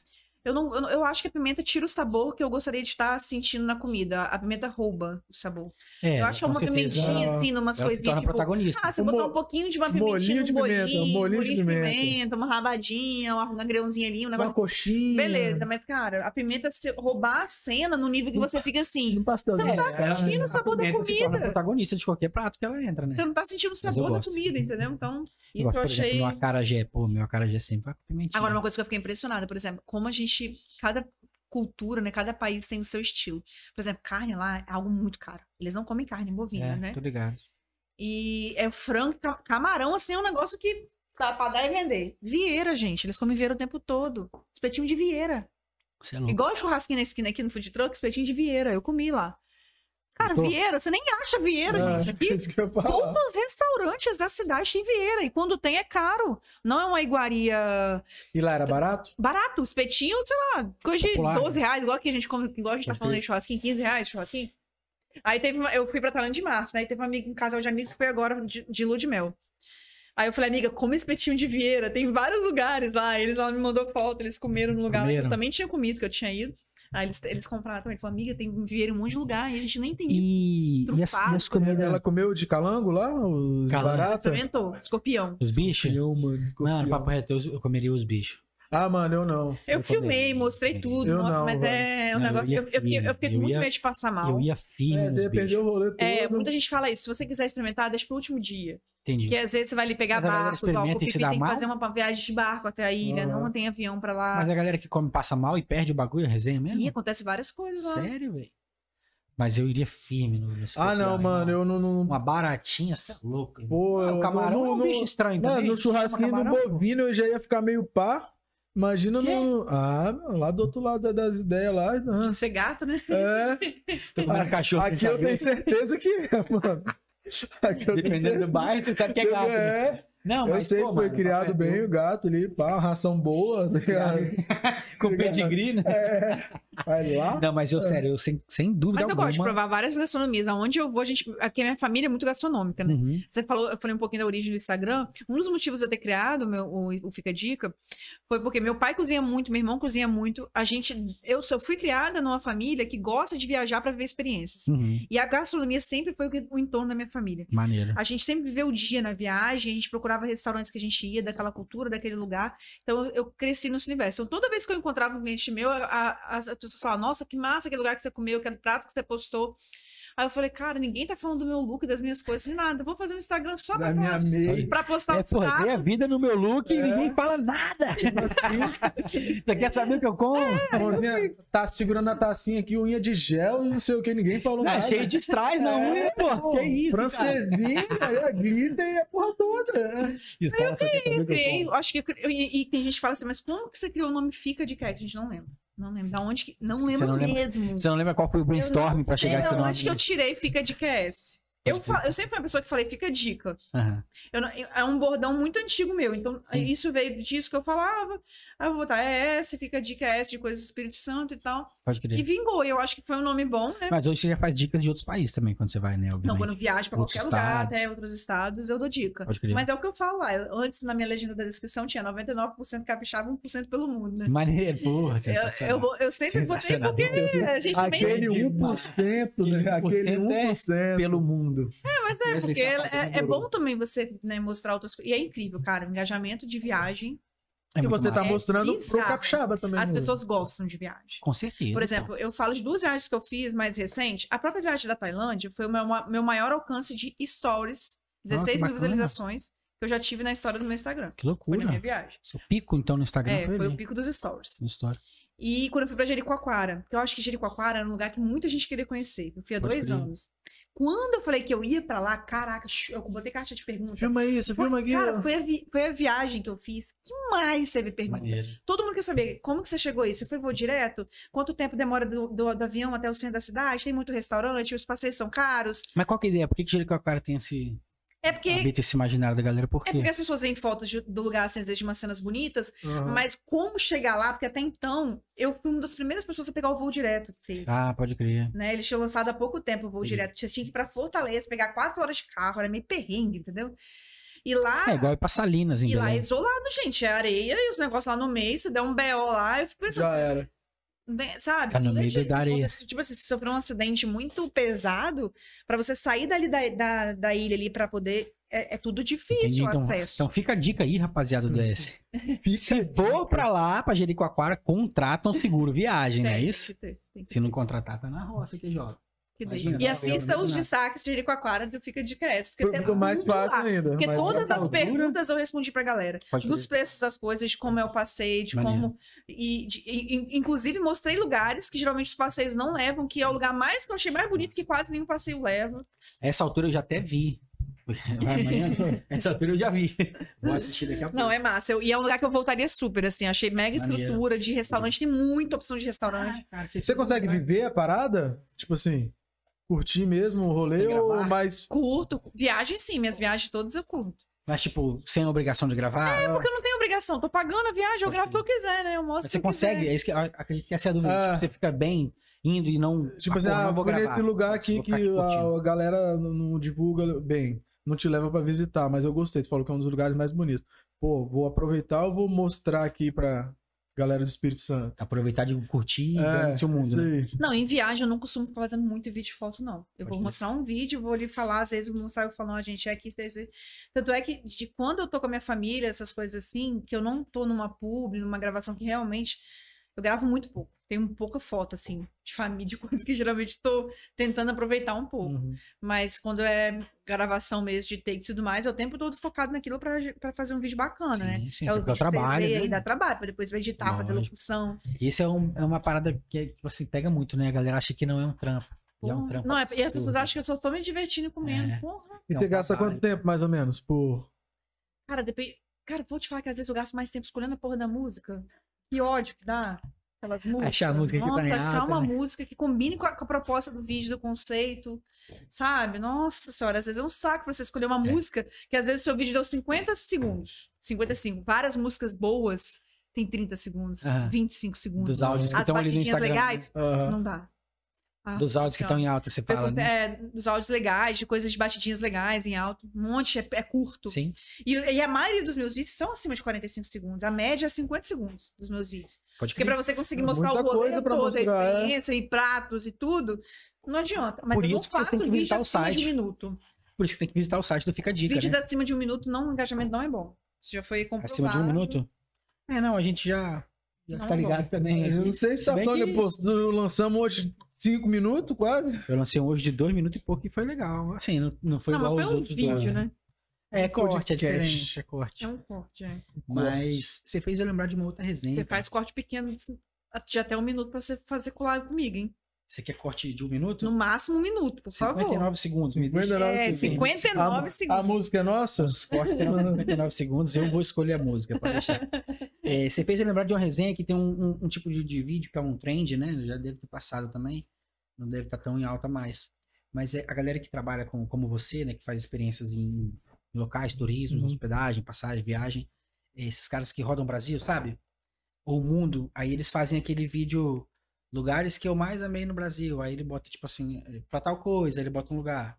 Eu, não, eu, não- eu acho que a pimenta tira o sabor que eu gostaria de estar sentindo na comida. A pimenta rouba o sabor. É. eu acho que é com uma certeza. pimentinha, assim, numas Ela se coisinhas, torna tipo... protagonista. Ah, você O botar mo- um pouquinho de uma molinho pimentinha de num pimenta, bolinho, um um molinho bolinho de de pimenta. pimenta, uma rabadinha, um grãozinho ali, um negócio Uma coxinha. Beleza, mas cara, a pimenta se roubar a cena no nível que você fica assim. Né. Um pastel. Você não tá Ela- sentindo o sabor a da pimenta se torna comida. protagonista de qualquer prato que ela entra, né? Você não tá sentindo o sabor da gosto. comida, entendeu? Então, isso gosto, eu por exemplo, achei. Meu acarajé, pô, meu acarajé sempre vai com pimentinha. Agora, uma coisa que eu fiquei impressionada, por exemplo, como a gente. Cada cultura, né? Cada país tem o seu estilo. Por exemplo, carne lá é algo muito caro. Eles não comem carne bovina, é, né? Tô ligado. E é frango, ca- camarão, assim, é um negócio que tá pra dar e vender. Vieira, gente. Eles comem vieira o tempo todo. Espetinho de vieira. Você é louco. Igual churrasquinho na esquina aqui no food truck, espetinho de Vieira. Eu comi lá. Cara, Gostou? Vieira, você nem acha Vieira, É, gente. Aqui, isso que eu ia falar. poucos restaurantes da cidade tem Vieira. E quando tem, é caro. Não é uma iguaria E lá era barato? barato. Espetinho, sei lá, coisa de Popular, né? 12 reais, igual que a gente come, igual a gente tá Pode falando crer. de churrasquinho, 15 reais, churrasquinho. Aí teve uma, eu fui pra Tailândia de março, né? E teve um, amigo, um casal de amigos que foi agora de, de lua de mel. Aí eu falei, amiga, come espetinho de Vieira, tem vários lugares lá. Eles lá me mandou foto, eles comeram no lugar lá que Comeram? eu também tinha comido, que eu tinha ido. Aí eles, eles compraram também. Ele falou, amiga, tem Vieira em um monte de lugar, e a gente nem tem isso. E, e, as, e as Trufado, comidas, Ela comeu de calango lá? Os É. Calango. barata? Experimentou, escorpião. os bichos? Escorpião, mano, escorpião. Mano, papo reto, eu eu comeria os bichos. Ah, mano, eu não. Eu, Eu filmei, comeria, mostrei eu tudo, Eu nossa, não, mas é Não, eu um negócio. ia Eu, eu fiquei, eu firme, fiquei com eu muito ia- medo de passar mal. Eu ia firme É, nos você perdeu bichos. o rolê todo. É, muita gente fala isso. Se você quiser experimentar, deixa pro último dia. Entendi. Porque às vezes você vai ali pegar Mas a galera barco, igual, experimenta e porque se tem dá que mal? fazer uma viagem de barco até a ilha, Aham. não tem avião pra lá. Mas a galera que come passa mal e perde o bagulho, a resenha mesmo? E acontece várias coisas lá. Sério, velho? Mas eu iria firme no, no Ah, escorpião, não, irmão. mano, eu não. não... Uma baratinha, você é louco. irmão. Pô, Ah, eu o não- camarão não- é um não- bicho estranho Mano, também. no churrasquinho Chama do camarão, pô. bovino eu já ia ficar meio pá. Imagina Quê? no. Ah, lá do outro lado das ideias lá. De ah, ser gato, né? É. Tô comendo cachorro sem Aqui eu saber. tenho certeza que é, mano. Aqui eu tenho Dependendo do bairro, você sabe que é certeza- gato. né? É, Não, eu mas sei pô, que foi mano, é criado papai, bem o gato ali, pá, ração boa, tá ligado? tá Com pedigree, né? Vai lá. Não, mas eu, sério, eu sem, sem dúvida Mas eu alguma... gosto de provar várias gastronomias. Aonde eu vou, a gente. Aqui a minha família é muito gastronômica, né? Uhum. Você falou, eu falei um pouquinho da origem do Instagram. Um dos motivos de eu ter criado meu- o, o Fica Dica foi porque meu pai cozinha muito, meu irmão cozinha muito. A gente, eu só fui criada numa família que gosta de viajar para viver experiências. Uhum. E a gastronomia sempre foi o que- o entorno da minha família. Maneiro. A gente sempre viveu o dia na viagem, a gente procurava restaurantes que a gente ia, daquela cultura, daquele lugar. Então eu- eu cresci nesse universo. Então toda vez que eu é encontrava um cliente meu, a- a- as as pessoas falavam: Nossa, que massa aquele lugar que você comeu, aquele prato que você postou. Aí eu falei, cara, ninguém tá falando do meu look, das minhas coisas, de nada. Vou fazer um Instagram só pra, Da minha falar, meia. pra postar um É, os porra, carros. vem a vida no meu look e É. Tipo assim. ninguém fala nada. Você quer saber o que eu como? É, Mãozinha, tá segurando a tacinha aqui, unha de gel, não é sei o que, ninguém falou Ah, nada. cheio de trás na unha, pô. Que isso, cara? Francesinha, é, glitter e a porra toda. Isso, cara, você quer saber Eu o que eu criei, como? acho que eu cri- e, e tem gente que fala assim, mas como que você criou o nome Fica de Cat? A gente não lembra. Não lembro. Da onde que. Não lembro não lembra? mesmo. Você não lembra qual foi o brainstorming pra chegar a esse eu nome? acho que eu tirei Fica de QS. Eu, Pode fa- eu sempre fui uma pessoa que falei, fica a dica. Aham. Eu não- eu- é um bordão muito antigo meu, então Sim. isso veio disso que eu falava. Aí eu vou botar é essa, fica a dica é essa de coisa do Espírito Santo e tal. Pode E crer. vingou, eu acho que foi um nome bom, né? Mas hoje você já faz dicas de outros países também, quando você vai, né? Não, Obviamente. quando eu viajo pra Outros qualquer lugar, estados. até outros estados, eu dou dica. Pode crer. Mas é o que eu falo lá. eu- antes, na minha legenda da descrição, tinha 99% capixaba, 1% pelo mundo, né? Maneiro, porra, Eu, sensacional. eu, vou- eu sempre botei Sensacional. porque a gente também. Aquele 1%, né? Aquele 1% é 1%. Pelo mundo. É, mas é, Wesley porque Safadão é, é demorou. bom também você né, mostrar outras coisas. E é incrível, cara, o engajamento de viagem. É que muito você tá massa. É mostrando pro bizarro. capixaba também. né? As mano. pessoas gostam de viagem. Com certeza. Por pô. exemplo, eu falo de duas viagens que eu fiz mais recente. A própria viagem da Tailândia foi o meu, ma- meu maior alcance de stories, Ah, 16 mil bacana. visualizações que eu já tive na história do meu Instagram. Que Foi na minha loucura. viagem. Seu pico, então, no Instagram É, foi, foi o ali, pico dos stories. no story. E quando eu fui pra Jericoacoara, que eu acho que Jericoacoara era um lugar que muita gente queria conhecer. Eu fui há Pode dois crer. anos. Quando eu falei que eu ia pra lá, caraca, chu- eu botei caixa de perguntas. Filma isso, Foi- filma aqui. Cara, ó. foi a, vi- foi a viagem que eu fiz que mais teve pergunta. Todo mundo quer saber como que você chegou aí. Você foi voo direto? Quanto tempo demora do, do- do avião até o centro da cidade? Tem muito restaurante? Os passeios são caros? Mas qual que é a ideia? Por que que Jericoacoara tem esse... É porque, Habita esse imaginário da galera, por é quê? porque as pessoas veem fotos de- do lugar, assim, às vezes de umas cenas bonitas. Aham. Mas como chegar lá? Porque até então, eu fui uma das primeiras pessoas a pegar o voo direto. que teve, Ah, pode crer. Né? Eles tinham lançado há pouco tempo o voo Sim. direto. Você tinha que ir pra Fortaleza, pegar quatro horas de carro. Era meio perrengue, entendeu? E lá... É igual ir pra Salinas, em E lá é Belém. isolado, gente. É areia e os negócios lá no meio. Você der um BO lá, eu fico pensando, Já era. né, sabe? Tá no Tudo é meio jeito da de areia. acontecer. Tipo assim, se sofrer um acidente muito pesado, pra você sair dali da, da, da ilha ali pra poder. É, é tudo Entendi. difícil o Então, acesso. então fica a dica aí, rapaziada Uhum. do S. Se for pra lá, pra Jericoacoara, contratam seguro viagem, não é Tem, isso? Tem que ter, tem que Se não ter, contratar, tá na roça que joga. tem que ter. imagina, e tá assista vendo, os né? destaques de Jericoacoara do Fica de QS. Porque tem Ficou mais tudo lá. fácil ainda. Porque mais todas fácil. as perguntas eu respondi pra galera. Pode Dos preços das coisas, de como é o passeio, de Maneiro. como. E, de- e- e- inclusive, mostrei lugares que geralmente os passeios não levam, que é o lugar mais que eu achei mais bonito, que quase nenhum passeio leva. Essa altura eu já até vi. Vai amanhã? Essa altura eu já vi. Vou assistir daqui a pouco. Não, é massa. Eu- e é um lugar que eu voltaria super, assim. Achei mega Maneiro. estrutura de restaurante, tem muita opção de restaurante. Você consegue né? viver a parada? Tipo assim, curtir mesmo o rolê Sem gravar? ou mais. Curto. Viagem, sim, minhas viagens todas eu curto. Mas, tipo, sem obrigação de gravar? É, Porque eu não tenho obrigação, tô pagando a viagem, eu Pode gravo o que eu quiser, né? Eu mostro Mas o você que eu consegue? quiser. É isso que eu acredito que essa é a dúvida. Ah. Tipo, você fica bem indo e não. Tipo assim, porra, ah, não vou nesse lugar aqui Vou que ficar aqui curtindo. a, a galera não, não divulga bem, não te leva pra visitar, mas eu gostei. Você falou que é um dos lugares mais bonitos. Pô, vou aproveitar eu vou mostrar aqui pra galera do Espírito Santo. Aproveitar de curtir e É, garantir o mundo. isso né? aí. Não, em viagem eu não costumo ficar fazendo muito vídeo e foto, não. Eu Pode vou crer. mostrar um vídeo, vou ali falar, às vezes eu vou mostrar, eu falo, ó, gente, é aqui, isso, daí, isso. daí. Tanto é que de quando eu tô com a minha família, essas coisas assim, que eu não tô numa pub, numa gravação que realmente. Eu gravo muito pouco. Tenho pouca foto, assim, de família, de coisas que geralmente tô tentando aproveitar um pouco. Uhum. Mas quando é gravação mesmo de takes e tudo mais, é o tempo todo focado naquilo pra pra fazer um vídeo bacana, né? Sim, sim, É o porque é o vídeo que você trabalho. vê né? aí, dá trabalho, pra depois editar, fazer Lógico. locução. E isso é, um- é uma parada que tipo assim, pega muito, né? A galera acha que não é um trampo. E é um Porra. trampo. Não, é- e as pessoas absurdo. acham que eu só tô me divertindo e comendo. É. Porra. E É um você gasta trabalho. quanto tempo, mais ou menos, por. Cara, depende. Cara, vou te falar que às vezes eu gasto mais tempo escolhendo a porra da música. Que ódio que dá. Aquelas músicas. Achar a música que tá Nossa, em achar alta, uma né? música que combine com a, com a proposta do vídeo, do conceito. Sabe? Nossa senhora, às vezes é um saco pra você escolher uma É. música que às vezes o seu vídeo deu 50 segundos. 55. Várias músicas boas tem 30 segundos, Aham. 25 segundos. Dos áudios que As estão ali no batidinhas Instagram. legais, Aham. não dá. Ah, Dos áudios que senhora. estão em alta, você fala, Pergunta- né? é, dos áudios legais, de coisas de batidinhas legais em alto. Um monte, é, é curto. Sim. E, e a maioria dos meus vídeos são acima de 45 segundos. A média é 50 segundos dos meus vídeos. Pode Porque crer. pra você conseguir Muita mostrar o rolê coisa pra todo, mostrar, a é. experiência e pratos e tudo, não adianta. Mas Por eu não isso que vocês faço têm que vídeo visitar o acima site. de um minuto. Por isso que tem que visitar o site do Fica a Dica, Vídeos né? acima de um minuto, não, o engajamento não é bom. Isso já foi comprovado. Acima de um minuto? É, não, a gente já Já Não É, tá ligado também. Eu não sei se Se tá bem falando, que- pô, lançamos hoje cinco minutos, quase. Eu lancei um hoje de dois minutos e pouco e foi legal. Assim, não, não foi não, igual mas aos foi um outros. dois. vídeo, né? É corte, é podcast. diferente, é corte. É um corte, é. Mas você fez eu lembrar de uma outra resenha. Você cara. faz corte pequeno assim, de até um minuto pra você fazer colar comigo, hein? Você quer corte de um minuto? No máximo um minuto, por favor. 59 segundos, me deixa. 59 É, segundos. 59 A- A segundos. música é nossa? Os cortes terão 59 segundos, eu vou escolher a música pra deixar. É, você fez eu lembrar de uma resenha que tem um, um- um tipo de, de vídeo que é um trend, né? Já deve ter passado também. Não deve estar tão em alta mais. Mas é, a galera que trabalha com, como você, né? Que faz experiências em locais, turismo, Uhum. hospedagem, passagem, viagem. Esses caras que rodam o Brasil, sabe? Ou o mundo. Aí eles fazem aquele vídeo... Lugares que eu mais amei no Brasil. Aí ele bota, tipo assim, eh, pra tal coisa, ele bota um lugar.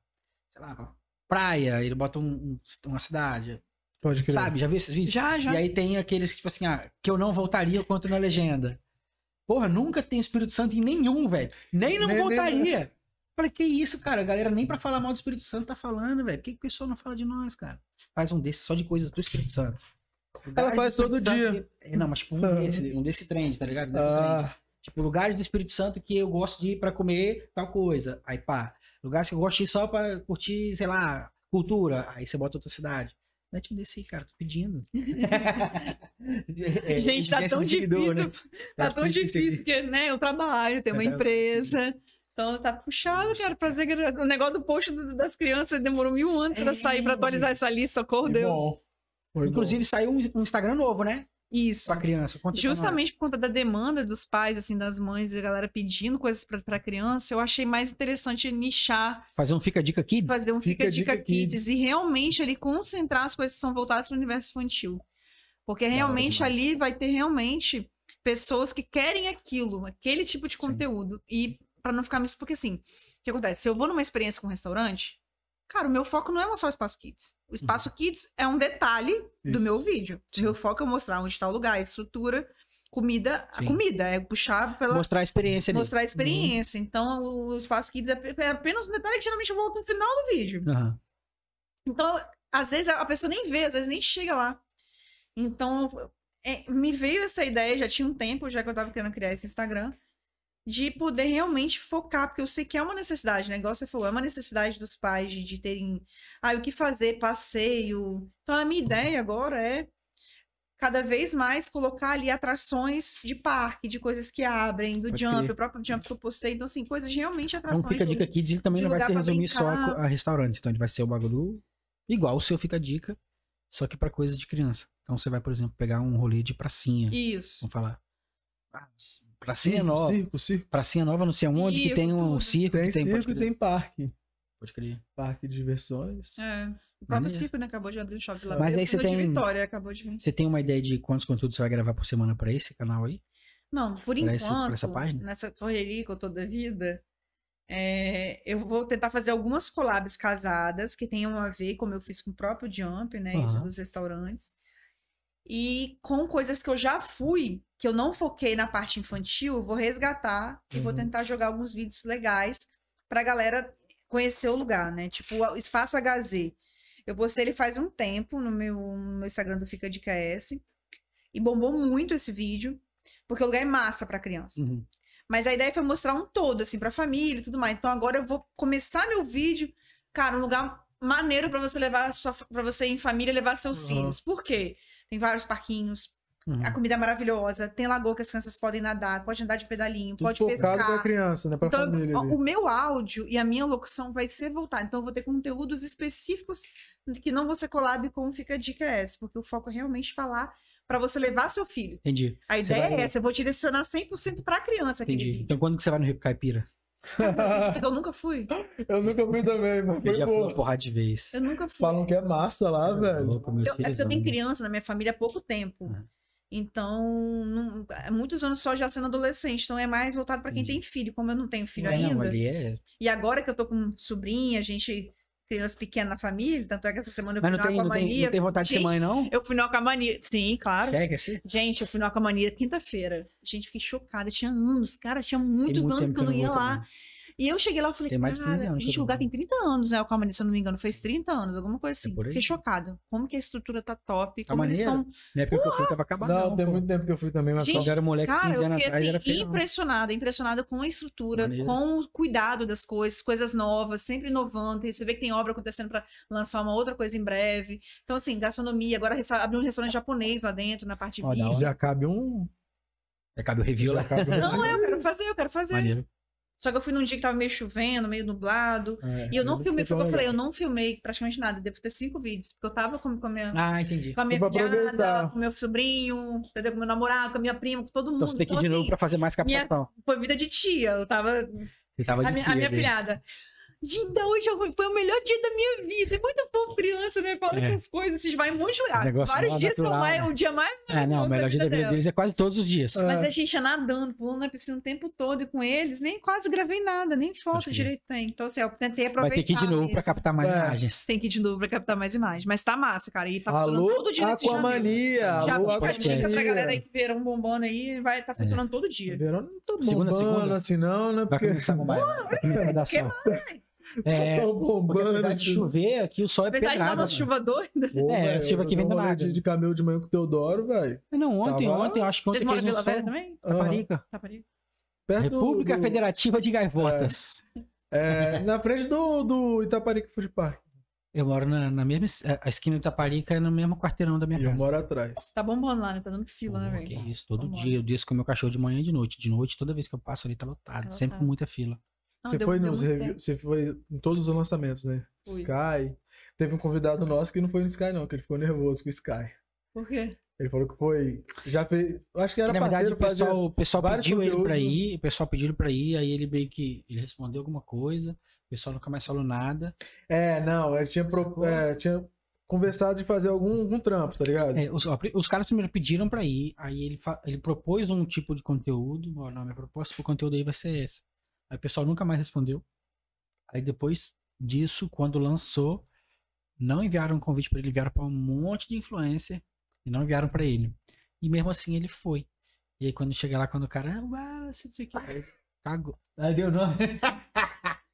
Sei lá, pra praia, ele bota um- um- uma cidade. Pode crer. Sabe? Já viu esses vídeos? Já, já. E aí tem aqueles que, tipo assim, ah, que eu não voltaria quanto na legenda. Porra, nunca tem Espírito Santo em nenhum, velho. Nem não Nem- nem- voltaria. Falei, que isso, cara? A galera nem pra falar mal do Espírito Santo tá falando, velho. Por que, que o pessoal não fala de nós, cara? Faz um desses só de coisas do Espírito Santo. Lugares faz do Espírito todo Santo dia. que- É, não, mas tipo um desse, um desse trend, tá ligado? Desse trend. Ah, Tipo, lugares do Espírito Santo que eu gosto de ir pra comer tal coisa. Aí pá. Lugares que eu gosto de ir só pra curtir, sei lá, cultura. Aí você bota outra cidade. Mete um desse aí, cara. Tô pedindo. É, Gente, tá exigência tão do seguidor, né? Tá tão por isso que você- difícil, porque, né, eu trabalho, tenho uma Eu trabalho, empresa. Então tá puxado, quero fazer gra- o negócio do post do- das crianças demorou mil anos pra É. sair pra atualizar essa lista, socorro que Deus. bom. Foi Inclusive, saiu um, um Instagram novo, né? Isso. Pra criança. Conta pra Justamente por conta da demanda dos pais, assim, das mães e a galera pedindo coisas pra, pra criança, eu achei mais interessante nichar, nós. Fazer um Fica Dica Kids? fazer um Fica Fica, a Dica, Dica Kids, Kids. e realmente ali concentrar as coisas que são voltadas para o universo infantil. Porque realmente demais. ali vai ter realmente pessoas que querem aquilo, aquele tipo de conteúdo. E pra não ficar misto, porque assim, o que acontece? Se eu vou numa experiência com um restaurante, cara, o meu foco não é só o espaço kids. O espaço kids é um detalhe do Isso. meu vídeo. O Meu foco é mostrar onde está o lugar, a estrutura, comida, Sim. a comida, é puxar pela. Mostrar a experiência ali. Mostrar a experiência. Então, o espaço Kids é ap- é apenas um detalhe que geralmente volta no final do vídeo. Aham. Então, às vezes a pessoa nem vê, às vezes nem chega lá. Então, é, me veio essa ideia, já tinha um tempo, já que eu tava querendo criar esse Instagram, de poder realmente focar, porque eu sei que é uma necessidade, né? Igual você falou, é uma necessidade dos pais de, de terem, ah, o que fazer, passeio. Então, a minha Uhum. ideia agora é cada vez mais colocar ali atrações de parque, de coisas que abrem, do Pode jump, crer. o próprio jump que eu postei. Então, assim, coisas de realmente Então, atrações. o Fica do- Dica Kids ele também de não vai lugar se pra resumir só a, brincar. co- a restaurantes. Então, ele vai ser o bagulho igual o seu Fica Dica, só que pra coisas de criança. Então, você vai, por exemplo, pegar um rolê de pracinha. Isso. Vamos falar. Ah, Pracinha nova. Circo, circo. Pracinha nova, não sei aonde, que Circo, tem um tudo. circo. Tem que tem, circo e pode tem parque. Pode crer. Parque de diversões. É. O Maneiro. próprio Cico, né? Acabou de abrir o shopping lá. Mas aí você Fernando de tem- Vitória acabou de vir. Você tem uma ideia de quantos conteúdos você vai gravar por semana pra esse canal aí? Não, por Pra esse- pra enquanto, essa página? nessa correria que eu tô da vida, é, eu vou tentar fazer algumas collabs casadas que tenham a ver, como eu fiz com o próprio Jump, né? Isso Aham. dos restaurantes. E com coisas que eu já fui, que eu não foquei na parte infantil, eu vou resgatar e vou Uhum. tentar jogar alguns vídeos legais pra galera conhecer o lugar, né? Tipo, o Espaço HZ. Eu postei ele faz um tempo no meu, no meu Instagram do Fica Dica S. E bombou muito esse vídeo, porque o lugar é massa pra criança. Uhum. Uhum. Mas a ideia foi mostrar um todo, assim, pra família e tudo mais. Então agora eu vou começar meu vídeo, cara, um lugar maneiro pra você levar a sua, para você ir em família levar seus Uhum. filhos. Por quê? Tem vários parquinhos, Uhum. a comida é maravilhosa, tem lagoa que as crianças podem nadar, pode andar de pedalinho, Tudo pode focado pra pescar. criança, né? Pra Então, eu- família ali. o meu áudio e a minha locução vai ser voltada. Então, eu vou ter conteúdos específicos que não você colab com o Fica a Dica S, porque o foco é realmente falar pra você levar seu filho. Entendi. A Você ideia vai- é essa, eu vou direcionar 100% pra criança aquele Entendi. vídeo. Então quando que você vai no Rio Caipira? Você acredita que eu nunca fui? Eu nunca fui também, mas Eu foi já fui uma boa. porrada de vez. Eu nunca fui. Falam que é massa lá, Você é velho. louco, meus Eu- é filhos porque eu tenho amam. criança na minha família há pouco tempo. Ah. Então, não- há muitos anos só já sendo adolescente. Então, é mais voltado pra quem Entendi. tem filho. Como eu não tenho filho É, Não, ainda. ali é... E agora que eu tô com sobrinha, gente, criança pequena na família, tanto é que essa semana eu fui Mas no não tem, não, tem, Aquamania. não tem vontade de ser Gente, mãe, não? Eu fui no Aquamania. Sim, claro. É, quer ser? Gente, eu fui no Aquamania quinta-feira. Gente, fiquei chocada. Tinha anos, cara, tinha muitos muito anos tempo que eu não ia vou lá. também. E eu cheguei lá e falei, Tem mais de 15 cara, anos, gente, todo o lugar mundo. tem 30 anos, né? O Calma, se eu não me engano, fez 30 anos, alguma coisa assim. É por aí. Fiquei chocado. Como que a estrutura tá top, Tá como eles maneiro. estão... Na época que eu fui, tava acabado. Não, tem pô. muito tempo que eu fui também, mas Gente, Quando eu era moleque, Cara, 15 eu anos fiquei atrás, era assim, feio. impressionada, impressionada com a estrutura, Maneiro. com o cuidado das coisas, coisas novas, sempre inovando. e Você vê que tem obra acontecendo para lançar uma outra coisa em breve. Então, assim, gastronomia, agora resta- abriu um restaurante japonês lá dentro, na parte Ó, da VIP. hora. já cabe um. Já cabe o review lá. Já cabe um. Não, é, eu quero fazer, eu quero fazer. Maneiro. Só que eu fui num dia que tava meio chovendo, meio nublado. É, E eu não filmei, foi o que eu falei, eu não filmei praticamente nada. Devo ter cinco vídeos, porque eu tava com, com a minha, Ah, entendi. com a minha Vou aproveitar. filhada, com meu sobrinho, entendeu? com meu namorado, com a minha prima, com todo mundo. Então você tem que ir de Então, novo assim, pra fazer mais captação. Foi vida de tia, eu tava Você tava de a, minha- a tia minha ali. filhada. Gente, hoje eu- foi o melhor dia da minha vida. É muito bom criança, né? Fala É. essas coisas, assim, vai em um monte de lugar. negócio Vários mó dias são natural, mais, né? o dia mais. Ah, não, o maravilhoso melhor dia da vida dela. deles é quase todos os dias. É. Mas a gente ia nadando, pulando na piscina o tempo todo e com eles, nem quase gravei nada, nem Pode foto crer. direito tem. Então, assim, eu tentei aproveitar. Vai ter que ir de novo pra mesmo. captar mais É. imagens. Tem que ir de novo pra captar mais imagens. Mas tá massa, cara. E tá Alô, funcionando todo dia nesse janeiro. Aquamania. Já Alô, fica a dica pra galera aí Aquamania. que verão bombando aí, vai É. tá funcionando todo dia. Verão não tô Segunda, bombando segunda? assim, não, né? Vai Porque começar com mais. Vai começar a dar sol. É, tô porque bombando. apesar de assim. chover, aqui o sol é Apesar de dar pedrado. uma chuva doida. Pô, É, velho, esse tipo aqui eu vem dou do rolê nada. de- de camelo de manhã com o Teodoro, velho. Não, ontem, Tava- ontem, eu acho que ontem Vocês que moram em Vila a Velha gente também? Tá Taparica. Taparica. Perto do- República do- Federativa de Gaivotas. É, na frente do, do Itaparica Food Park. Eu moro na, na mesma. es- A esquina do Taparica é no mesmo quarteirão da minha E eu casa. moro atrás. Tá bombando lá, né? Tá dando fila, né, Pô, velho? que isso, todo Vambora. dia. Eu desço com o meu cachorro de manhã e de noite. De noite, toda vez que eu passo ali, tá lotado. Tá sempre com lotado. muita fila. Não, você Ah, deu- foi deu nos muito reviews, você foi em todos os lançamentos, né? Fui. Sky. Teve um convidado nosso que não foi no Sky, não, que ele ficou nervoso com o Sky. Por quê? Ele falou que foi. Já fez. Acho que era Na verdade, parceiro o pessoal, o pessoal vários pediu ele pra conteúdos. né? ir, o pessoal pediu ele pra ir, aí ele meio que ele respondeu alguma coisa, o pessoal nunca mais falou nada. É, não, ele tinha, pro- é, tinha conversado de fazer algum, algum trampo, tá ligado? É, os, ó, pri- os caras primeiro pediram pra ir, aí ele, fa- ele propôs um tipo de conteúdo. Ó, não, minha proposta pro conteúdo aí vai ser essa. Aí o pessoal nunca mais respondeu. Aí depois disso, quando lançou, não enviaram um convite pra ele, enviaram pra um monte de influencer e não enviaram pra ele. E mesmo assim ele foi. E aí quando chega lá, quando o cara, ah, o Wallace, não sei o que, aí cagou. Aí deu nome.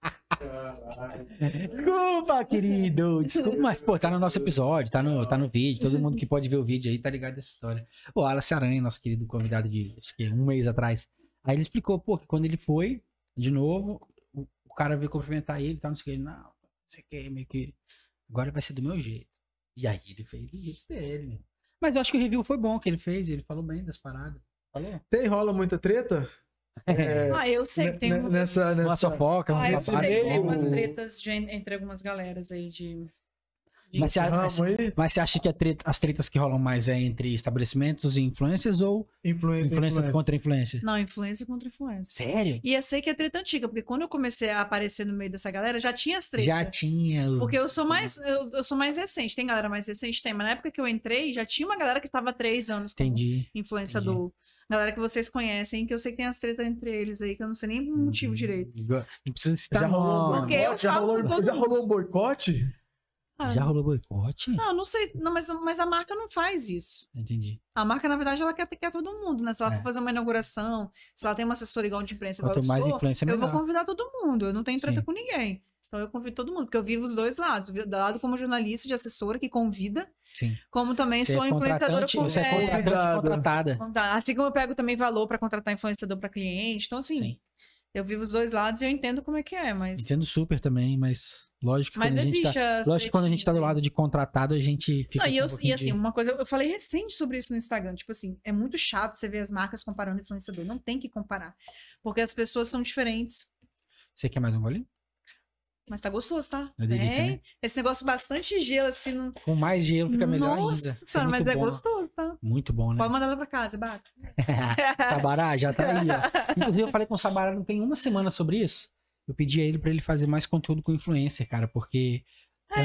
Caralho. Desculpa, querido. Desculpa, mas, pô, tá no nosso episódio, tá no, tá no vídeo. Todo mundo que pode ver o vídeo aí tá ligado dessa história. O Wallace Aranha, nosso querido convidado de acho que um mês atrás. Aí ele explicou, pô, que quando ele foi, de novo, o, o cara veio cumprimentar ele e tal, não sei o que. Ele, não, não sei o que, meio que. Agora vai ser do meu jeito. E aí ele fez do jeito dele, né? Mas eu acho que o review foi bom que ele fez, ele falou bem das paradas. Falou? Tem rola muita treta? É, Ah, eu sei que né, tem ne- um. nessa, Uma um nessa... fofoca, Ah, eu esse sei que tem meio- umas tretas de- entre algumas galeras aí de. de- Mas você acha- ramo aí, Mas você acha que a treta- as tretas que rolam mais é entre estabelecimentos e influencers ou influência, influencers influência. contra influencers? Não, influência contra influência. Sério? E eu sei que é treta antiga, porque quando eu comecei a aparecer no meio dessa galera, já tinha as tretas. Já tinha. os- né? Porque eu sou mais, eu, eu sou mais recente, tem galera mais recente, tem, mas na época que eu entrei, já tinha uma galera que tava há três anos como Entendi. influenciador. Galera que vocês conhecem, que eu sei que tem as tretas entre eles aí, que eu não sei nem o um Uhum. motivo direito. Não precisa citar Já rolou, um nome. Porque eu boicote? já, falo rolou, com todo já mundo. rolou um boicote? Ah, Já rolou boicote? Não, não sei, não, mas, mas a marca não faz isso. Entendi. A marca, na verdade, ela quer, quer todo mundo, né? Se ela É. for fazer uma inauguração, se ela tem uma assessoria igual de imprensa, igual Quanto eu mais sou, influência, eu vou melhor. convidar todo mundo. Eu não tenho treta Sim. com ninguém. Então eu convido todo mundo, porque eu vivo os dois lados. Do lado como jornalista de assessora que convida, Sim. como também Você sou é influenciadora contratante, com você é é, contratante Convidado. contratada. contar. Assim como eu pego também valor pra contratar influenciador pra cliente. Então, assim, Sim. eu vivo os dois lados e eu entendo como é que é, mas. Entendo super também, mas lógico que Mas quando a gente existe tá. as Lógico que quando a gente tá do tretinhas aí. lado de contratado, a gente fica. Não, e, com um eu- e pouquinho de- assim, uma coisa, eu falei recente sobre isso no Instagram. Tipo assim, é muito chato você ver as marcas comparando influenciador. Não tem que comparar. Porque as pessoas são diferentes. Você quer mais um golinho? Mas tá gostoso, tá? É delícia, Tem. né? Esse negócio bastante gelo, assim. Não... Com mais gelo fica melhor Nossa ainda. Isso senhora, mas muito é bom. gostoso, tá? Muito bom, né? Pode mandar ela pra casa, bata. Sabará já tá aí, ó. Inclusive, eu falei com o Sabará não tem uma semana sobre isso. Eu pedi a ele pra ele fazer mais conteúdo com influencer, cara, porque É,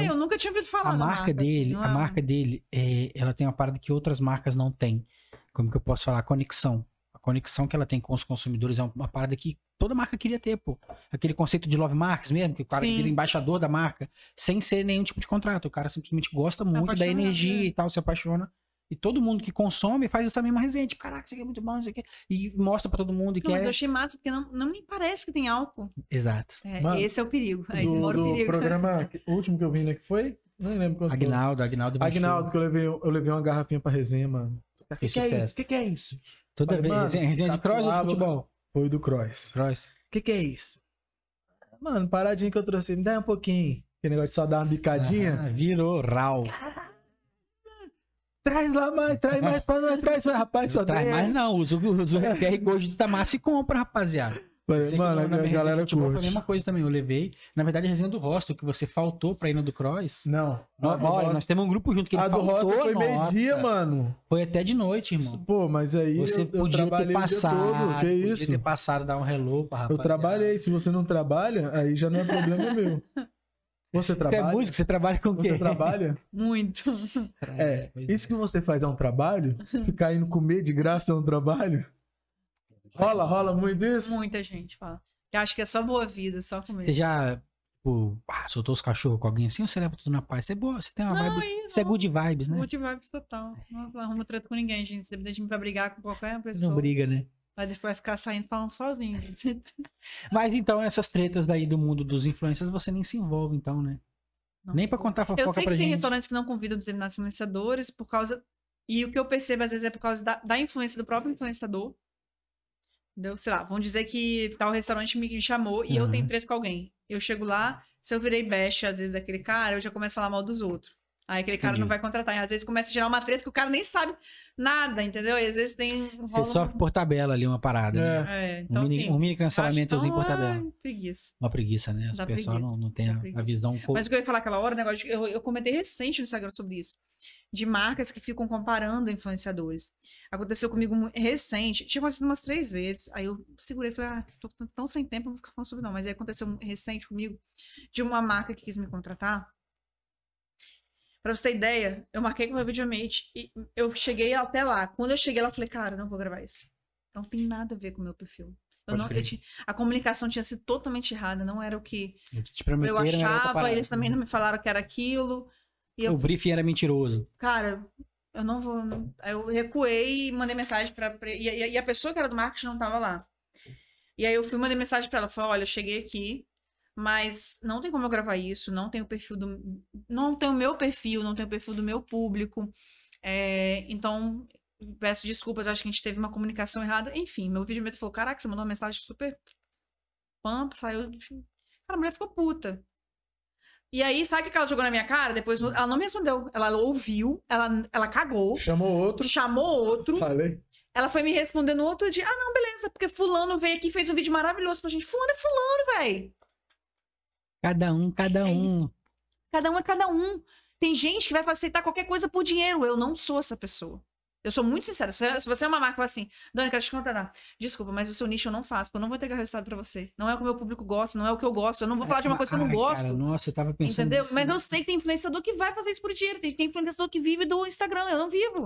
É um- eu nunca tinha ouvido falar a da marca, assim, dele, não a é- marca dele, é, ela tem uma parada que outras marcas não têm. Como que eu posso falar? Conexão. A conexão que ela tem com os consumidores é uma parada que toda marca queria ter, pô. Aquele conceito de love marks mesmo, que o cara Sim. vira embaixador da marca, sem ser nenhum tipo de contrato. O cara simplesmente gosta muito da apaixonado, energia né? e tal, se apaixona E todo mundo que consome faz essa mesma resenha. Tipo, caraca, isso aqui é muito bom, isso aqui. é-" E mostra pra todo mundo que Não, mas eu é. achei massa, porque não, não me parece que tem álcool. Exato. É, Mano, esse é o perigo. Aí do, mora o do perigo. programa, que- o último que eu vi, né, que foi? Nem lembro quanto foi. Agnaldo, Agnaldo. Agnaldo, Machado. que eu levei, um, eu levei uma garrafinha pra resenha, mano. O que, Isso que é festa. isso? O que, que é isso? Toda Falei, vez. "Mano, resenha resenha de tá cross ou de colado, futebol? Foi do Cross. Cross. O que, que é isso? Mano, paradinha que eu trouxe. Me dá um pouquinho. Que negócio de só dar uma bicadinha. Ah, virou rau. Traz lá mais, traz mais pra nós, traz mais, rapaz. Só Não traz tem- mais não. Usa, o- usa o QR Code do Tamassa e compra, rapaziada. Falei, Sei que É, Mano, na- na a minha resenha de galera futebol foi a curte. mesma coisa também. Eu levei. Na verdade, a resenha do rosto, que você faltou pra ir no do cross. Não. Nó- a do olha, Rota- nós temos um grupo junto que ele a do Rota faltou, foi nossa. meio-dia, mano. Foi até de noite, irmão. Pô, mas aí Você eu, eu podia ter trabalhei o dia todo, passado, que podia isso? ter passado, dar um hello pra Eu rapaziada. trabalhei. Se você não trabalha, aí já não é problema meu. Você Você trabalha? é músico, você trabalha com quem? Você trabalha? Muito. É. Isso que você faz é um trabalho? Ficar indo comer de graça é um trabalho? Rola, rola muito isso? Muita gente fala. Eu acho que é só boa vida, só Você comer. já, tipo, ah, soltou os cachorros com alguém assim ou você leva tudo na paz? Você é boa, você tem uma Não, vibe... aí, Você é não. good vibes, né? Good vibes total. Não arruma treta com ninguém, gente. Você deve de mim pra brigar com qualquer pessoa. Não briga, né? Aí depois vai ficar saindo falando sozinho. gente. Mas então, essas tretas daí do mundo dos influencers, você nem se envolve então, né? Não. Nem pra contar Eu fofoca sei pra que tem gente. restaurantes que não convidam determinados influenciadores por causa. E o que eu percebo às vezes é por causa da, da influência do próprio influenciador. Entendeu? Sei lá, vão dizer que tal restaurante me chamou e eu Aham. tenho treta com alguém. Eu chego lá, se eu virei best às vezes daquele cara, eu já começo a falar mal dos outros. Aí aquele cara Entendi. não vai contratar. E às vezes começa a gerar uma treta que o cara nem sabe nada, entendeu? E às vezes tem. um Você sofre por tabela ali, uma parada, né? É. É, Um então mini, assim. um mini acho- cancelamentozinho por então, tabela. ai, Preguiça. Uma preguiça, né? As Dá pessoas não, preguiça, não têm dá a- a, preguiça. visão um pouco. Mas o que eu ia falar aquela hora, o negócio de, eu, eu comentei recente no Instagram sobre isso. De marcas que ficam comparando influenciadores. Aconteceu comigo mu- recente, tinha acontecido umas três vezes. Aí eu segurei e falei, ah, tô tão- tão sem tempo, não vou ficar falando sobre não. Mas aí aconteceu um, recente comigo, de uma marca que quis me contratar. Pra você ter ideia, eu marquei com meu videomate e eu cheguei até lá. Quando eu cheguei lá, eu falei, cara, eu não vou gravar isso. Não tem nada a ver com o meu perfil. Eu Pode não, eu crer. tinha- a comunicação tinha sido totalmente errada, não era o que O que te eu prometeram era outra achava, parada. né? eles também não me falaram que era aquilo. E eu, O briefing era mentiroso. cara, eu não vou. não- Aí Eu recuei e mandei mensagem pra. pra- E, e- e a pessoa que era do marketing não tava lá. E aí eu fui e mandei mensagem pra ela. Falei, olha, eu cheguei aqui, mas não tem como eu gravar isso, não tem o perfil do. Não tem o meu perfil, não tem o perfil do meu público. É, então, peço desculpas, acho que a gente teve uma comunicação errada. Enfim, meu vídeo falou: caraca, você mandou uma mensagem super pampa, saiu. Cara, a mulher ficou puta. E aí, sabe o que que ela jogou na minha cara? Depois, ela não me respondeu. Ela ouviu, ela, ela cagou, Chamou outro. chamou outro. Falei. Ela foi me responder no outro dia. Ah, não, beleza, porque fulano veio aqui e fez um vídeo maravilhoso pra gente. Fulano é fulano, véi. Cada um, cada É um. Cada um é cada um. Tem gente que vai aceitar qualquer coisa por dinheiro. Eu não sou essa pessoa. Eu sou muito sincera. Se se você é uma marca e fala assim, Dani, quero te contratar. Desculpa, mas o seu nicho eu não faço, porque eu não vou entregar resultado pra você. Não é o que o meu público gosta, não é o que eu gosto. Eu não vou falar de uma coisa que eu não Ah, gosto. cara, nossa, eu tava pensando. Entendeu? nisso. né? Mas eu sei que tem influenciador que vai fazer isso por dinheiro. Tem, tem influenciador que vive do Instagram. Eu não vivo.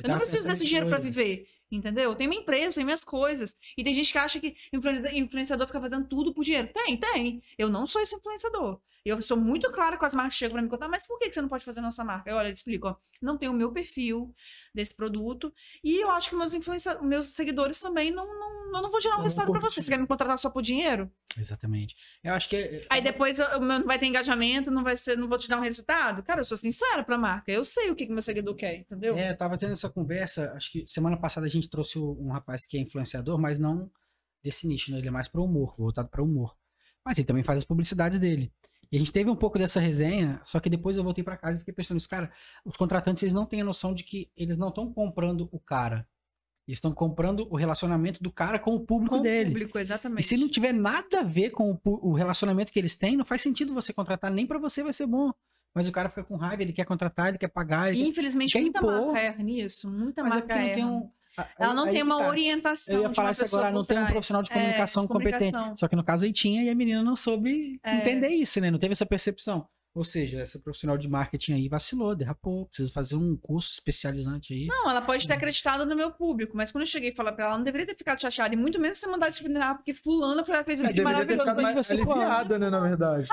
Eu, tava não preciso pensando desse nisso dinheiro pra hoje. viver. Entendeu? Eu tenho minha empresa, eu tenho minhas coisas. E tem gente que acha que influen- influenciador fica fazendo tudo por dinheiro. Tem, tem. Eu não sou esse influenciador. Eu sou muito clara com as marcas que chegam pra me contar, mas por que que você não pode fazer nossa marca? Eu, olha, eu te explico, ó. Não tem o meu perfil desse produto. E eu acho que meus, influencia... meus seguidores também não, não, eu não vou gerar um Não resultado pra curte. você. Você quer me contratar só por dinheiro? Exatamente. Eu acho que. é- Aí depois eu- eu- não vai ter engajamento, não vai ser, não vou te dar um resultado. Cara, eu sou sincera pra marca. Eu sei o que, que meu seguidor quer, entendeu? É, eu tava tendo essa conversa, acho que semana passada a gente trouxe o- um rapaz que é influenciador, mas não desse nicho, né? Ele é mais pro humor, voltado para humor. Mas ele também faz as publicidades dele. E a gente teve um pouco dessa resenha, só que depois eu voltei pra casa e fiquei pensando isso, cara, os contratantes eles não têm a noção de que eles não estão comprando o cara. Eles estão comprando o relacionamento do cara com o público Com o dele. público, E exatamente. se não tiver nada a ver com o, pu- o relacionamento que eles têm, não faz sentido você contratar, nem pra você vai ser bom. Mas o cara fica com raiva, ele quer contratar, ele quer pagar. Ele E, quer... infelizmente, quer muita impor. marca erra nisso. Muita Mas é marca porque não erra. tem um. a- Ela aí- não aí tem que uma tá. orientação. Eu ia de falar uma isso pessoa agora, por não tem um trás. profissional de É, de comunicação competente. comunicação. É. Só que no caso aí tinha e a menina não soube entender isso, né? Não teve essa percepção. Ou seja, essa profissional de marketing aí vacilou, derrapou. Precisa fazer um curso especializante aí. Não, ela pode ter acreditado no meu público, mas quando eu cheguei e falar pra ela, ela não deveria ter ficado chateada. E muito menos você mandar disciplinar, porque fulana foi- ela É, fez um Mas vídeo deveria ter maravilhoso. ficado pra mais você. aliviada, né, na verdade.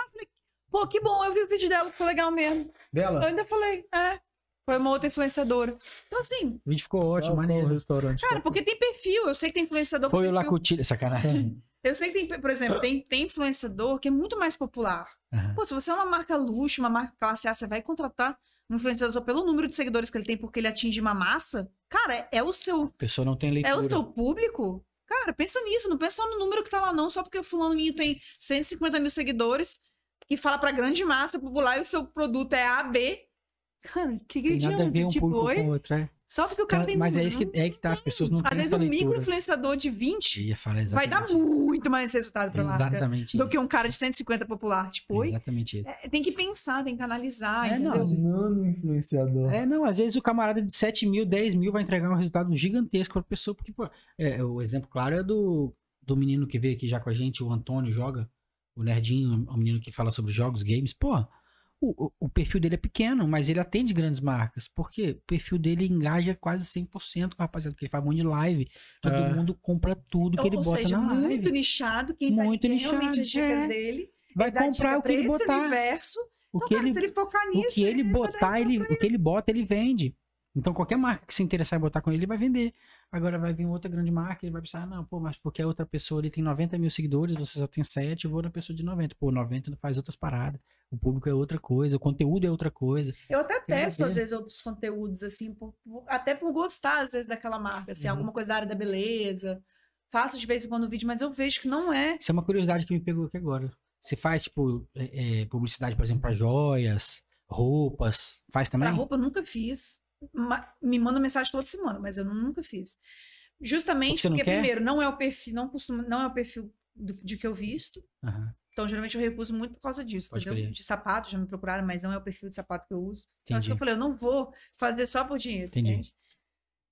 Pô, que bom, eu vi o vídeo dela, foi legal mesmo. Eu Dela? ainda falei, é. Foi uma outra influenciadora. Então, assim, O vídeo ficou ótimo, Qual- qual maneiro. restaurante. cara, porque tem perfil. Eu sei que tem influenciador com Foi o perfil. Lacutilha. Sacanagem. Eu sei que tem, por exemplo, tem, tem influenciador que é muito mais popular. Aham. Pô, se você é uma marca luxo, uma marca classe A, você vai contratar um influenciador pelo número de seguidores que ele tem, porque ele atinge uma massa. Cara, é o seu, A pessoa não tem leitura. é o seu público. Cara, pensa nisso, não pensa no número que tá lá não, só porque o fulaninho tem 150 mil seguidores e fala pra grande massa popular e o seu produto é A, B. Cara, que Tem nada a ver gradiente, um tipo, público oi? com o outro, é. Só porque o cara Então, tem... mas é número, isso que, é que tá, as pessoas não Às têm vezes essa um leitura. micro-influenciador de 20 Ia falar vai exatamente. dar muito mais resultado pra marca Exatamente do isso. que um cara de 150 popular. Tipo, É oi? Exatamente isso. É, tem que pensar, tem que analisar, É, não, entendeu? às vezes- Nano influenciador. ah, É, não, às vezes o camarada de 7 mil, 10 mil vai entregar um resultado gigantesco pra pessoa, porque, pô, é, o exemplo claro é do, do menino que veio aqui já com a gente, o Antônio joga, o Nerdinho, o menino que fala sobre jogos, games, pô, o, o- o perfil dele é pequeno, mas ele atende grandes marcas, porque o perfil dele engaja quase 100% com a rapaziada, porque ele faz um monte de live, todo É. mundo compra tudo que ele ou bota seja, na muito live. nichado, quem tá Muito tem nichado, realmente as dicas é. dele, Vai dá comprar dica o que ele pra esse botar. universo. O Então, que cara, ele se ele focar nisso, O que ele vai dar botar, ele, resultado o que ele bota, ele vende. Então, qualquer marca que se interessar em botar com ele, ele vai vender. Agora vai vir outra grande marca, ele vai pensar, ah, não, pô, mas porque a outra pessoa ali tem 90 mil seguidores, você só tem 7, eu vou na pessoa de 90. Pô, 90 faz outras paradas. O público é outra coisa, o conteúdo é outra coisa. Eu até nada a testo, às ver. vezes, outros conteúdos, assim, por- por- até por gostar, às vezes, daquela marca, assim, Uhum. alguma coisa da área da beleza. Faço de vez em quando um vídeo, mas eu vejo que não é. Isso é uma curiosidade que me pegou aqui agora. Você faz, tipo, é, é, publicidade, por exemplo, pra joias, roupas, faz também? Pra roupa eu nunca fiz. Ma- Me manda mensagem toda semana, mas eu nunca fiz. Justamente Porque você não porque, quer? primeiro, não é o perfil, não, costuma, não é o perfil do- de que eu visto. Aham, Então, geralmente eu recuso muito por causa disso, Pode entendeu? crer. De sapato, já me procuraram, mas não é o perfil de sapato que eu uso. Então, acho que eu entendi. falei, eu não vou fazer só por dinheiro, Entendi. entende?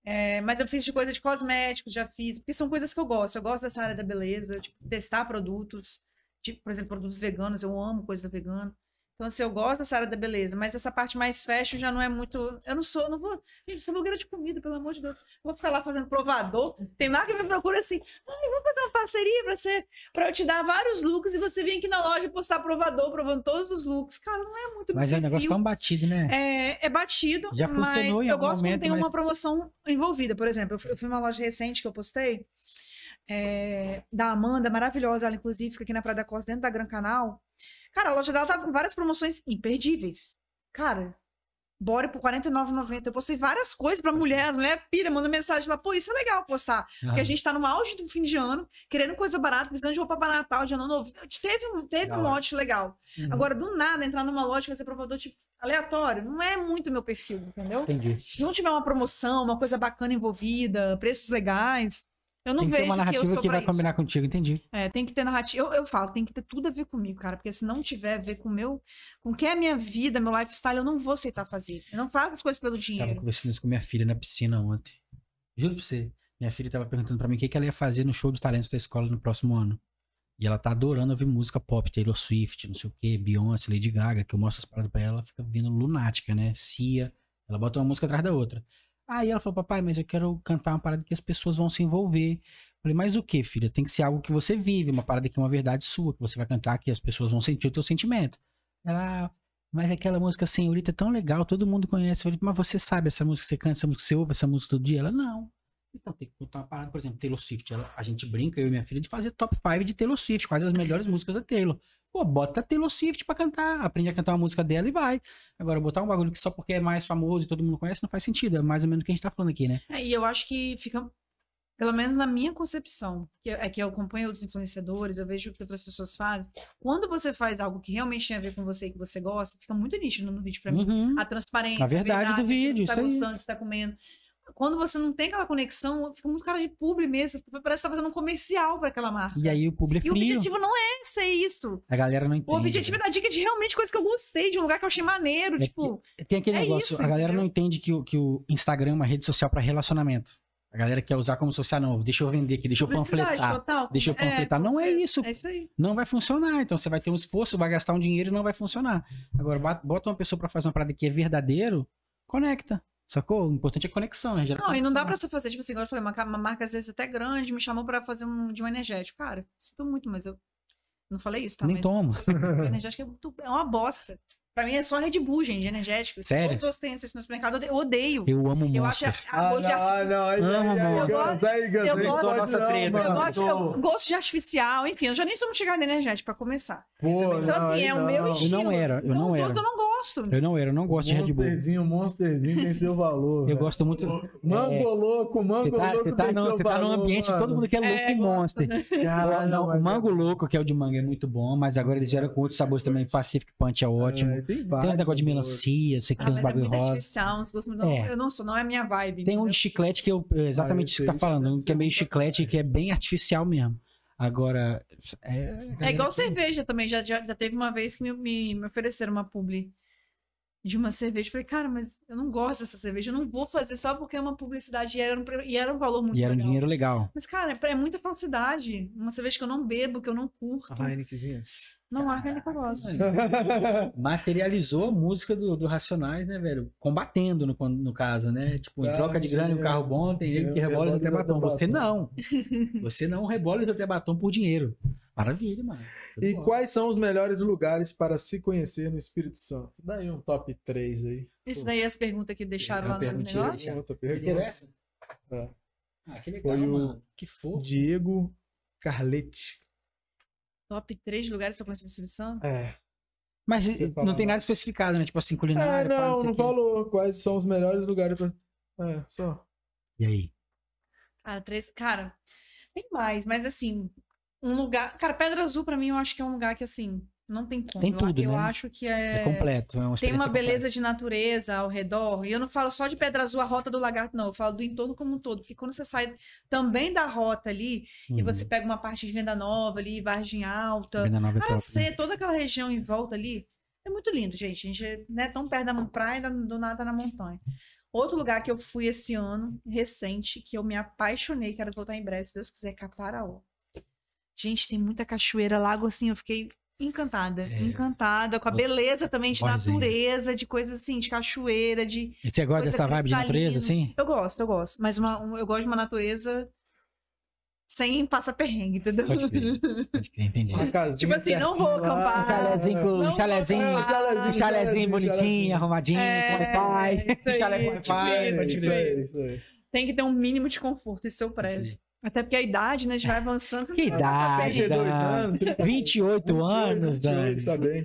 É, mas eu fiz de coisa de cosméticos, já fiz, porque são coisas que eu gosto. Eu gosto dessa área da beleza, de testar produtos, de, por exemplo, produtos veganos, eu amo coisa vegana. Então, assim, eu gosto dessa área da beleza, mas essa parte mais fashion já não é muito. Eu não sou, eu não vou. Gente, eu sou blogueira de comida, pelo amor de Deus. Eu vou ficar lá fazendo provador. Tem marca que me procura assim, ai, vamos fazer uma parceria pra você, pra eu te dar vários looks e você vir aqui na loja postar provador, provando todos os looks. Cara, não é muito Mas é um negócio perfil. tão batido, né? É, é batido, Já mas funcionou em eu algum gosto momento, quando tem mas- uma promoção envolvida. Por exemplo, eu fui- eu fui em uma loja recente que eu postei, é, da Amanda, maravilhosa, ela inclusive fica aqui na Praia da Costa, dentro da Gran Canal. Cara, a loja dela tava com várias promoções imperdíveis. Cara, bora por R$ 49,90. Eu postei várias coisas pra mulher, as mulheres pira, mandam mensagem lá, pô, isso é legal postar. Porque a gente tá no auge do fim de ano, querendo coisa barata, precisando de roupa para Natal, de ano novo. Teve, um- teve Da um hora. mote legal. Uhum. Agora, do nada, entrar numa loja e fazer provador tipo, aleatório, não é muito meu perfil, entendeu? Entendi. Se não tiver uma promoção, uma coisa bacana envolvida, preços legais, eu não Tem que vejo ter uma que eu narrativa tô que pra vai isso. combinar contigo, entendi. É, tem que ter narrativa. Eu, eu falo, tem que ter tudo a ver comigo, cara, porque se não tiver a ver com o meu, com o que é a minha vida, meu lifestyle, eu não vou aceitar fazer. Eu não faço as coisas pelo Tava dinheiro. conversando isso com minha filha na piscina ontem. Juro pra você. Minha filha tava perguntando pra mim o que, que ela ia fazer no show de talentos da escola no próximo ano. E ela tá adorando ouvir música pop, Taylor Swift, não sei o que, Beyoncé, Lady Gaga, que eu mostro as paradas pra ela, ela fica vindo lunática, né? Cia. Ela bota uma música atrás da outra. Aí ela falou, papai, mas eu quero cantar uma parada que as pessoas vão se envolver. Eu Falei, mas o que, filha? Tem que ser algo que você vive, uma parada que é uma verdade sua, que você vai cantar, que as pessoas vão sentir o teu sentimento. Ela, "Ah, mas aquela música Senhorita é tão legal, todo mundo conhece. Eu falei, mas você sabe essa música que você canta, essa música que você ouve, essa música todo dia? Ela, não. Então tem que contar uma parada, por exemplo, Taylor Swift. ela- a gente brinca, eu e minha filha, de fazer top 5 de Taylor Swift, quais as melhores músicas da Taylor. Pô, bota Taylor Swift pra cantar, aprende a cantar uma música dela e vai. Agora, botar um bagulho que só porque é mais famoso e todo mundo conhece não faz sentido, é mais ou menos o que a gente tá falando aqui, né? É, e eu acho que fica, pelo menos na minha concepção, que eu- é que eu acompanho outros influenciadores, eu vejo o que outras pessoas fazem. Quando você faz algo que realmente tem a ver com você e que você gosta, fica muito nítido no vídeo pra mim. Uhum. A transparência, A verdade do aquilo que vídeo, você isso tá aí. gostando, que você tá comendo. Quando você não tem aquela conexão, fica muito cara de publi mesmo. Parece que tá fazendo um comercial pra aquela marca. E aí o público E é o frio, objetivo não é ser isso. a galera não O entende. objetivo é dar dica de realmente coisa que eu gostei, de um lugar que eu achei maneiro. É tipo, Tem aquele É negócio, isso, a galera entendeu? não entende que o, que o Instagram é uma rede social pra relacionamento. A galera quer usar como social, não, deixa eu vender aqui, deixa eu publicidade panfletar. total. Deixa eu É, panfletar. não é isso, É isso aí. não vai funcionar. Então você vai ter um esforço, vai gastar um dinheiro e não vai funcionar. Agora, ba- bota uma pessoa pra fazer uma parada que é verdadeiro, conecta. Sacou? O importante é conexão, né? Gera Não, e não dá pra conexão. você fazer, tipo assim, igual eu falei, uma, ca- uma marca às vezes até grande me chamou pra fazer um de um energético. Cara, sinto muito, mas eu não falei isso, tá? Nem mas tomo. O energético é, muito- é uma bosta. Pra mim é só Red Bull, gente, de energético. Se Sério? Todos os têm esse no supermercado, eu odeio. Eu amo Eu acho Monster. a- a gosto de arti- Ah, não, não, aí, Amo, aí, aí, amor. Gans, aí, Gans, Eu aí, gosto- pode nossa não, treta, mano. eu gosto, Pô, eu gosto de artificial, enfim, eu já nem sou muito chegada em energético pra começar. Pô, Então, assim, aí é o meu Eu estilo. não era, eu Então, não era. todos eu não gosto. Eu não era, eu não gosto de Red Bull. Monsterzinho, monsterzinho tem seu valor. Eu velho. gosto muito. Mango É. louco, mango Você tá, louco. você tá, tem não, seu você tá num valor, ambiente que todo mano. mundo quer louco É, e Monster. Caralho, Não, mas- o Mango Louco, que é o de manga, é muito bom, mas agora eles vieram com outros sabores também. Pacific Punch é ótimo. É, tem Tem vários uns negócio de sabores. melancia, sei que tem Ah, mas uns é bagulho muito rosa. artificial, uns gostos, não, É. eu não sou, não é a minha vibe. Tem um entendeu? de chiclete que eu. é Exatamente Ah, isso que esse você tá aí já falando, deve um que é ser meio muito chiclete, que é bem artificial mesmo. Agora. É, É igual cerveja também. Já, já, já teve uma vez que me, me, me ofereceram uma publi de uma cerveja. Eu Falei, cara, mas eu não gosto dessa cerveja. Eu não vou fazer só porque é uma publicidade e era um, pre- e era um valor muito E era um legal. dinheiro legal. Mas, cara, é pra- é muita falsidade. Uma cerveja que eu não bebo, que eu não curto. A Heinekenzinha. não há carne que eu gosto. Materializou a música do, do Racionais, né, velho? Combatendo, no, no caso, né? Tipo, em Cara, troca de grana e um dinheiro. carro bom, tem ele que Dinheiro, rebola até rebola batom. até Você batom. não. Você não rebola até batom por dinheiro. Maravilha, mano. E quais são os melhores lugares para se conhecer no Espírito Santo? Daí um top 3 aí. Isso daí é as perguntas que deixaram É uma lá no perguntinha. negócio. Uma Outra Me pergunta. interessa? um É. Ah, que legal, Foi o- mano. Que fofo. Diego Carletti. Top três lugares pra conhecer o Espírito Santo? É. Mas Você eh, fala não tem mais. nada especificado, né? Tipo assim, culinária. pá, Ah, não, sei não o quê. falou quais são os melhores lugares para. É, só. E aí? Cara, três. Cara, tem mais, mas assim, um lugar. Cara, Pedra Azul, pra mim, eu acho que é um lugar que, assim, não tem como. Tem Eu- tudo, eu né? acho que é. É, completo. É uma Tem experiência uma completa. beleza de natureza ao redor. E eu não falo só de Pedra Azul, a Rota do Lagarto, não. Eu falo do entorno como um todo. Porque quando você sai também da rota ali, e Uhum. você pega uma parte de Venda Nova ali, Vargem Alta, Venda Nova é top, né? Aracê, toda aquela região em volta ali, é muito lindo, gente. A gente é né, tão perto da praia, da- do nada na montanha. Outro lugar que eu fui esse ano, recente, que eu me apaixonei, quero voltar em breve, se Deus quiser, é Caparaó. Gente, tem muita cachoeira, lago assim, eu fiquei encantada, É. encantada com a Bo- beleza também de boazinha. natureza, de coisas assim, de cachoeira, de E você gosta coisa dessa vibe de natureza, cristalina. assim? eu gosto, eu gosto. Mas uma- um- eu gosto de uma natureza sem passar perrengue, entendeu? Pode crer. Pode crer, entendi. Uma casinha um Tipo assim, não vou certinho lá. acampar. Chalezinho com- Não vou chalezinho, acampar. Um chalezinho, Tipo chalezinho chalezinho, bonitinho, chalezinho. arrumadinho, É, com wi-fi. isso aí, Chalé com tipo wi-fi. isso, pode isso crer. aí, isso aí. Tem que ter um mínimo de conforto, isso eu prezo. Até porque a idade, né, a gente vai avançando. você Que não- idade, 32 Dan. tá anos, 28, 28, anos, 28, Dan. Tá bem.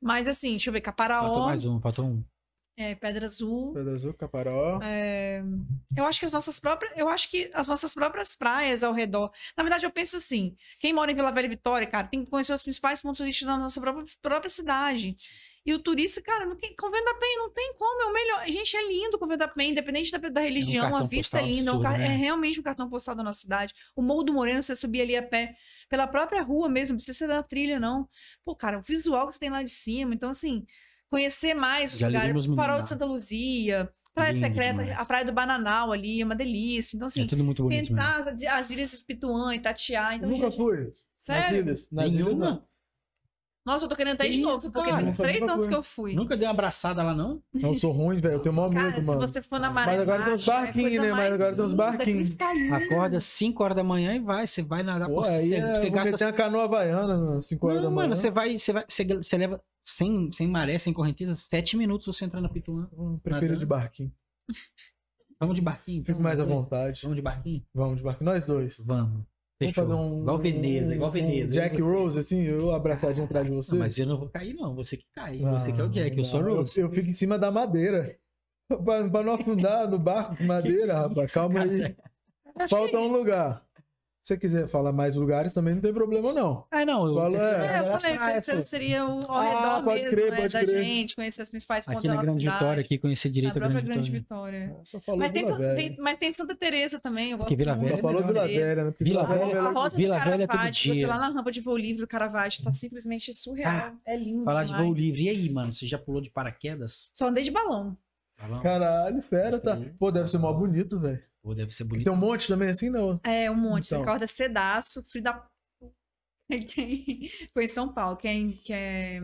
Mas assim, deixa eu ver, Faltou Caparaó, mais um, faltou um. é, Pedra Azul. Pedra Azul, Caparó. é, eu acho que as nossas próprias, eu acho que as nossas próprias praias ao redor. Na verdade, eu penso assim: quem mora em Vila Velha e Vitória, cara, tem que conhecer os principais pontos turísticos da nossa própria, própria cidade. E o turista, cara, não tem, Convento da Penha não tem como, é o melhor. Gente, é lindo Convento da Penha, independente da, da religião, a cartão vista é postal linda, é um absurdo, car- é né? realmente um cartão postal da nossa cidade. O Morro do Moreno, você subir ali a pé, pela própria rua mesmo, não precisa ser da trilha, não. Pô, cara, o visual que você tem lá de cima, então assim, conhecer mais os Já lugares, iremos o Farol mencionar. de Santa Luzia, Praia Lindo Secreta, demais. a Praia do Bananal ali, é uma delícia. Então assim, é tudo muito bonito mesmo. tentar as, as ilhas Pituã, Itatiaia, então Nunca gente, fui. Nas sério? ilhas. Nas ilhas, Nenhuma? não. Nossa, eu tô querendo até Que de isso, novo, porque cara? nos Nunca- três nunca anos fui. que eu fui. Nunca dei uma abraçada lá, não? Não, eu sou ruim, velho. Eu tenho maior Cara, medo, mano. se você for na maré Mas agora tem uns baixa, é barquinhos, coisa né? Mas mais agora tem uns linda, barquinhos. cristalina. Acorda 5 horas da manhã e vai. Você vai nadar Pô, aí você- é, você vou meter uma canoa havaiana às 5 horas da Não, manhã. mano, você vai, você vai, você, você leva sem, sem maré, sem correnteza, sete minutos você entra na Pituã. Hum, prefiro Nadando. de barquinho. Vamos de barquinho? Fico Vamos, mais à vamos. vontade. Vamos de barquinho? Vamos de barquinho. Nós dois. Vamos. Vamos Fechou. fazer um. Igual Veneza, um- igual Veneza. um Jack Eu e você. Rose, assim, eu abraçadinho atrás de você. Não, mas eu não vou cair, não. Você que cai. Não, você que é o Jack, eu sou não, o Rose. Ah, Eu, eu fico em cima da madeira. Pra, pra não afundar no barco com madeira, rapaz. Calma aí. Acho que Falta um lugar. Se você quiser falar mais lugares, também não tem problema, não. Ah, não. Eu, Fala, é. É, eu As falei, o praias, terceiro pô. seria o ao Ah, redor pode mesmo, crer, né, pode da crer. gente, conhecer os principais pontos Aqui da na nossa Grande cidade, Vitória, aqui conhecer na direito a própria Grande, Grande Vitória. Vitória. Só falou Mas tem, Vila San- Velha. tem- mas tem Santa Teresa também, eu gosto Porque Vila muito Velha Só de é falou Vila Vila Teresa. Velha, né? Porque Vila A, Vila Velha Velha é a melhor rota Tá Vila do Velha é todo Caravaggio, você dia. Ah, lá na rampa de voo livre do Caravaggio, tá simplesmente surreal. é lindo Falar de demais. voo livre. E aí, mano? Você já pulou de paraquedas? Só andei de balão. Balão? Caralho, fera, tá? Pô, deve ser mó bonito, velho. Pô, deve ser E bonito. Tem um monte também assim, não? É, um monte. Você Então. acorda cedaço, frio da... Quem- Foi em São Paulo, quem que é...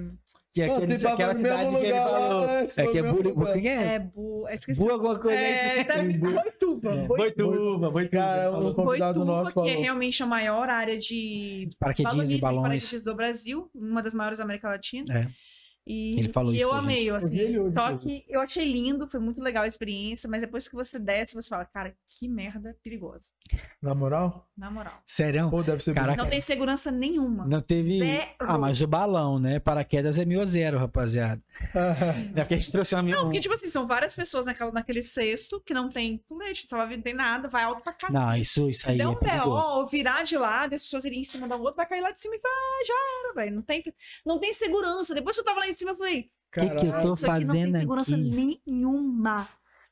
que é Ah, aquele, tem papai aquela no mesmo cidade que ele lugar lá, falou. né? Esse É que é foi o mesmo Buri- lugar. Quem é? É, bu... é, esqueci. Bu alguma coisa. né? É, aí, tá- sim. Bu- Boituva. É. Boituva. Boituva, Boituva. Cara, Falou. um convidado Boituva, nosso que é falou. realmente a maior área de Paraquedismo, Valorismo de balões. paraquedistas do Brasil, uma das maiores da América Latina. É. E, Ele falou e isso eu pra gente. amei, assim. vi ele hoje, só inclusive. que eu achei lindo, foi muito legal a experiência, mas depois que você desce, você fala, cara, que merda perigosa. Na moral? Na moral. Serão? Pô, deve ser Caraca. Não tem segurança nenhuma. Ah, é. Não teve. Zero. Ah, mas o balão, né? Paraquedas é mil a zero, rapaziada. É porque a gente trouxe uma minha. Não, porque, tipo assim, são várias pessoas naquela, naquele cesto que não tem colete, salva-vida, não tem nada, vai alto pra cá. Não, isso, isso Se aí der é um B.O. perigoso. ou virar de lado, as pessoas irem em cima da outra, vai cair lá de cima e vai, já era, velho. Não tem, não tem segurança. Depois que eu tava lá em cima, eu falei, que que eu Caraca. tô- cara, Ah, isso aqui não fazendo tem segurança aqui? nenhuma.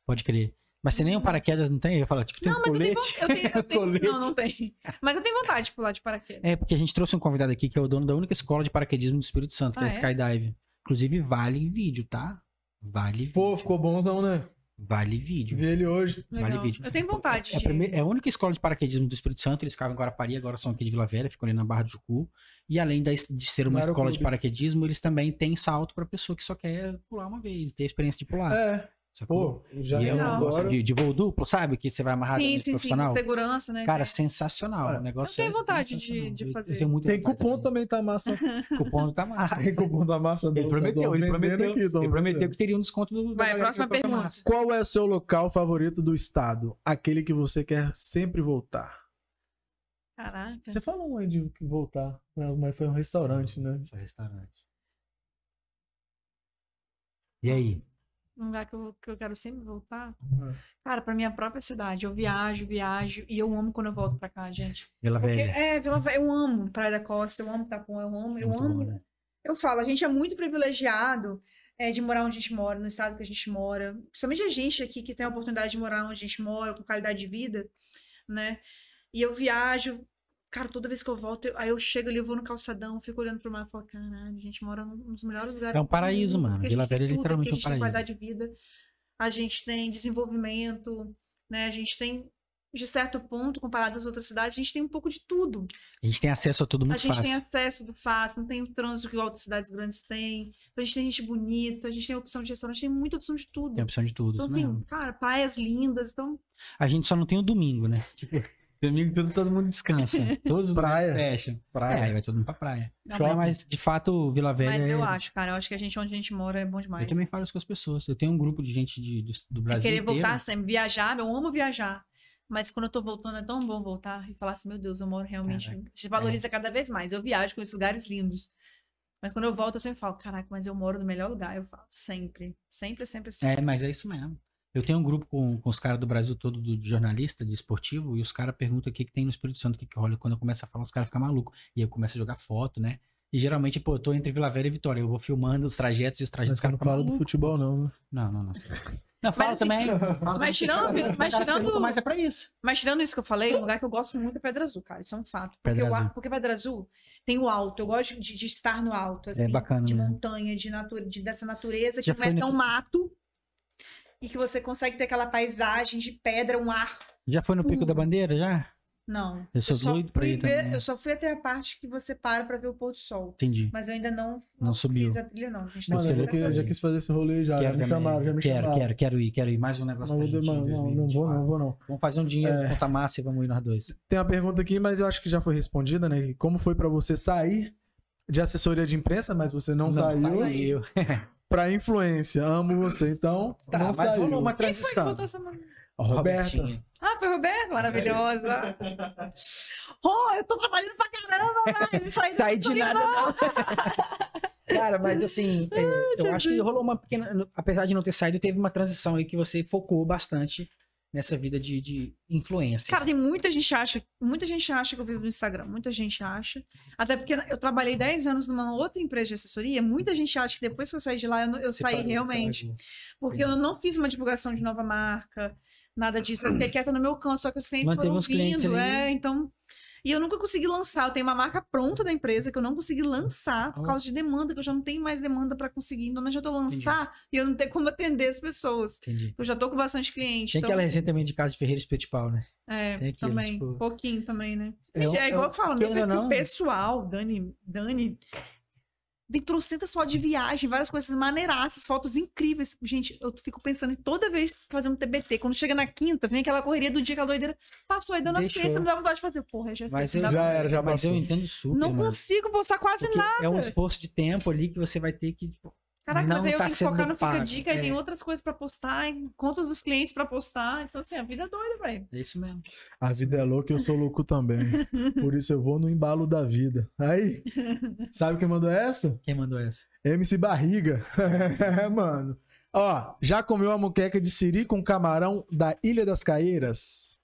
Pode crer. Mas se nem um paraquedas não tem, eu ia falar, tipo, tem não, um mas colete. eu tenho vontade. Eu tenho, eu Colete. tenho, não, não tem. Mas eu tenho vontade de pular de paraquedas. É, porque a gente trouxe um convidado aqui que é o dono da única escola de paraquedismo do Espírito Santo, que Ah, é a é? Skydive. Inclusive, vale vídeo, tá? Vale vídeo. Pô, ficou bonzão, né? Vale vídeo. Vi ele hoje. Vale Legal. vídeo. Eu tenho vontade É a, de. primeira- é a única escola de paraquedismo do Espírito Santo, eles ficavam em Guarapari, agora são aqui de Vila Velha, ficam ali na Barra do Jucu. E além da- de ser uma No escola de aeroclube. paraquedismo, eles também têm salto pra pessoa que só quer pular uma vez, ter a experiência de pular. É, sacou? pô, já e Ah. é um legal. negócio agora. de, de voo duplo, sabe? Que você vai amarrar Sim, nesse sim, sim, profissional. com segurança, né? Cara, sensacional. Olha, o negócio eu tenho é vontade de- sensacional. de Eu- eu fazer. tenho muita Tem vontade cupom também, tá massa. também. Cupom tá massa. Tem cupom da massa. Ele do- prometeu, tô ele vendendo prometeu. aqui, tô Ele vendendo. prometeu que teria um desconto do. da Vai, galera que próxima vai colocar pergunta. massa. Qual é o seu local favorito do estado? Aquele que você quer sempre voltar. Caraca. Tá. Você falou aí de que voltar, né? mas foi um restaurante, né? Foi restaurante. E aí? Um lugar que eu, que eu quero sempre voltar. Cara, pra minha própria cidade. Eu viajo, viajo. E eu amo quando eu volto pra cá, gente. Vila Porque, Velha. é, um Vila Velha, eu amo Praia da Costa, eu amo Tapão, eu amo, eu Muito amo. bom, né? Eu falo, a gente é muito privilegiado é, de morar onde a gente mora, no estado que a gente mora. Principalmente a gente aqui que tem a oportunidade de morar onde a gente mora, com qualidade de vida, né? E eu viajo, cara, toda vez que eu volto, eu- aí eu chego ali, eu vou no calçadão, fico olhando pro mar e falo, caralho, a gente mora num dos melhores lugares. É um do paraíso, mundo, mano. porque a Vila gente tem Velha é tudo, literalmente porque um paraíso. A gente tem qualidade de vida, a gente tem desenvolvimento, né? A gente tem, de certo ponto, comparado às outras cidades, a gente tem um pouco de tudo. A gente tem acesso a tudo A muito gente fácil. tem acesso do fácil, não tem o trânsito que outras cidades grandes têm. A gente tem gente bonita, a gente tem opção de restaurante, a gente tem muita opção de tudo. Tem opção de tudo. né? Então, isso assim, mesmo. cara, praias lindas. Então, A gente só não tem o domingo, né? Tipo, domingo tudo, todo mundo descansa. Todos os Praia. lugares fecham. É, aí vai todo mundo pra praia. não, Mas, mas, mas, de fato, Vila é Velha. mas eu é- acho, cara, eu acho que a gente onde a gente mora é bom demais. Eu também falo isso com as pessoas. Eu tenho um grupo de gente de, do, do Eu Brasil. É querer inteiro. voltar sempre, viajar, eu amo viajar. Mas quando eu tô voltando, é tão bom voltar e falar assim, meu Deus, eu moro realmente. Caraca, é. Se valoriza cada vez mais. Eu viajo com esses lugares lindos. Mas quando eu volto, eu sempre falo, caraca, mas eu moro no melhor lugar. Eu falo, sempre. Sempre, sempre, sempre. É, mas é isso mesmo. Eu tenho um grupo com, com os caras do Brasil todo do, de jornalista, de esportivo, e os caras perguntam o que, que tem no Espírito Santo, o que, que rola. E quando eu começo a falar, os caras ficam malucos. E eu começo a jogar foto, né? E geralmente, pô, eu tô entre Vila Velha e Vitória. Eu vou filmando os trajetos e os Mas trajetos os você caras não ficam fala do malucos. futebol, não, né? Não, não, não. Não, fala assim, também. fala também, mas tirando- porque os caras mas perguntam, tirando- Mas é pra isso. Mas tirando isso que eu falei, um lugar que eu gosto muito é Pedra Azul, cara. Isso é um fato. Porque, Pedra eu, Azul. porque Pedra Azul tem o alto. Eu gosto de, de estar no alto, assim. É bacana De mesmo. montanha, de natu- de- dessa natureza Já que não é foi tão no- mato. E que você consegue ter aquela paisagem de pedra, um ar. Já foi no Pico da Bandeira, já? Não. Eu sou só doido pra fui ir ver- também. né? Eu só fui até a parte que você para pra ver o pôr do sol. Entendi. Mas eu ainda não, Não subiu. fiz a trilha, não. A gente tá Mano, com eu já, muita que- eu coisa. já quis fazer esse rolê já. já me também. chamaram, já me quero, chamaram. quero, quero ir, quero ir. Mais um negócio pra Mas eu- gente em mano, não, não 2024. vou, não vou, não. Vamos fazer um dinheiro, É. conta massa e vamos ir nós dois. Tem uma pergunta aqui, mas eu acho que já foi respondida, né? Como foi pra você sair de assessoria de imprensa, mas você não, saiu, saiu. saiu. pra influência? Amo você, então. Tá, não mas saiu. rolou uma Quem foi que transição. botou essa mão? Roberta. Robertinha. Ah, foi o Roberto? Maravilhosa. oh, eu tô trabalhando pra caramba, velho. Isso aí não Saí de subiu, nada, não. Cara, mas assim, é, eu acho que rolou uma pequena. Apesar de não ter saído, teve uma transição aí que você focou bastante nessa vida de, de influência. Cara, tem muita gente acha, muita gente acha que eu vivo no Instagram, muita gente acha. Até porque eu trabalhei 10 anos numa outra empresa de assessoria, muita gente acha que depois que eu saí de lá eu, não- eu Você saí parou, realmente. sabe? Porque eu não fiz uma divulgação de nova marca, nada disso. Eu fiquei quieta no meu canto, só que os clientes Manteve foram uns clientes vindo, ali. é, então. E eu nunca consegui lançar. Eu tenho uma marca pronta da empresa que eu não consegui lançar por Ah. causa de demanda, que eu já não tenho mais demanda pra conseguir. Então não adianta eu lançar e eu não ter como atender as pessoas. Entendi. Eu já tô com bastante cliente. Tem então... aquela resenha também de casa de Ferreira Espírito de Pau, né? É, Tem aquilo, também. tipo- Pouquinho também, né? É um- É, é igual um- eu falo, meu querendo ou perfil não- pessoal, Dani, Dani, tem trocentas fotos de viagem, várias coisas maneiraças, fotos incríveis. Gente, eu fico pensando em toda vez fazer um TBT. Quando chega na quinta, vem aquela correria do dia, aquela doideira. Passou, aí deu na Deixou. sexta, me dá vontade de fazer. Porra, já é Mas sexta, eu dá já vontade. era, já mas eu passou. entendo super. Não mano. consigo postar quase Porque nada. É um esforço de tempo ali que você vai ter que. tipo, Caraca, mas Não aí eu tá tenho que focar sendo no Fica pago, Dica, aí é. tem outras coisas pra postar, e contas dos clientes pra postar. Então, assim, a vida é doida, velho. É isso mesmo. A vida é louca e eu sou louco também. Por isso eu vou no embalo da vida. Aí, sabe quem mandou essa? Quem mandou essa? MC Barriga. é, mano. Ó, já comeu a moqueca de siri com camarão da Ilha das Caeiras?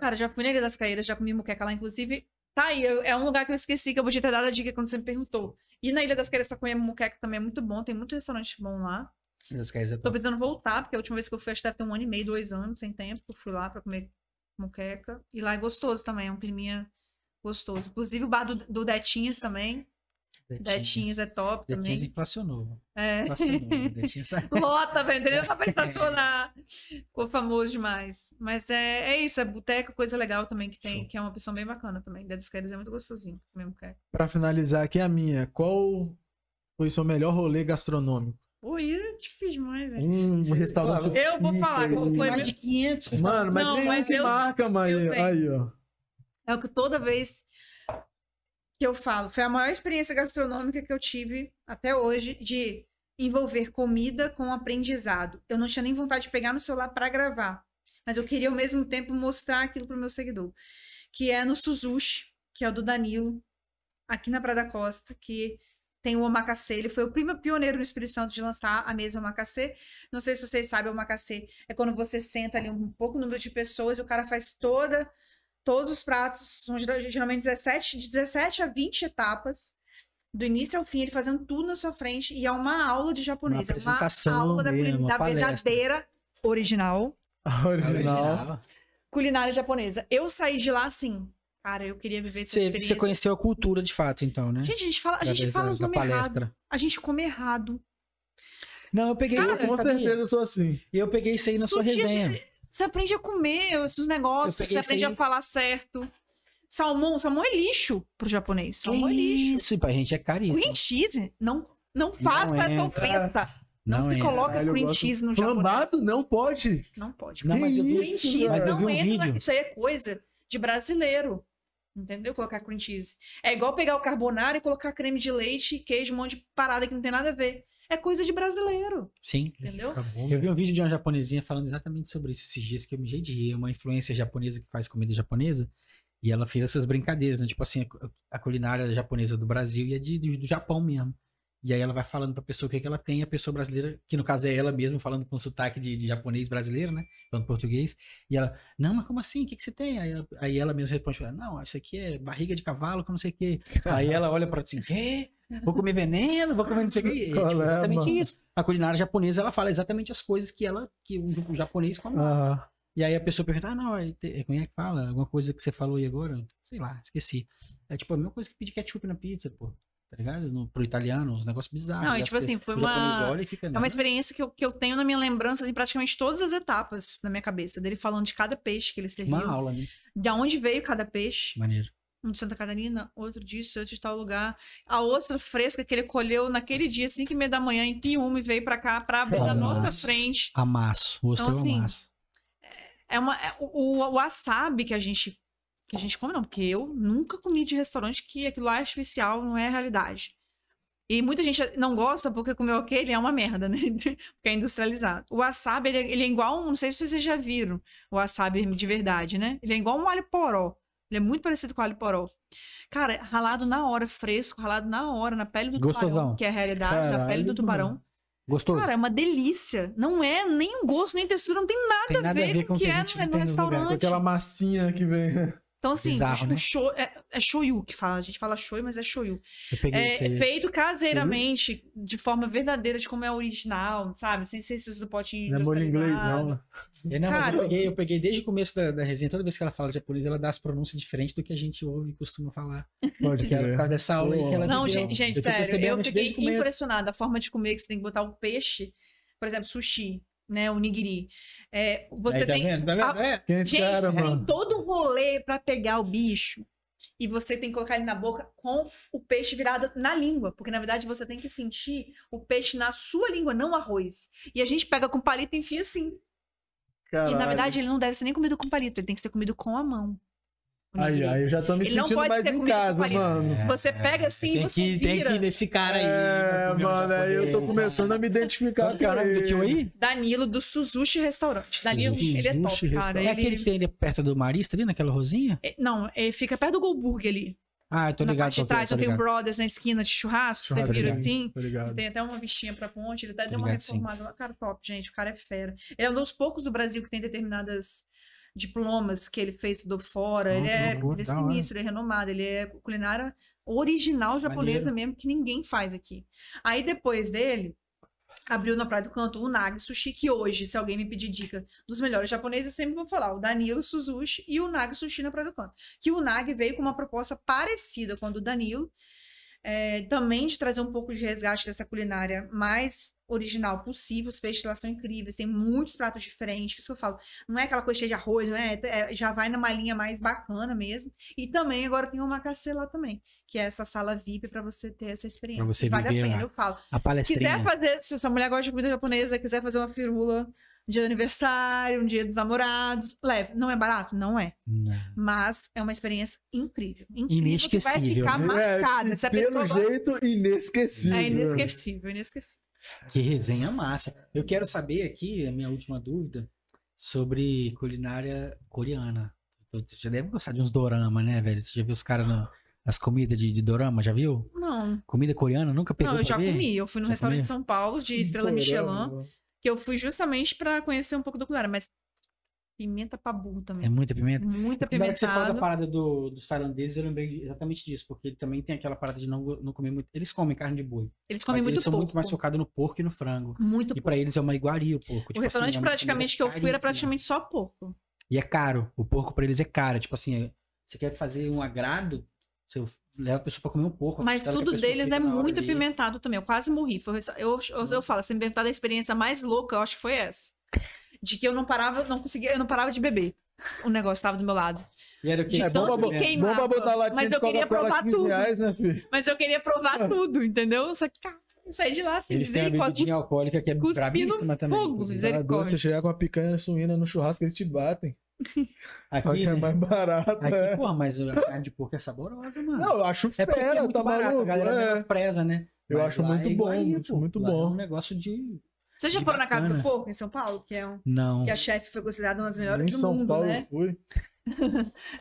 Cara, já fui na Ilha das Caeiras, já comi moqueca lá, inclusive. Tá aí, eu- é um lugar que eu esqueci, que eu podia ter dado a dica quando você me perguntou. E na Ilha das Caeiras pra comer moqueca também é muito bom, tem muito restaurante bom lá. Das caras é Tô top. precisando voltar, porque a última vez que eu fui, acho que deve ter um ano e meio, dois anos, sem tempo, que eu fui lá pra comer moqueca. E lá é gostoso também, é um climinha gostoso. Inclusive o bar do, do Detinhas também. Detinhas é top Detinhas também. inflacionou. É. Inflacionou. Detinhas tá... Lota, velho, entendeu? Dá pra estacionar. Ficou famoso demais. Mas é, é isso, é boteca, coisa legal também que tem, Show. que é uma opção bem bacana também. Ilha das Caídas é muito gostosinho, mesmo que é. Pra finalizar aqui a minha, qual foi seu melhor rolê gastronômico? Ui, é difícil demais, velho. Um Você- restaurante. Eu vou falar, pica, eu vou- Mais de 500 Mano, mas Não, nem mas que eu- marca, mas eu tenho. aí, ó. É o que toda vez que eu falo, foi a maior experiência gastronômica que eu tive até hoje de envolver comida com aprendizado. Eu não tinha nem vontade de pegar no celular para gravar, mas eu queria ao mesmo tempo mostrar aquilo pro meu seguidor, que é no Suzushi, que é o do Danilo, aqui na Praia da Costa, que tem o omakase, ele foi o primo pioneiro no Espírito Santo de lançar a mesa omakase. Não sei se vocês sabem, o omakase é quando você senta ali um pouco número de pessoas e o cara faz toda todos os pratos, são geral- geralmente 17, 17 a 20 etapas, do início ao fim, ele fazendo tudo na sua frente, e é uma aula de japonês, Uma é uma apresentação aula da, mesmo, uma da palestra. verdadeira original A original. Original. culinária japonesa. Eu saí de lá assim, cara, eu queria viver essa Você, você experiência. conheceu a cultura de fato, então, né? Gente, a gente fala, a gente Através fala da- os da nomes errados. A gente come errado. Não, eu peguei Eu isso, com certeza sou assim. E eu peguei isso aí na sua Surgia resenha. Você aprende a comer esses negócios, Eu peguei você aprende isso aí. a falar certo. Salmão, salmão é lixo pro japonês. Salmão é lixo. isso, e pra gente é caríssimo. Cream cheese? Não, não faça essa entra. ofensa. Não, se entra. coloca Caralho, eu cream gosto. cheese no japonês. Flambado não pode. Não pode. Não, mas eu vi, cream cheese velho. mas eu não vi um entra. vídeo. na- Isso aí é coisa de brasileiro. Entendeu? Colocar cream cheese. É igual pegar o carbonara e colocar creme de leite, queijo, um monte de parada que não tem nada a ver. É coisa de brasileiro. Sim. Entendeu? Eu vi um vídeo de uma japonesinha falando exatamente sobre isso esses dias que eu me jeito de rir. Uma influência japonesa que faz comida japonesa. E ela fez essas brincadeiras, né? Tipo assim, a- a culinária japonesa do Brasil e a de, do, do Japão mesmo. E aí ela vai falando pra pessoa o que, que ela tem, a pessoa brasileira, que no caso é ela mesma, falando com sotaque de, de japonês brasileiro, né? Falando português. E ela, não, mas como assim? O que, que você tem? Aí ela, aí ela mesma responde pra ela, não, isso aqui é barriga de cavalo com não sei o quê. Aí ela olha pra ela assim, quê? Vou comer veneno, vou comer não sei o quê. E é, tipo, Qual é, mano? exatamente isso. A culinária japonesa, ela fala exatamente as coisas que ela, que o, o japonês come. Ah, E aí a pessoa pergunta, ah, não, aí te- como é que fala? Alguma coisa que você falou aí agora? Sei lá, esqueci. É tipo a mesma coisa que pedir ketchup na pizza, pô. Tá ligado? No, pro italiano, uns negócios bizarros. Não, e E as tipo assim, pessoas- foi o Ah, japonês né? uma- olha e fica, É não, uma experiência que eu, que eu tenho na minha lembrança em praticamente todas as etapas na minha cabeça. Dele falando de cada peixe que ele serviu, uma aula, né? de onde veio cada peixe. Maneiro. um de Santa Catarina, outro disso, outro de tal lugar. A ostra fresca que ele colheu naquele dia, 5 e meia da manhã, em Piúma, e veio pra cá, pra abrir na Nossa. nossa frente. Amasso. O Então, então, assim, amasso. É uma, é- o, o wasabi que a gente. Que a gente come, não, porque eu nunca comi de restaurante que aquilo lá é artificial, não é a realidade. E muita gente não gosta porque comeu aquele, é uma merda, né? Porque é industrializado. O wasabi, ele é, ele é igual, um- não sei se vocês já viram o wasabi de verdade, né? Ele é igual um alho poró. Ele é muito parecido com alho poró. Cara, é ralado na hora, fresco, ralado na hora, na pele do tubarão, Gostosão. que é a realidade, na pele do Caralho, tubarão. Gostoso. Cara, é uma delícia. Não é nem o gosto, nem textura, não tem tem nada a ver com o que é a gente no- é no tem nos lugares. com aquela massinha que vem. Então, assim, Bizarro, o né? show, é, é shoyu que fala. A gente fala shoyu, mas é shoyu. Eu peguei É isso aí. feito caseiramente, de forma verdadeira, de como é original, sabe? Sem ser esses do potinho Não é molho inglês, não. né? É, não, mas Cara, eu peguei, eu peguei desde o começo da, da resenha, toda vez que ela fala japonês, ela dá as pronúncias diferentes do que a gente ouve e costuma falar. Pode Que era por crer. causa dessa aula aí que ela Não, viveu. gente, gente, Eu tô sério, percebendo eu isso desde fiquei o começo. impressionada. A forma de comer que você tem que botar o peixe, por exemplo, sushi, né? O nigiri. É, você Aí, tá tem. vendo? Tá vendo? a- É. Quem é esse Gente, cara, tem mano? todo um rolê pra pegar o bicho. E você tem que colocar ele na boca com o peixe virado na língua. Porque, na verdade, você tem que sentir o peixe na sua língua, não o arroz. E a gente pega com palito e enfia assim. E, na Caralho. verdade, ele não deve ser nem comido com palito. Ele tem que ser comido com a mão. o Aí, nigiri. aí eu já tô me Ele não sentindo pode mais ser em comida casa, com farinha. mano. Você pega assim, É, tem você que, Tem vira. que ir nesse cara aí. pra É, comer um mano, aí eu tô japonês, começando a me identificar com cara. Qual que é o nome do tio aí? Danilo do Suzushi Restaurante. Danilo, Suzushi ele é top, cara. Restaurante. É aquele que Ele... tem ali perto do Marista, ali naquela rosinha? É, Não, é, fica perto do Goldburg ali. Ah, eu tô na ligado. parte de qual que é, trás, tô eu tenho ligado. né? Brothers na esquina de churrasco, Churrasco, você vira ligado. assim. Tá ligado? Tem até uma bichinha pra ponte, ele até Tô deu uma ligado, sim. reformada lá. Cara, top, gente, o cara é fera. Ele é um dos poucos do Brasil que tem determinadas diplomas que ele fez, estudou fora. Ah, ele, que é, loucura, ele é da hora. sinistro, ele é renomado, ele é culinária original japonesa mesmo, que ninguém faz aqui. Aí depois dele, abriu na Praia do Canto o Nagi Sushi, que hoje, se alguém me pedir dica dos melhores japoneses, eu sempre vou falar o Danilo Suzushi e o Nagi Sushi na Praia do Canto. Que o Nagi veio com uma proposta parecida com a do Danilo, é, também de trazer um pouco de resgate dessa culinária mais original possível. Os peixes lá são incríveis, tem muitos pratos diferentes, por isso que eu falo. Não é aquela coisa cheia de arroz, não é? É, já vai numa linha mais bacana mesmo. E também agora tem o Macacê lá também, que é essa sala VIP para você ter essa experiência. você que vale a viver pena, lá. É eu falo A quiser palestrinha. fazer, se sua mulher gosta de comida japonesa, quiser fazer uma firula, um dia de aniversário, um dia dos namorados, leve. Não é barato? Não é. Não. Mas é uma experiência incrível. Incrível que vai Inesquecível, ficar né? marcada. Se a É, Pelo pessoa gosta- jeito, inesquecível. É inesquecível, inesquecível. Que resenha massa. Eu quero saber aqui, a minha última dúvida, sobre culinária coreana. Você já deve gostar de uns dorama, né, velho? Você já viu os caras na- nas comidas de, de dorama, já viu? Não, Comida coreana, nunca pegou não, eu pra já ver? comi. Eu fui Já num Hum, restaurante comi? de São Paulo, de Estrela é Michelin, que eu fui justamente pra conhecer um pouco do culinária, mas pimenta pabu É também. muita pimenta? Muito Agora que você falou da apimentado. parada do- dos tailandeses, eu lembrei de- exatamente disso, porque ele também tem aquela parada de não, go- não comer muito. Eles comem carne de boi. Eles comem mas muito eles são pouco. muito mais focados no porco e no frango. Muito E pouco. pra eles é uma iguaria o porco. é O restaurante praticamente que eu fui era praticamente praticamente só porco. E é caro. O porco pra eles é caro. Tipo assim, é- você quer fazer um agrado, você leva a pessoa pra comer um porco. a Mas costela que a tudo pessoa deles fica é na hora Hum. muito ali. apimentado também. Eu quase morri. Foi- eu, eu, eu falo, se me perguntar da experiência mais louca, eu acho que foi essa. De que eu não parava, não conseguia, eu não parava de beber. O negócio estava do meu lado. E era o que? De É bom pra, tanto bo- que Pimenta. bom pra queimava. botar latinha Mas de eu queria Coca-Cola provar 15 tudo. Reais, né, filho? Mas eu queria provar tudo, entendeu? Só que, cara, eu saí de lá assim, Eles têm a bebidinha misericórdia. alcoólica que é cuspindo brabíssima também. fogo, inclusive. misericórdia. Agora, se chegar com uma picanha suína no churrasco, eles te batem. Só Aqui, que é né? mais barato. Aqui, é. porra, mas a carne de porco é saborosa, mano. Não, eu acho É porque é fera, muito tá barato, maluco? a galera É. menospreza, né? Eu Mas acho lá muito é bom, iguaria, acho pô. muito Lá É bom. um negócio de... Vocês já Que foram na casa do bacana. porco em São Paulo? Que, é um, Não. que a chefe foi considerada uma das melhores Em do São mundo, Paulo eu né? fui.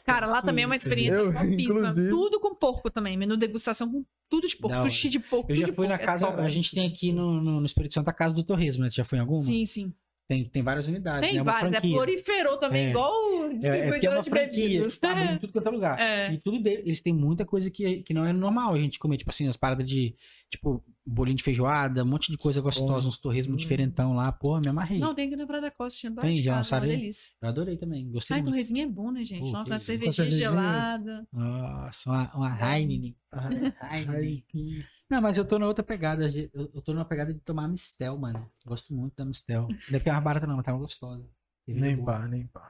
Cara, lá também é uma experiência Eu, topíssima. inclusive. Tudo com porco também. Menu degustação com tudo de porco. Da hora. Sushi de porco. Eu tudo já de fui na porco. É casa... top. A gente tem aqui no, no, no Espírito Santo a casa do Torresmo, né? Você já foi em alguma? Sim, sim. Tem, tem várias unidades, Tem né? É uma vários. É franquia. proliferou também, É. igual o É, é, tem distribuidor uma de franquia, bebidas. eles abrem em tudo quanto é lugar. É. E tudo dele, eles têm muita coisa que, que não é normal a gente comer, tipo assim, as paradas de, tipo, bolinho de feijoada, um monte de coisa gostosa, uns torresmo Hum. diferentão lá, porra, me amarrei. Não, tem que lembrar da Costa, tinha Tem, bastante. já Uma lançaram aí? delícia. Eu adorei também, gostei Ai, muito. torresminha é bom, né, gente? Pô, Nossa, que uma isso. cervejinha cervejinha. gelada. Nossa, uma, uma Heineken. Ah, Heineken. Não, mas eu tô na outra pegada, de- eu, eu tô numa pegada de tomar Mistel, mano. Gosto muito da Mistel. Não é porque é mais barata não, mas tá uma gostosa. Cerveja Nem boa. pá, nem pá.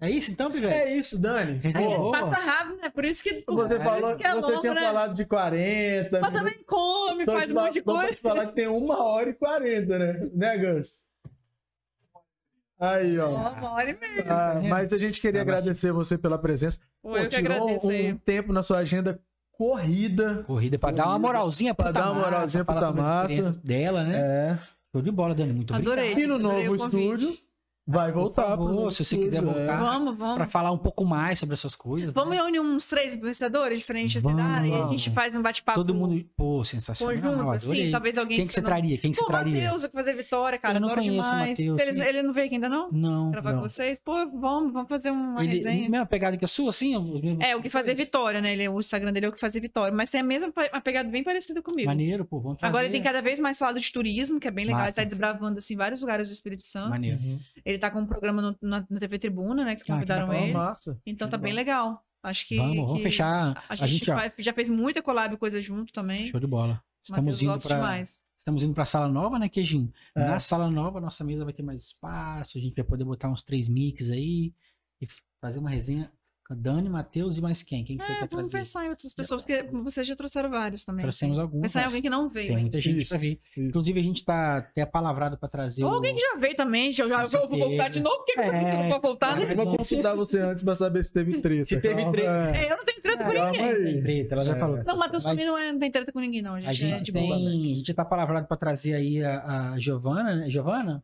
É isso então, Pivete? É isso, Dani. Resenha Pô, boa. Passa rápido, né? Por isso que. Você, Caralho. falou, Que é você longo, tinha né? falado de 40. Mas também come, Só faz te um fa- monte de só pra coisa. te falar que tem uma hora e 40, né? Né, Gus? Aí, ó. Ó, Uma hora e meia. Ah, mas a gente queria Tá baixo. agradecer você pela presença. Pô, eu que tirou agradeço um aí. tempo na sua agenda corrida. Corrida pra dar uma Corrida, moralzinha É. pra pra dar uma moralzinha pro falar sobre as Tamassa. experiências dela, né? É. Show de bola, Dani. Muito obrigado. Adorei. E no adorei novo o convite. estúdio, vai voltar. favor, pro novo se você quiser estúdio, é. voltar. Vamos, Pra vamos. falar um pouco mais sobre essas coisas. Vamos né? reunir uns três influenciadores diferentes assim, da área e a Vamos. gente faz um bate-papo. Todo mundo. Pô, sensacional. Conjunto, adorei. assim, talvez alguém Quem que você não- traria? Quem que você Pô, traria? Matheus, o que fazer Vitória, cara. Eu não Adoro conheço o demais. Matheus. Eles- ele não veio aqui ainda, não? Não. Gravar não. com vocês? Pô, vamos, vamos fazer uma Ele, resenha. mesma pegada que a sua, assim? os mesmos- É, o que fazer Vitória, né? Ele, o Instagram dele é o que fazer Vitória. Mas tem a mesma pa- uma pegada bem parecida comigo. Maneiro, pô. Vamos fazer. Agora ele tem cada vez mais falado de turismo, que é bem legal. Massa. Ele tá desbravando, assim, vários lugares do Espírito Santo. Maneiro. Uhum. Ele tá com um programa no- na, na TV Tribuna, né? Que Ah, que convidaram bacana. ele. Massa. Então tá Show de bem bola. legal. Acho que. vamos, vamos que fechar. A gente, ó, fa- já fez muita collab e coisa junto também. Show de bola. Estamos Matheus indo, gosta pra, demais. estamos indo pra sala nova, né, Queijinho? É. Na sala nova, nossa mesa vai ter mais espaço, a gente vai poder botar uns três mix aí e f- fazer uma resenha Dani, Matheus e mais quem? Quem que você É, quer vamos trazer? tá. pensar em outras pessoas, porque vocês já trouxeram vários também. Trouxemos alguns. Pensar em mas alguém que não veio. Tem hein? muita gente Isso, pra vir. isso. Inclusive, a gente tá até palavrado pra trazer. Ou o- alguém que já veio também, já, já Com vou vou voltar de certeza. novo, porque É. não vou voltar, né? Eu vou consultar você antes pra saber se teve treta. Se teve Calma, treta. é. É, eu não tenho treta com Calma ninguém. aí. Tem treta, ela já É. falou. Não, Matheus Mas também não, é, não tem treta com ninguém, não. A gente, A é de gente tem. boa. A gente tá palavrado pra trazer aí a, a Giovana, né? Giovana?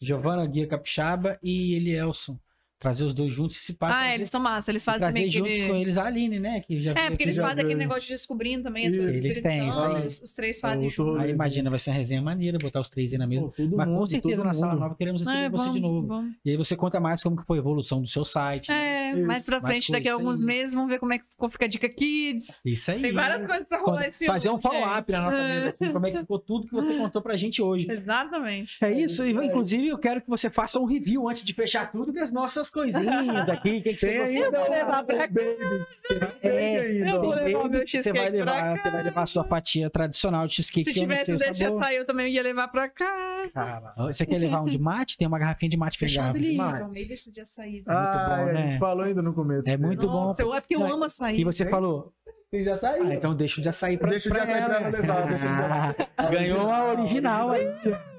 Giovana, Guia Capixaba e Elielson. Trazer os dois juntos e se passa. Ah, eles são massa, eles fazem trazer também junto aquele. com eles a Aline, né? Que já É, veio porque aqui eles já- fazem aquele veio. negócio de descobrindo também as Isso, coisas do eles Espírito têm, isso É, Santo, aí. Os, os três fazem Outro junto. rolê. Aí imagina, vai ser uma resenha maneira, botar os três aí na mesa. Pô, todo Mas com mundo, certeza todo na sala mundo. nova queremos receber É, você de novo. vamos. E aí você conta mais como que foi a evolução do seu site. É, Isso. mais pra Mas frente, foi daqui a isso aí. alguns meses, vamos ver como é que ficou Fica a Dica Kids. Isso aí. Tem várias coisas assim, pra rolar esse Fazer ano, um follow-up na nossa É. mesa aqui, como é que ficou tudo que você contou pra gente hoje. gente. Exatamente. É isso, e, isso aí. inclusive eu quero que você faça um review antes de fechar tudo das nossas coisinhas aqui. O que, que você Tem gostou? ainda vou o- levar pra o baby. Você vai ter É, ainda. eu vou ó. levar o meu Você vai cheesecake pra levar, cá. você vai levar a sua fatia tradicional de cheesecake. Se que eu não tivesse sei o deixado sabor. sair, eu também ia levar pra cá. Cara, Você quer levar um de mate? Tem uma garrafinha de mate fechada. Fechado ali. demais. Isso, ao meio desse dia sair. Ah, bom, é, né? a gente falou ainda no começo. É muito bom. Nossa, eu, é porque eu Não, amo açaí. E você falou, Tem já saiu. ah, então deixa o de açaí pra Deixa o de açaí pra ela levar, deixa eu levar. Ah, Ganhou a original aí.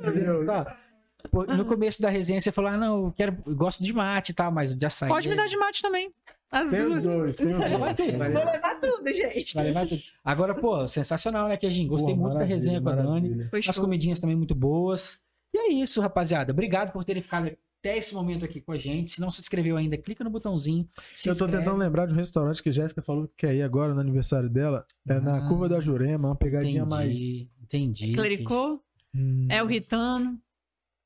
Entendeu? Tá. Pô, No começo da resenha você falou, ah, não, eu, quero, eu gosto de mate e tal, mas o de açaí... é Pode me dar de mate também. As Tem os duas. dois, tem os Vai dois. é ter. Vai- Vou levar tudo, gente. Vai levar tudo. Agora, pô, sensacional, né, Kejin? Gostei Pô, muito da maravilha, resenha com a Dani. maravilha. Foi As show. comidinhas também muito boas. E é isso, rapaziada. Obrigado por terem ficado até esse momento aqui com a gente. Se não se inscreveu ainda, clica no botãozinho. Se eu tô inscreve. tentando lembrar de um restaurante que a Jéssica falou que quer ir agora no aniversário dela. É Ah. na Curva da Jurema, uma pegadinha Entendi, mais. entendi. Clericô, Hum, é o Ritano.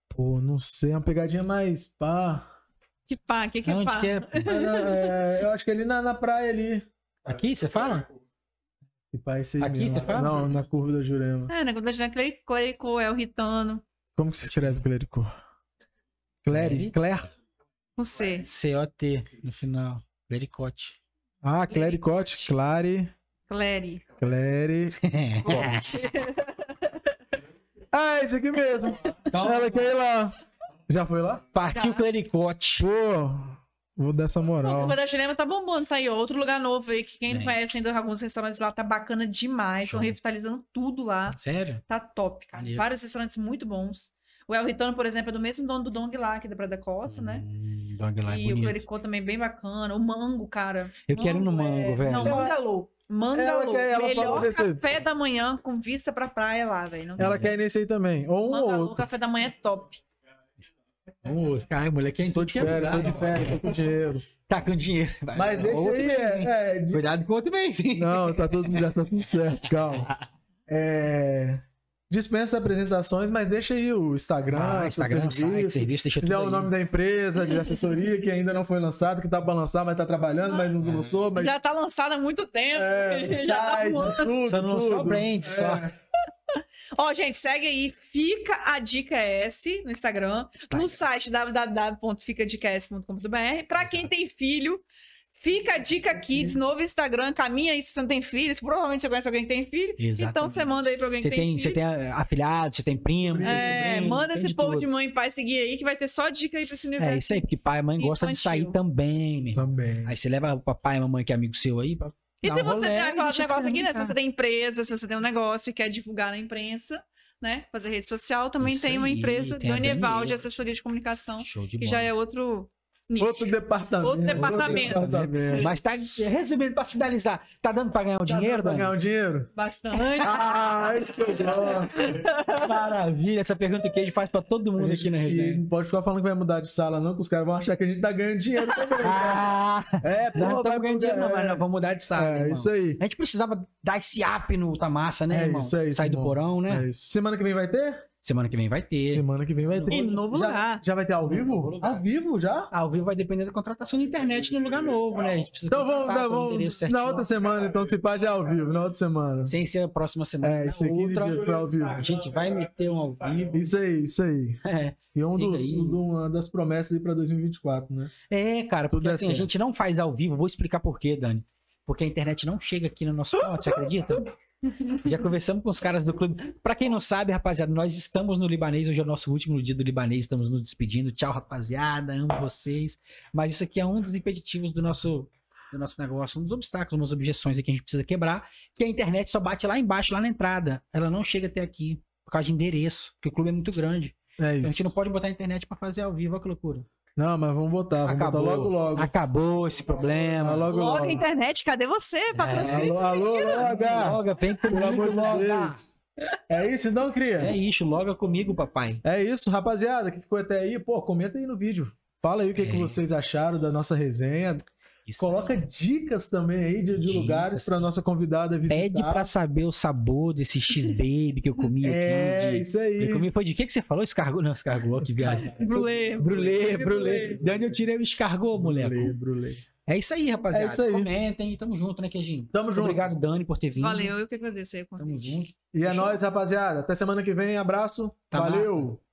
Pô, não sei, uma pegadinha mais pá. Que pá, que que é Onde pá? que é? Era, é, eu acho que é ali na, na praia ali. Aqui, você fala? E pá, esse aí Aqui, mesmo. você fala? Não, na Curva da Jurema. É, na verdade, não é Cleri- Clericô, é o Ritano. Como que se escreve clérico? Clérico? Cler? Com C. É. C-O-T, no final. Clericote. Ah, clericote, clare, Cleri. clere. Ah, esse aqui mesmo. então, Ela quer ir lá. Já foi lá? partiu Tá. Clericote. Pô, vou dar essa Bom, moral. Curva da Jurema tá bombando, tá aí. ó, Outro lugar novo aí, que quem não Bem. conhece ainda, alguns restaurantes lá, tá bacana demais. Estão Show. revitalizando tudo lá. Sério? Tá top, cara. Maneiro. Vários restaurantes muito bons. O El Ritano, por exemplo, é do mesmo dono do Dong lá, aqui da Praia da Costa, né? Hum, Dog lá é e o bonito. Clericô também bem bacana. O Mango, cara. Eu quero ir no mango, é- velho. Não, Mangalô. Mangalô. quer- ela Melhor falou desse- café da manhã com vista pra praia lá, velho. É Não tem Ela quer ir nesse aí também. Ou um ou Mangalô, outro. café da manhã é top. Ô, Caralho, moleque, é hein? Tô de férias, tô de férias, tô com dinheiro. Tá com dinheiro. Vai, Mas deixa outro aí, mês, é, hein? é, de- Cuidado com outro mês, hein? Não, tá tudo, já tá tudo certo, calma. É, Dispensa apresentações, mas deixa aí o Instagram, Ah, seu Instagram, site, serviço. serviço, deixa Se tudo quiser aí. o nome da empresa, de assessoria, que ainda não foi lançado, que tá pra lançar, mas tá trabalhando, mas não lançou, mas. Já tá lançado há muito tempo. É, já tá site, voando. tudo, Só não lançou o tudo. É. brand, só. Ó, gente, segue aí. Fica a Dica S no Instagram. No site www.ficadicaS.com.br. Pra quem tem filho, Fica a Dica Kids, novo Instagram. Caminha aí se você não tem filho. Provavelmente você conhece alguém que tem filho. Então Exatamente. você manda aí pra alguém que Você tem, tem você filho. tem ah, afilhado, você tem primo. É, sobrinho, manda tem esse de povo tudo. de mãe e pai seguir aí, que vai ter só dica aí pra esse universo. É isso aí, porque pai e mãe gostam de Infantil. sair também, meu. Também. Aí você leva o papai e a mamãe, que é amigo seu aí. pra- E dá se um você rolê tem e aquela deixa os negócio caras aqui, né? Se brincar. você tem empresa, se você tem um negócio e quer divulgar na imprensa, né? Fazer rede social, também Isso tem uma aí, empresa, tem a Dani Eval, Daniela. de assessoria de comunicação, Então, Show de que bola. já é outro nicho. Outro departamento. Outro departamento. departamento. Mas tá, resumindo, pra finalizar, tá dando pra ganhar o dinheiro, pra Dani? ganhar um dinheiro? Bastante. Ah, isso que eu gosto. Maravilha, essa pergunta que a gente faz pra todo mundo aqui na A gente resenha. Não pode ficar falando que vai mudar de sala, não, que os caras vão achar que a gente tá ganhando dinheiro também. Ah, É, não pô, vai estamos ganhando dinheiro, não, mudar, mas não, vamos mudar de sala. É, irmão. isso aí. A gente precisava dar esse up no Tamassa, né, É irmão? isso aí, Sair do irmão. porão, né? É isso. Semana que vem vai ter? Semana que vem vai ter. Semana que vem vai ter. E novo já, lugar. Já vai ter ao vivo? Ao vivo já? Ao vivo vai depender da contratação da internet no lugar novo, né? A gente precisa Então vamos, contratar dar- com o vamos- endereço certinho. na outra semana, então se pá já é ao vivo, na outra semana. Sem ser a próxima semana. É, na isso aqui outra, dias pra ao vivo. a gente vai meter um ao vivo. Isso aí, isso aí. É, E um Fica dos, aí. um do- uma das promessas aí pra 2024, né? É, cara, porque Tudo é assim, a certo. gente não faz ao vivo. Vou explicar por quê, Dani. Porque a internet não chega aqui no nosso ponto, você acredita? Já conversamos com os caras do clube. Pra quem não sabe, rapaziada, nós estamos no Libanês. Hoje é o nosso último dia do Libanês. Estamos nos despedindo. Tchau, rapaziada. Amo vocês. Mas isso aqui é um dos impeditivos do nosso do nosso negócio, um dos obstáculos, umas objeções aí que a gente precisa quebrar, que a internet só bate lá embaixo, lá na entrada. Ela não chega até aqui, por causa de endereço, porque o clube é muito grande. É Então a gente isso. não pode botar a internet pra fazer ao vivo, olha que loucura. Não, mas vamos botar. Vamos botar Acabou. logo, logo. Acabou esse problema. Logo, logo. É. Logo, internet, cadê você, patrocínio? Alô, alô, logo. Loga, vem Pelo comigo, amor de loga. Deus. É isso então, cria? É isso, loga comigo, papai. É isso, rapaziada, que ficou até aí, pô, comenta aí no vídeo. Fala aí o que, É. que vocês acharam da nossa resenha. Isso. Coloca dicas também aí de, de Dicas. lugares pra nossa convidada visitar. Pede pra saber o sabor desse X-Baby que eu comi aqui. É, de- isso Eu aí. comi, foi de que que você falou? Escargot? Não, escargot, que viagem. Brulê. Brulê, brulê. brulê. De onde eu tirei o escargot, moleque? Brulei, brulei. É isso aí, rapaziada. É isso aí. Comentem, tamo junto, né, Queijinho? Tamo junto. Obrigado, Dani, por ter vindo. Valeu, eu que agradecer. Tamo junto. E é nóis, rapaziada. Até semana que vem. Abraço. Tá Valeu.